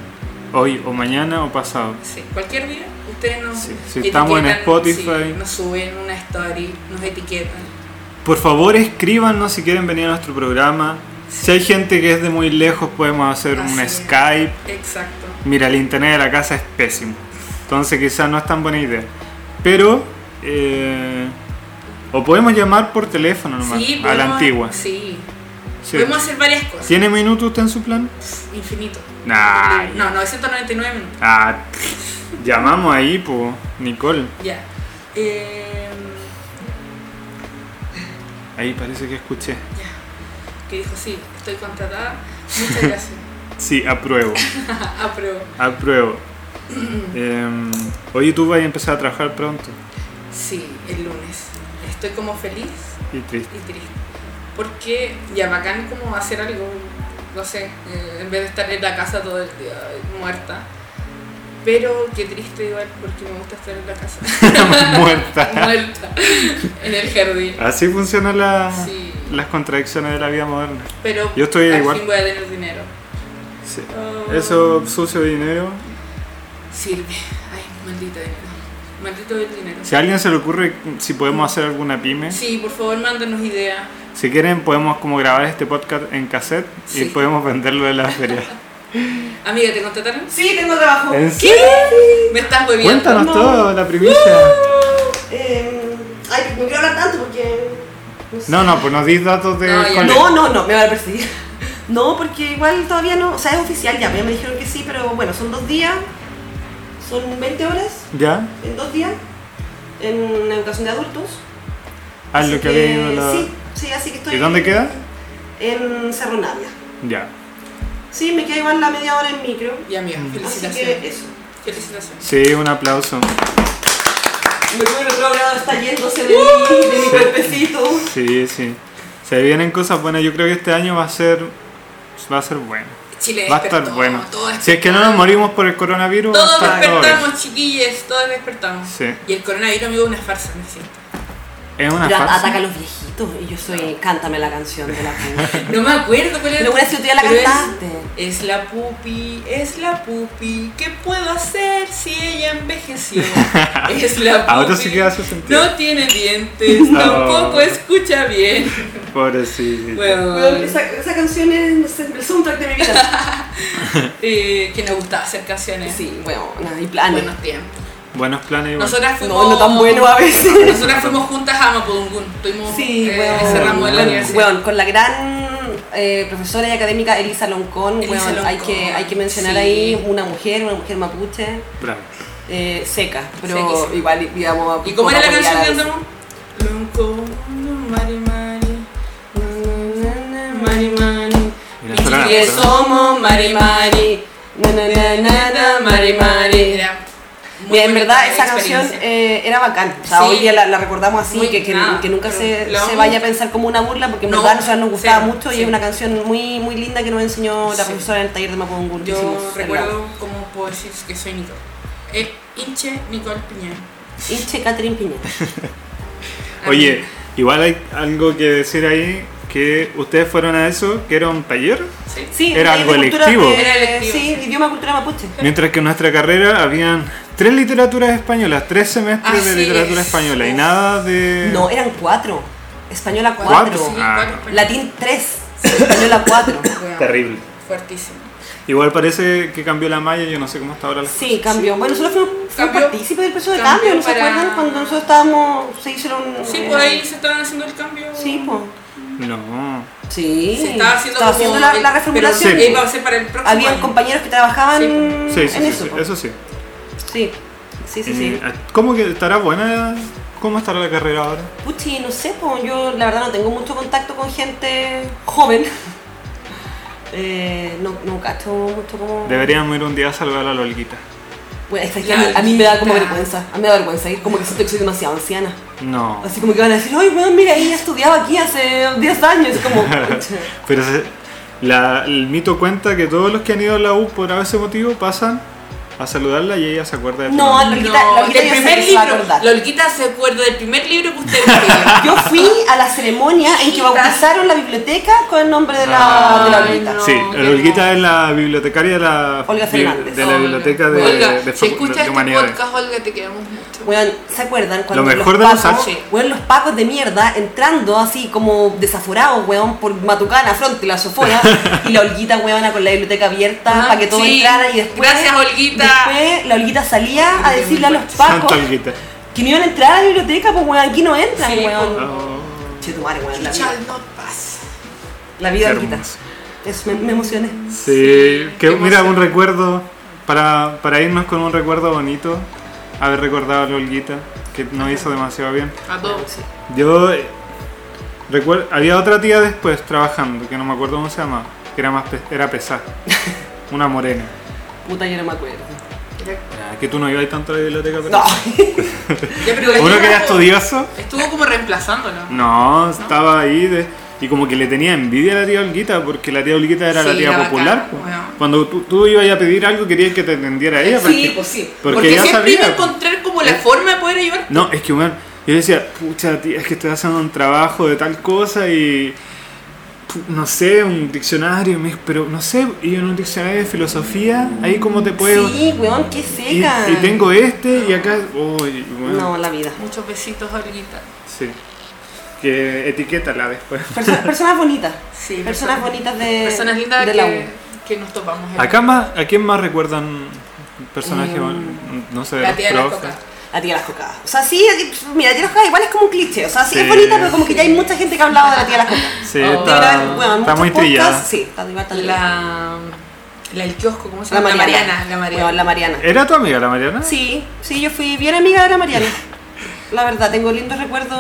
[SPEAKER 1] Hoy o mañana o pasado.
[SPEAKER 3] Sí, cualquier día ustedes nos.
[SPEAKER 1] Sí, si estamos en
[SPEAKER 3] etiquetan,
[SPEAKER 1] Spotify.
[SPEAKER 3] sí, nos suben una story, nos etiquetan.
[SPEAKER 1] Por favor, escríbanos si quieren venir a nuestro programa. Si hay gente que es de muy lejos, podemos hacer un
[SPEAKER 3] Así es.
[SPEAKER 1] Skype.
[SPEAKER 3] Exacto.
[SPEAKER 1] Mira, el internet de la casa es pésimo. Entonces quizás no es tan buena idea. Pero... eh, o podemos llamar por teléfono nomás.
[SPEAKER 3] Sí,
[SPEAKER 1] a la
[SPEAKER 3] podemos-
[SPEAKER 1] antigua.
[SPEAKER 3] Sí.
[SPEAKER 1] Sí.
[SPEAKER 3] Podemos hacer varias cosas.
[SPEAKER 1] ¿Tiene minutos usted en su plan?
[SPEAKER 3] Infinito.
[SPEAKER 1] Nah,
[SPEAKER 3] no, 999 minutos.
[SPEAKER 1] Ah, llamamos ahí, pues, Nicole.
[SPEAKER 3] Ya. Eh,
[SPEAKER 1] Ahí parece que escuché.
[SPEAKER 3] ya. Que dijo, sí, estoy contratada. Muchas gracias. Ah,
[SPEAKER 1] Sí, apruebo.
[SPEAKER 3] Apruebo.
[SPEAKER 1] Apruebo. Eh, oye, tú vas a empezar a trabajar pronto.
[SPEAKER 3] Sí, el lunes. Estoy como feliz
[SPEAKER 1] Y triste.
[SPEAKER 3] y triste. Porque ya bacán como hacer algo, no sé, eh, en vez de estar en la casa todo el día eh, muerta. Pero qué triste igual porque me gusta estar en la casa.
[SPEAKER 1] Muerta.
[SPEAKER 3] muerta. En el jardín.
[SPEAKER 1] Así funcionan la-
[SPEAKER 3] Sí.
[SPEAKER 1] las contradicciones de la vida moderna.
[SPEAKER 3] Pero
[SPEAKER 1] Yo estoy
[SPEAKER 3] al
[SPEAKER 1] igual.
[SPEAKER 3] fin voy a tener dinero.
[SPEAKER 1] Sí.
[SPEAKER 3] Oh.
[SPEAKER 1] Eso, sucio dinero.
[SPEAKER 3] Sirve. Ay, maldito dinero. Maldito el dinero.
[SPEAKER 1] Si a alguien se le ocurre si podemos hacer alguna pyme,
[SPEAKER 3] Sí, por favor, mándanos ideas.
[SPEAKER 1] si quieren podemos como grabar este podcast en cassette y
[SPEAKER 3] Sí.
[SPEAKER 1] podemos venderlo en la feria.
[SPEAKER 3] Amiga, ¿te contrataron?
[SPEAKER 2] Sí, tengo trabajo.
[SPEAKER 1] ¿En
[SPEAKER 2] Sí.
[SPEAKER 1] serio?
[SPEAKER 3] Me estás bebiendo.
[SPEAKER 1] Cuéntanos
[SPEAKER 2] No.
[SPEAKER 1] todo, la primicia.
[SPEAKER 3] Uh.
[SPEAKER 2] Eh, ay, no quiero hablar tanto porque. sé.
[SPEAKER 1] No, no, pues nos dis datos de...
[SPEAKER 3] No, ya.
[SPEAKER 1] cuál es.
[SPEAKER 2] No, no, no, me van a perseguir. No, porque igual todavía no, o sea, es oficial ya, me me dijeron que sí, pero bueno, son dos días, son 20 horas,
[SPEAKER 1] ¿Ya?
[SPEAKER 2] en dos días, en educación de adultos.
[SPEAKER 1] Ah,
[SPEAKER 2] Así
[SPEAKER 1] lo que había ido la...
[SPEAKER 2] Sí, sí, así que estoy...
[SPEAKER 1] ¿Y dónde queda?
[SPEAKER 2] En Cerro Navia.
[SPEAKER 1] Ya.
[SPEAKER 2] Sí, me queda igual la media hora en micro.
[SPEAKER 3] Y amiga,
[SPEAKER 2] Así
[SPEAKER 3] felicitaciones.
[SPEAKER 2] que eso.
[SPEAKER 3] Felicitaciones.
[SPEAKER 1] Sí, un aplauso.
[SPEAKER 2] Mi primer grado está yéndose
[SPEAKER 1] ¡Uh!
[SPEAKER 2] de, mí, de mi cuerpecito.
[SPEAKER 1] Sí, sí. Se vienen cosas buenas. Yo creo que este año va a ser... Va a ser bueno.
[SPEAKER 3] Chile
[SPEAKER 1] Va a estar
[SPEAKER 3] despertó,
[SPEAKER 1] bueno.
[SPEAKER 3] todos
[SPEAKER 1] Si es que no nos
[SPEAKER 3] despertamos.
[SPEAKER 1] morimos por el coronavirus, va a
[SPEAKER 3] Todos
[SPEAKER 1] estar todo bien.
[SPEAKER 3] despertamos, chiquillos, todos despertamos.
[SPEAKER 1] Sí.
[SPEAKER 3] Y el coronavirus, amigo, es una farsa, me siento.
[SPEAKER 1] Es una
[SPEAKER 2] Pero
[SPEAKER 1] farsa.
[SPEAKER 2] ataca a los viejitos y yo soy, cántame la canción de la puta.
[SPEAKER 3] No me acuerdo cuál era.
[SPEAKER 2] Pero bueno, si tú ya la
[SPEAKER 3] pero es-
[SPEAKER 2] cantaste.
[SPEAKER 3] Es, la pupi, es la pupi. ¿Qué puedo hacer si ella envejeció? Es la pupi.
[SPEAKER 1] Ahora sí que hace sentido.
[SPEAKER 3] No tiene dientes,
[SPEAKER 1] No.
[SPEAKER 3] tampoco escucha bien.
[SPEAKER 1] Pobrecito.
[SPEAKER 2] Bueno,
[SPEAKER 3] Bueno,
[SPEAKER 2] esa, esa canción es el soundtrack de mi vida.
[SPEAKER 3] eh, que nos gustaba hacer canciones.
[SPEAKER 2] Sí, bueno, nada, y planes.
[SPEAKER 3] Buenos tiempos.
[SPEAKER 1] Buenos planes igual.
[SPEAKER 3] Nosotras fuimos.
[SPEAKER 2] No, no tan bueno a veces.
[SPEAKER 3] Nosotras fuimos juntas a Mapudungun. Estuvimos
[SPEAKER 2] Sí,
[SPEAKER 3] eh,
[SPEAKER 2] weón.
[SPEAKER 3] cerramos en la universidad.
[SPEAKER 2] Weón, con la gran eh, profesora y académica Elisa Loncón,
[SPEAKER 3] Elisa
[SPEAKER 2] weón, hay,
[SPEAKER 3] Loncón,
[SPEAKER 2] que, hay que mencionar
[SPEAKER 3] sí.
[SPEAKER 2] ahí una mujer, una mujer mapuche,
[SPEAKER 1] Bravo.
[SPEAKER 2] eh, seca, pero
[SPEAKER 3] Sequísima.
[SPEAKER 2] igual, digamos...
[SPEAKER 3] ¿Y cómo era la
[SPEAKER 2] apoyada
[SPEAKER 3] canción que
[SPEAKER 2] a veces.
[SPEAKER 3] andamos? Loncón, mari mari. na, na, na, Mari mari.
[SPEAKER 1] Y nosotras-
[SPEAKER 3] Y que somos mari mari.
[SPEAKER 2] Na, na, na, na, na, mari, mari.
[SPEAKER 3] Era muy
[SPEAKER 2] Mira, en
[SPEAKER 3] bonita
[SPEAKER 2] verdad
[SPEAKER 3] la
[SPEAKER 2] esa canción
[SPEAKER 3] experiencia.
[SPEAKER 2] eh, era bacán, o sea,
[SPEAKER 3] Sí.
[SPEAKER 2] hoy día la, la recordamos así,
[SPEAKER 3] Muy-
[SPEAKER 2] que, que-
[SPEAKER 3] nada,
[SPEAKER 2] que nunca
[SPEAKER 3] pero
[SPEAKER 2] se,
[SPEAKER 3] la
[SPEAKER 2] se
[SPEAKER 3] vamos-
[SPEAKER 2] vaya a pensar como una burla, porque en
[SPEAKER 3] No,
[SPEAKER 2] verdad a nosotros nos gustaba
[SPEAKER 3] cero,
[SPEAKER 2] mucho y
[SPEAKER 3] sí.
[SPEAKER 2] es una canción muy muy linda que nos enseñó la
[SPEAKER 3] Sí.
[SPEAKER 2] profesora en el taller de Mapudungun. que hicimos
[SPEAKER 3] Yo
[SPEAKER 2] en la U.
[SPEAKER 3] recuerdo cómo puedo decir que soy Nicole. El hinche Nicole Piñera.
[SPEAKER 2] Inche Catherine Piñera.
[SPEAKER 1] Oye, igual hay algo que decir ahí, que ustedes fueron a eso, que era un taller,
[SPEAKER 3] Sí.
[SPEAKER 2] Sí,
[SPEAKER 1] Era
[SPEAKER 2] un taller
[SPEAKER 1] algo
[SPEAKER 2] de cultura,
[SPEAKER 1] electivo.
[SPEAKER 2] eh,
[SPEAKER 3] Era electivo,
[SPEAKER 2] Sí, idioma cultura mapuche.
[SPEAKER 1] mientras que en nuestra carrera habían tres literaturas españolas, tres semestres de
[SPEAKER 3] Así
[SPEAKER 1] literatura
[SPEAKER 3] es.
[SPEAKER 1] española y nada de...
[SPEAKER 2] No, eh. eran cuatro. Española
[SPEAKER 1] Eh. Cuatro,
[SPEAKER 2] cuatro.
[SPEAKER 3] Sí,
[SPEAKER 1] Ah.
[SPEAKER 3] cuatro españoles.
[SPEAKER 2] Latín tres. Española cuatro.
[SPEAKER 3] Weón,
[SPEAKER 1] Terrible.
[SPEAKER 3] Fuertísimo.
[SPEAKER 1] Igual parece que cambió la malla, yo no sé cómo está ahora la...
[SPEAKER 2] Sí, cambió. Bueno, nosotros fuimos, fuimos
[SPEAKER 3] Cambió-
[SPEAKER 2] partícipes del proceso de
[SPEAKER 3] cambió
[SPEAKER 2] cambio, ¿no se
[SPEAKER 3] para-
[SPEAKER 2] acuerdan? Cuando nosotros estábamos, se hicieron...
[SPEAKER 3] Sí,
[SPEAKER 2] eh,
[SPEAKER 3] pues ahí se estaban haciendo el cambio.
[SPEAKER 2] Sí, pues. Mm,
[SPEAKER 1] No.
[SPEAKER 2] Sí.
[SPEAKER 3] Se estaba haciendo,
[SPEAKER 2] Estaba
[SPEAKER 3] como
[SPEAKER 2] haciendo la,
[SPEAKER 3] el-
[SPEAKER 2] la
[SPEAKER 1] Sí,
[SPEAKER 2] reformulación.
[SPEAKER 3] Pero iba a ser para el próximo.
[SPEAKER 2] Habían
[SPEAKER 3] año.
[SPEAKER 2] compañeros que trabajaban
[SPEAKER 3] Sí,
[SPEAKER 1] Sí, sí, sí,
[SPEAKER 2] en
[SPEAKER 1] sí,
[SPEAKER 2] eso. pues.
[SPEAKER 1] sí,
[SPEAKER 2] po.
[SPEAKER 1] eso sí.
[SPEAKER 2] Sí, sí, sí. sí.
[SPEAKER 1] Eh, ¿Cómo que estará buena? ¿Cómo estará la carrera ahora?
[SPEAKER 2] Puchi, no sé, po, yo la verdad no tengo mucho contacto con gente joven. Eh, no, no cacho mucho como...
[SPEAKER 1] Deberíamos ir un día a saludar a la Olguita.
[SPEAKER 2] Bueno, es que a, mí, a mí me da como vergüenza, a mí me da vergüenza, y como que siento que soy demasiado anciana.
[SPEAKER 1] No.
[SPEAKER 2] Así como que van a decir, ay, weón, mira, ella estudiaba aquí hace 10 años, es como... pucha.
[SPEAKER 1] Pero se- la- el mito cuenta que todos los que han ido a la U por ese motivo pasan a saludarla y ella se acuerda de tu
[SPEAKER 2] No,
[SPEAKER 1] nombre.
[SPEAKER 2] la
[SPEAKER 3] No,
[SPEAKER 2] Olguita, la Olguita
[SPEAKER 3] del
[SPEAKER 2] yo sé
[SPEAKER 3] primer
[SPEAKER 2] que se va a
[SPEAKER 3] libro.
[SPEAKER 2] acordar.
[SPEAKER 3] La Olguita se acuerda del primer libro que usted leyó.
[SPEAKER 2] Yo fui a la ceremonia en que bautizaron la biblioteca con el nombre de la, de la Olguita.
[SPEAKER 3] no,
[SPEAKER 1] Sí,
[SPEAKER 3] que
[SPEAKER 1] la Olguita es la bibliotecaria de la,
[SPEAKER 2] Olga
[SPEAKER 1] bi-
[SPEAKER 2] Fernández.
[SPEAKER 1] de la biblioteca de,
[SPEAKER 3] Olga,
[SPEAKER 1] de
[SPEAKER 3] si
[SPEAKER 1] facu-
[SPEAKER 3] escuchas
[SPEAKER 1] de
[SPEAKER 3] este
[SPEAKER 1] humanidades.
[SPEAKER 3] podcast, Olga, te queremos mucho.
[SPEAKER 2] Weón, ¿se acuerdan cuando
[SPEAKER 1] Lo mejor de los
[SPEAKER 2] pacos,
[SPEAKER 1] Sánchez.
[SPEAKER 2] weón, los pacos de mierda entrando así como desaforados, weón, por Matucana, Fronte, la Sofona y la Olguita, weona, con la biblioteca abierta
[SPEAKER 3] Ajá,
[SPEAKER 2] para que todo
[SPEAKER 3] Ah, sí.
[SPEAKER 2] entrara y después...
[SPEAKER 3] Gracias, Olguita.
[SPEAKER 2] Después la Olguita salía a decirle a los pacos
[SPEAKER 1] Santa Olguita.
[SPEAKER 2] que no iban a entrar a la biblioteca, pues weón, aquí no entran,
[SPEAKER 3] Sí, pues.
[SPEAKER 2] weón.
[SPEAKER 1] Oh,
[SPEAKER 2] Che, tu madre, weón, la vida,
[SPEAKER 3] Chal, no pasa.
[SPEAKER 2] la vida de
[SPEAKER 1] Qué
[SPEAKER 2] Olguita.
[SPEAKER 1] hermoso.
[SPEAKER 2] Eso, me, me emocioné.
[SPEAKER 1] sí, que,
[SPEAKER 3] qué
[SPEAKER 1] mira, un
[SPEAKER 3] emoción.
[SPEAKER 1] recuerdo, para, para irnos con un recuerdo bonito, haber recordado a la Olguita, que no hizo demasiado bien.
[SPEAKER 3] A todos.
[SPEAKER 1] Yo eh, recuer- había otra tía después trabajando, que no me acuerdo cómo se llamaba, que era más pe- era pesada, una morena.
[SPEAKER 2] Puta, yo no me acuerdo.
[SPEAKER 3] Ya,
[SPEAKER 1] Ya, que tú no ibas tanto a la biblioteca, pero...
[SPEAKER 2] No.
[SPEAKER 3] pero la
[SPEAKER 1] ¿Uno
[SPEAKER 3] Gina
[SPEAKER 1] que era
[SPEAKER 3] estuvo-
[SPEAKER 1] estudioso?
[SPEAKER 3] Estuvo como reemplazándolo.
[SPEAKER 1] No, estaba ahí de- y como que le tenía envidia a la tía Olguita, porque la tía Olguita era
[SPEAKER 3] Sí,
[SPEAKER 1] la tía
[SPEAKER 3] era
[SPEAKER 1] popular.
[SPEAKER 3] bacán,
[SPEAKER 1] po.
[SPEAKER 3] weón.
[SPEAKER 1] Cuando tú, tú ibas a pedir algo, querías que te atendiera ella.
[SPEAKER 3] Sí,
[SPEAKER 1] porque-
[SPEAKER 3] pues sí.
[SPEAKER 1] Porque,
[SPEAKER 3] Porque,
[SPEAKER 1] ya
[SPEAKER 3] siempre
[SPEAKER 1] sabía.
[SPEAKER 3] iba a
[SPEAKER 1] po.
[SPEAKER 3] encontrar como la
[SPEAKER 1] Eh.
[SPEAKER 3] forma de poder ayudar.
[SPEAKER 1] No, es que weón, yo decía, pucha tía, es que estoy haciendo un trabajo de tal cosa y pu- no sé, un diccionario, y me dijo, pero no sé, y en un diccionario de filosofía, ahí como te puedo...
[SPEAKER 2] Sí, weón, qué
[SPEAKER 1] y,
[SPEAKER 2] seca.
[SPEAKER 1] y tengo este y acá... uy, weón,
[SPEAKER 2] No, la vida.
[SPEAKER 3] Muchos besitos, Olguita.
[SPEAKER 1] Sí. Que etiquétala después.
[SPEAKER 2] Perso- personas bonitas.
[SPEAKER 3] Sí,
[SPEAKER 2] personas,
[SPEAKER 3] personas-
[SPEAKER 2] bonitas de,
[SPEAKER 3] Personas lindas
[SPEAKER 2] de la
[SPEAKER 3] que,
[SPEAKER 2] U.
[SPEAKER 3] que nos topamos. en-
[SPEAKER 1] Acá más, ¿A quién más recuerdan
[SPEAKER 2] Mm.
[SPEAKER 1] personajes, no sé, de
[SPEAKER 3] La
[SPEAKER 1] los
[SPEAKER 3] tía de las
[SPEAKER 1] profes?
[SPEAKER 3] cocas.
[SPEAKER 2] A tía de las cocadas. O sea, sí, aquí- mira, tía de las cocadas igual es como un cliché. O sea, sí,
[SPEAKER 1] Sí.
[SPEAKER 2] es bonita, pero como que ya hay mucha gente que ha hablado de la tía de las cocadas.
[SPEAKER 1] Sí,
[SPEAKER 3] Oh.
[SPEAKER 2] De verdad,
[SPEAKER 1] está,
[SPEAKER 2] bueno, en
[SPEAKER 1] está
[SPEAKER 2] muchos
[SPEAKER 1] muy
[SPEAKER 2] podcasts,
[SPEAKER 1] trillada.
[SPEAKER 2] Sí, está igual, está trillada.
[SPEAKER 3] La. La del kiosco, ¿cómo se
[SPEAKER 2] La
[SPEAKER 3] llama?
[SPEAKER 2] Mariana.
[SPEAKER 3] La Mariana. La
[SPEAKER 2] Weón,
[SPEAKER 3] Mariana.
[SPEAKER 2] la Mariana.
[SPEAKER 1] ¿Era tu amiga la Mariana?
[SPEAKER 2] Sí, sí, yo fui bien amiga de la Mariana. La verdad, tengo lindos recuerdos.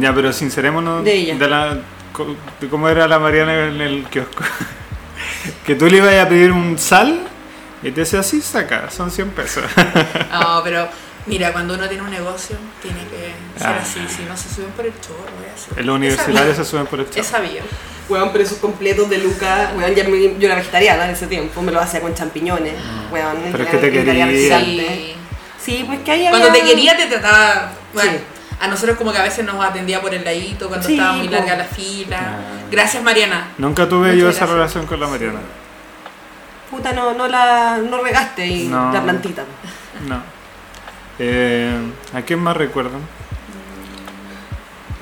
[SPEAKER 1] Ya, pero sincerémonos
[SPEAKER 2] De ella.
[SPEAKER 1] la, co- de cómo era la Mariana en el kiosco. que tú le ibas a pedir un sal y te decía, sí, saca, son 100 pesos.
[SPEAKER 3] No, pero mira, cuando uno tiene un negocio, tiene que ser
[SPEAKER 1] Ah.
[SPEAKER 3] así. Si no se suben por el chorro, es así.
[SPEAKER 1] en los universitarios se suben por el
[SPEAKER 3] Es
[SPEAKER 1] chavo.
[SPEAKER 3] sabía.
[SPEAKER 2] Weón, pero esos completos de Luca, weón, ya me- yo era vegetariana en ese tiempo, me lo hacía con champiñones, weón.
[SPEAKER 1] Ah. Pero es
[SPEAKER 2] era
[SPEAKER 1] que te
[SPEAKER 2] vegetariana
[SPEAKER 1] quería.
[SPEAKER 2] brillante. Sí, pues que ahí había...
[SPEAKER 3] Cuando te quería, te trataba. Bueno,
[SPEAKER 2] Sí.
[SPEAKER 3] a nosotros, como que a veces nos atendía por el ladito cuando
[SPEAKER 2] Sí,
[SPEAKER 3] estaba muy
[SPEAKER 2] po.
[SPEAKER 3] larga la fila.
[SPEAKER 1] Ah.
[SPEAKER 3] Gracias, Mariana.
[SPEAKER 1] Nunca tuve
[SPEAKER 3] Muchas
[SPEAKER 1] yo esa
[SPEAKER 3] gracias.
[SPEAKER 1] relación con la Mariana.
[SPEAKER 2] Puta, no, no la no regaste y
[SPEAKER 1] No.
[SPEAKER 2] la plantita.
[SPEAKER 1] No. Eh, ¿A quién más recuerdan?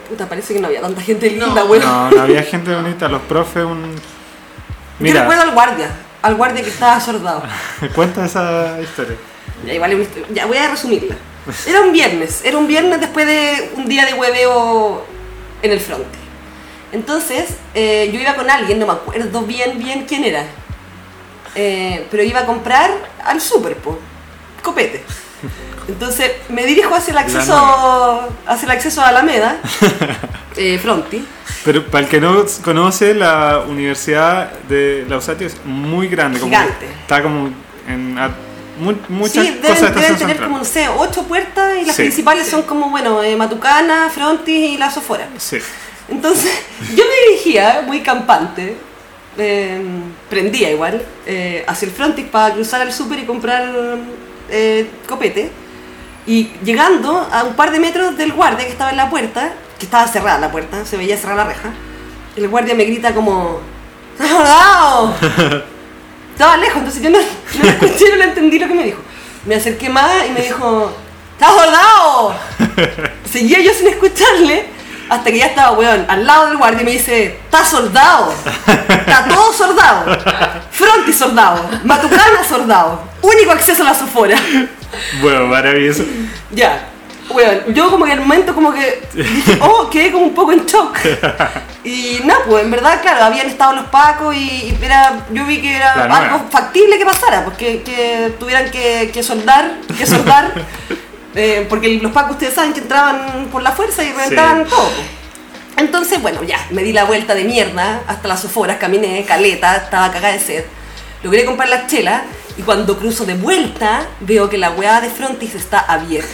[SPEAKER 2] Puta, parece que no había tanta gente
[SPEAKER 3] No.
[SPEAKER 2] linda, weón.
[SPEAKER 1] No, no había gente bonita, los profes, un...
[SPEAKER 2] Yo recuerdo
[SPEAKER 1] Mira,
[SPEAKER 2] al guardia, al guardia que estaba sordado.
[SPEAKER 1] cuenta esa historia.
[SPEAKER 2] Ya, igual es una historia- ya voy a resumirla. Era un viernes, era un viernes después de un día de hueveo en el fronte. Entonces, eh, yo iba con alguien, no me acuerdo bien, bien quién era. Eh, pero iba a comprar al súper, po, copete. Entonces, me dirijo hacia el acceso, hacia el acceso a Alameda, eh, Fronti.
[SPEAKER 1] Pero para el que no conoce, la Universidad de Lausati es muy grande. Como
[SPEAKER 2] Gigante.
[SPEAKER 1] que Está como en a- mu- muchas
[SPEAKER 2] sí, deben,
[SPEAKER 1] cosas de
[SPEAKER 2] deben
[SPEAKER 1] estación
[SPEAKER 2] tener
[SPEAKER 1] central.
[SPEAKER 2] como, no sé, ocho puertas y las
[SPEAKER 1] Sí.
[SPEAKER 2] principales son como, bueno, eh, Matucana, Frontis y la Sofora.
[SPEAKER 1] Sí.
[SPEAKER 2] Entonces, yo me dirigía muy campante, eh, prendía igual, eh, hacia el frontis para cruzar al súper y comprar eh, copete. Y llegando a un par de metros del guardia que estaba en la puerta, que estaba cerrada la puerta, se veía cerrada la reja, el guardia me grita como... ¡Salgado! Estaba lejos, entonces yo no, no lo escuché, no lo entendí lo que me dijo. Me acerqué más y me dijo, ¡Estás bordado! Seguía yo sin escucharle hasta que ya estaba, weón, al lado del guardia y me dice, está soldado, está todo soldado, fronti soldado, matucana soldado, único acceso a la sofora.
[SPEAKER 1] Bueno, maravilloso.
[SPEAKER 2] Ya, weón, yo como que al momento como que dije, oh, quedé como un poco en shock. Y nada, pues en verdad, claro, habían estado los pacos y, y era, yo vi que era
[SPEAKER 1] La nueva.
[SPEAKER 2] algo factible que pasara, porque que tuvieran que, que soldar, que soldar, eh, porque los pacos ustedes saben que entraban por la fuerza y reventaban todo. pues. Entonces, bueno, ya, me di la vuelta de mierda hasta las soforas, caminé, caleta, estaba cagada de sed. Logré comprar las chelas y cuando cruzo de vuelta veo que la weá de Frontis está abierto.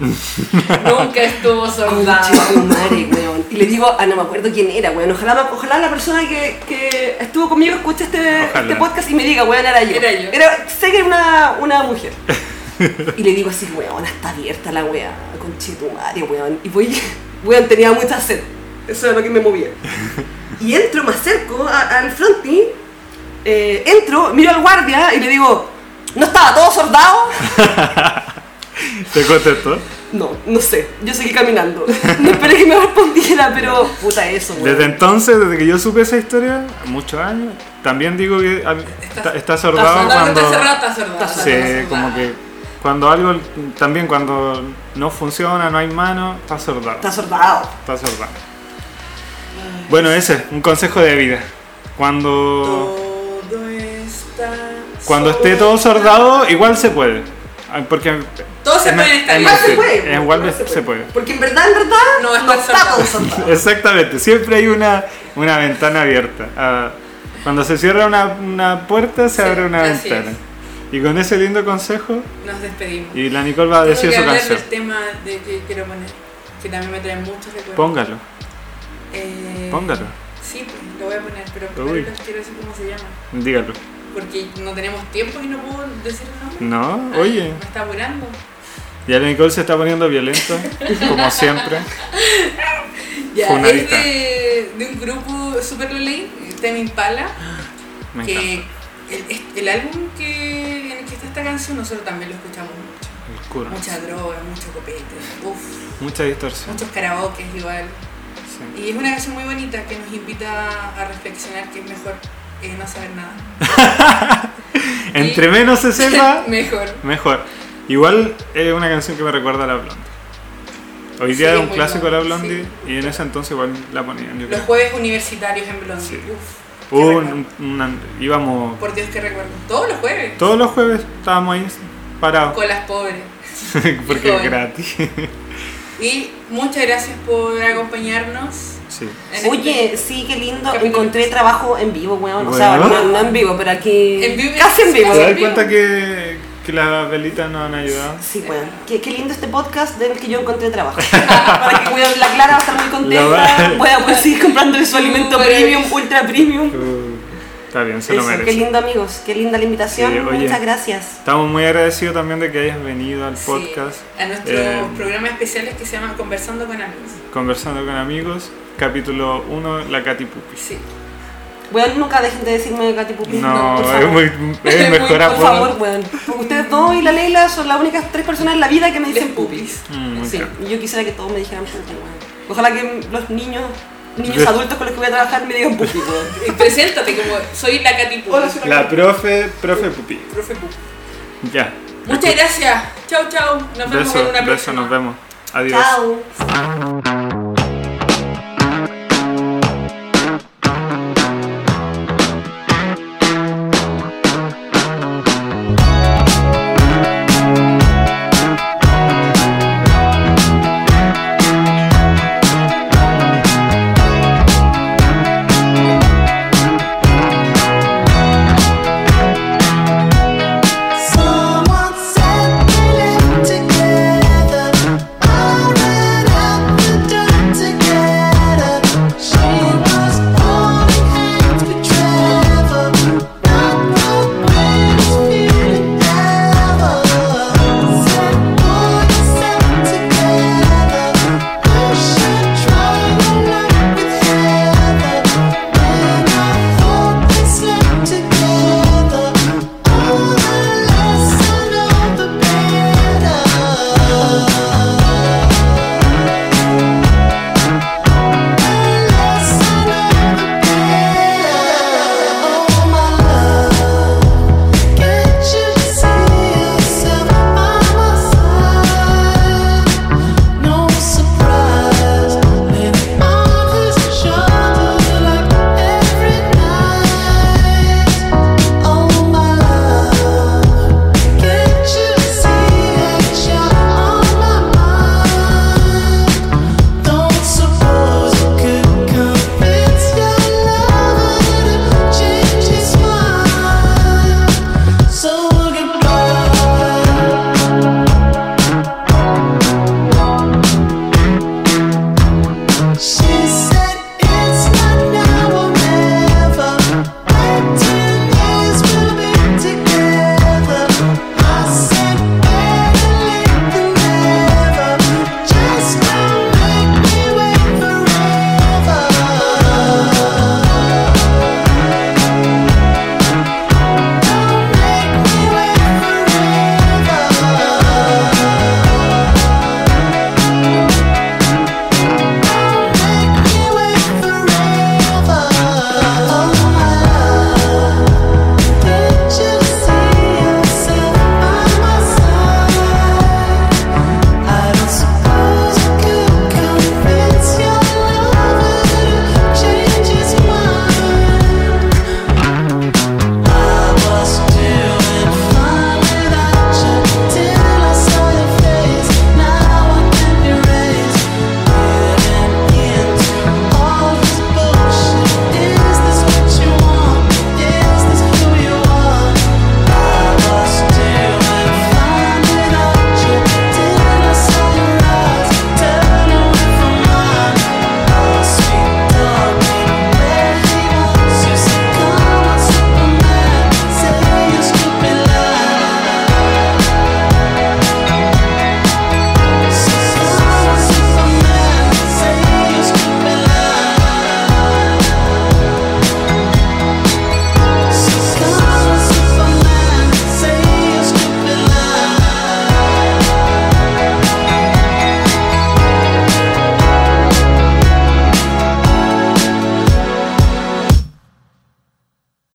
[SPEAKER 3] Nunca estuvo soldado.
[SPEAKER 2] Concha tu madre, weón. Y le digo, ah, no me acuerdo quién era, weón. Ojalá, ojalá la persona que, que estuvo conmigo escuche este,
[SPEAKER 1] Ojalá.
[SPEAKER 2] este podcast y me diga, weón, era yo.
[SPEAKER 3] Era yo.
[SPEAKER 2] sé que era una, una mujer. Y le digo así, weón, está abierta la weá. Conche tu madre, weón. Y voy, weón, tenía mucha sed. Eso era lo que me movía. Y entro, me acerco a- al fronti, eh, entro, miro al guardia y le digo, ¿no estaba todo soldado?
[SPEAKER 1] Te contestó.
[SPEAKER 2] No, no sé. Yo seguí caminando. No esperé que me respondiera, pero puta eso, weón.
[SPEAKER 1] Desde entonces, desde que yo supe esa historia, muchos años, también digo que a mí- está, está sordado
[SPEAKER 3] Soldado
[SPEAKER 1] cuando...
[SPEAKER 3] está cerrado, está soldado.
[SPEAKER 2] Está
[SPEAKER 1] Sí,
[SPEAKER 3] está soldado.
[SPEAKER 1] como que cuando algo, también cuando no funciona, no hay mano, está sordado.
[SPEAKER 2] Está soldado.
[SPEAKER 1] Está soldado. Bueno, ese, un consejo de vida. Cuando...
[SPEAKER 3] Todo está.
[SPEAKER 1] Cuando esté todo soldado, igual se puede. Ah, Porque.
[SPEAKER 3] Todo se
[SPEAKER 1] en-
[SPEAKER 3] puede en esta
[SPEAKER 1] en-
[SPEAKER 3] vida. Igual
[SPEAKER 2] Igual se puede.
[SPEAKER 1] En Walmart se puede.
[SPEAKER 2] Porque en verdad, en verdad,
[SPEAKER 3] No está
[SPEAKER 2] no está
[SPEAKER 3] soldado.
[SPEAKER 2] todo soldado.
[SPEAKER 1] Exactamente, siempre hay una, una ventana abierta. Ah, cuando se cierra una, una puerta, se
[SPEAKER 3] Sí,
[SPEAKER 1] abre una
[SPEAKER 3] así
[SPEAKER 1] ventana.
[SPEAKER 3] es.
[SPEAKER 1] Y con ese lindo consejo,
[SPEAKER 3] Nos despedimos.
[SPEAKER 1] y la Nicole va a decir
[SPEAKER 3] Tengo que
[SPEAKER 1] su
[SPEAKER 3] hablar
[SPEAKER 1] canción.
[SPEAKER 3] del tema de que quiero poner, que también me trae muchos recuerdos.
[SPEAKER 1] Póngalo,
[SPEAKER 3] Eh,
[SPEAKER 1] póngalo,
[SPEAKER 3] Sí, pues, lo voy a poner, pero
[SPEAKER 1] Uy.
[SPEAKER 3] primero les quiero decir cómo se llama.
[SPEAKER 1] dígalo.
[SPEAKER 3] Porque no tenemos tiempo y no puedo decir el nombre.
[SPEAKER 1] No, Mm,
[SPEAKER 3] Ay,
[SPEAKER 1] oye,
[SPEAKER 3] Me está apurando.
[SPEAKER 1] ya la Nicole se está poniendo violenta, como siempre.
[SPEAKER 3] Ya, es
[SPEAKER 1] Fonadita.
[SPEAKER 3] de, de un grupo super loley, Tame Impala,
[SPEAKER 1] Me
[SPEAKER 3] que
[SPEAKER 1] encanta.
[SPEAKER 3] el, es- el álbum que, en el que está esta canción nosotros también lo escuchamos mucho.
[SPEAKER 1] El cura.
[SPEAKER 3] Mucha droga, mucho copete, uf,
[SPEAKER 1] Mucha distorsión.
[SPEAKER 3] muchos karaokes igual.
[SPEAKER 1] sí.
[SPEAKER 3] Y es una canción muy bonita que nos invita a reflexionar que es mejor eh, no saber nada.
[SPEAKER 1] Entre menos se sepa,
[SPEAKER 3] mejor.
[SPEAKER 1] mejor. Igual es una canción que me recuerda a la Blondie. Hoy día
[SPEAKER 3] Sí,
[SPEAKER 1] es un
[SPEAKER 3] muy
[SPEAKER 1] clásico de la
[SPEAKER 3] Blondie,
[SPEAKER 1] Blondie y en ese entonces igual la ponían. Yo
[SPEAKER 3] Los
[SPEAKER 1] creo.
[SPEAKER 3] jueves universitarios en Blondie.
[SPEAKER 1] Sí.
[SPEAKER 3] Uf, qué
[SPEAKER 1] Hubo
[SPEAKER 3] recuerdo.
[SPEAKER 1] un- una- íbamos
[SPEAKER 3] Por Dios que recuerdo. Todos los jueves.
[SPEAKER 1] todos los jueves estábamos ahí parados
[SPEAKER 3] Con las pobres.
[SPEAKER 1] porque es
[SPEAKER 3] Joder.
[SPEAKER 1] gratis.
[SPEAKER 3] Y muchas gracias por acompañarnos.
[SPEAKER 1] sí.
[SPEAKER 3] en este
[SPEAKER 2] Oye, sí, qué lindo. Encontré trabajo en vivo, weón. O sea,
[SPEAKER 1] Weón.
[SPEAKER 2] no, no en vivo, pero aquí.
[SPEAKER 3] En vivo.
[SPEAKER 2] Casi en vivo.
[SPEAKER 1] ¿Te das
[SPEAKER 3] Vivo.
[SPEAKER 1] cuenta que, que las velitas nos han ayudado?
[SPEAKER 2] Sí, weón. Qué, qué lindo este podcast del que yo encontré trabajo. Para que weón, la Clara va a estar muy contenta.
[SPEAKER 1] La-
[SPEAKER 2] Pueda pues, seguir comprándole su alimento
[SPEAKER 3] Súper.
[SPEAKER 2] premium, ultra premium.
[SPEAKER 1] Uh, está bien, se lo
[SPEAKER 2] Eso,
[SPEAKER 1] merece.
[SPEAKER 2] qué lindo, amigos. Qué linda la invitación.
[SPEAKER 1] Sí, oye.
[SPEAKER 2] Muchas gracias.
[SPEAKER 1] Estamos muy agradecidos también de que hayas venido al
[SPEAKER 3] Sí,
[SPEAKER 1] podcast.
[SPEAKER 3] a nuestros
[SPEAKER 1] Eh,
[SPEAKER 3] programas especiales que se llaman Conversando con Amigos.
[SPEAKER 1] Conversando con amigos, capítulo 1, la Katy Pupis.
[SPEAKER 3] Sí.
[SPEAKER 2] Weón, nunca dejen de decirme Katy Pupis.
[SPEAKER 1] No,
[SPEAKER 2] por favor.
[SPEAKER 1] es muy, es
[SPEAKER 3] Muy,
[SPEAKER 1] mejor
[SPEAKER 3] por
[SPEAKER 2] Por
[SPEAKER 1] apodo.
[SPEAKER 2] favor, weón. Porque ustedes dos y la Leila son las únicas tres personas en la vida que me dicen
[SPEAKER 3] Les
[SPEAKER 2] pupis.
[SPEAKER 1] Mm, muy
[SPEAKER 2] Sí,
[SPEAKER 1] bien.
[SPEAKER 2] y yo quisiera que todos me dijeran pupis, weón. Ojalá que los niños, niños
[SPEAKER 1] Yo-
[SPEAKER 2] adultos con los que voy a trabajar me digan pupis, weón.
[SPEAKER 3] Eh, Preséntate como soy la Katy Pupi.
[SPEAKER 2] Hola, soy
[SPEAKER 1] La profe, profe Pupi.
[SPEAKER 3] profe Pupi.
[SPEAKER 1] Ya.
[SPEAKER 3] Muchas gracias. Chau, chau. Nos vemos en
[SPEAKER 1] Beso,
[SPEAKER 3] una
[SPEAKER 1] beso,
[SPEAKER 3] próxima.
[SPEAKER 1] nos vemos. Adiós.
[SPEAKER 2] Chao.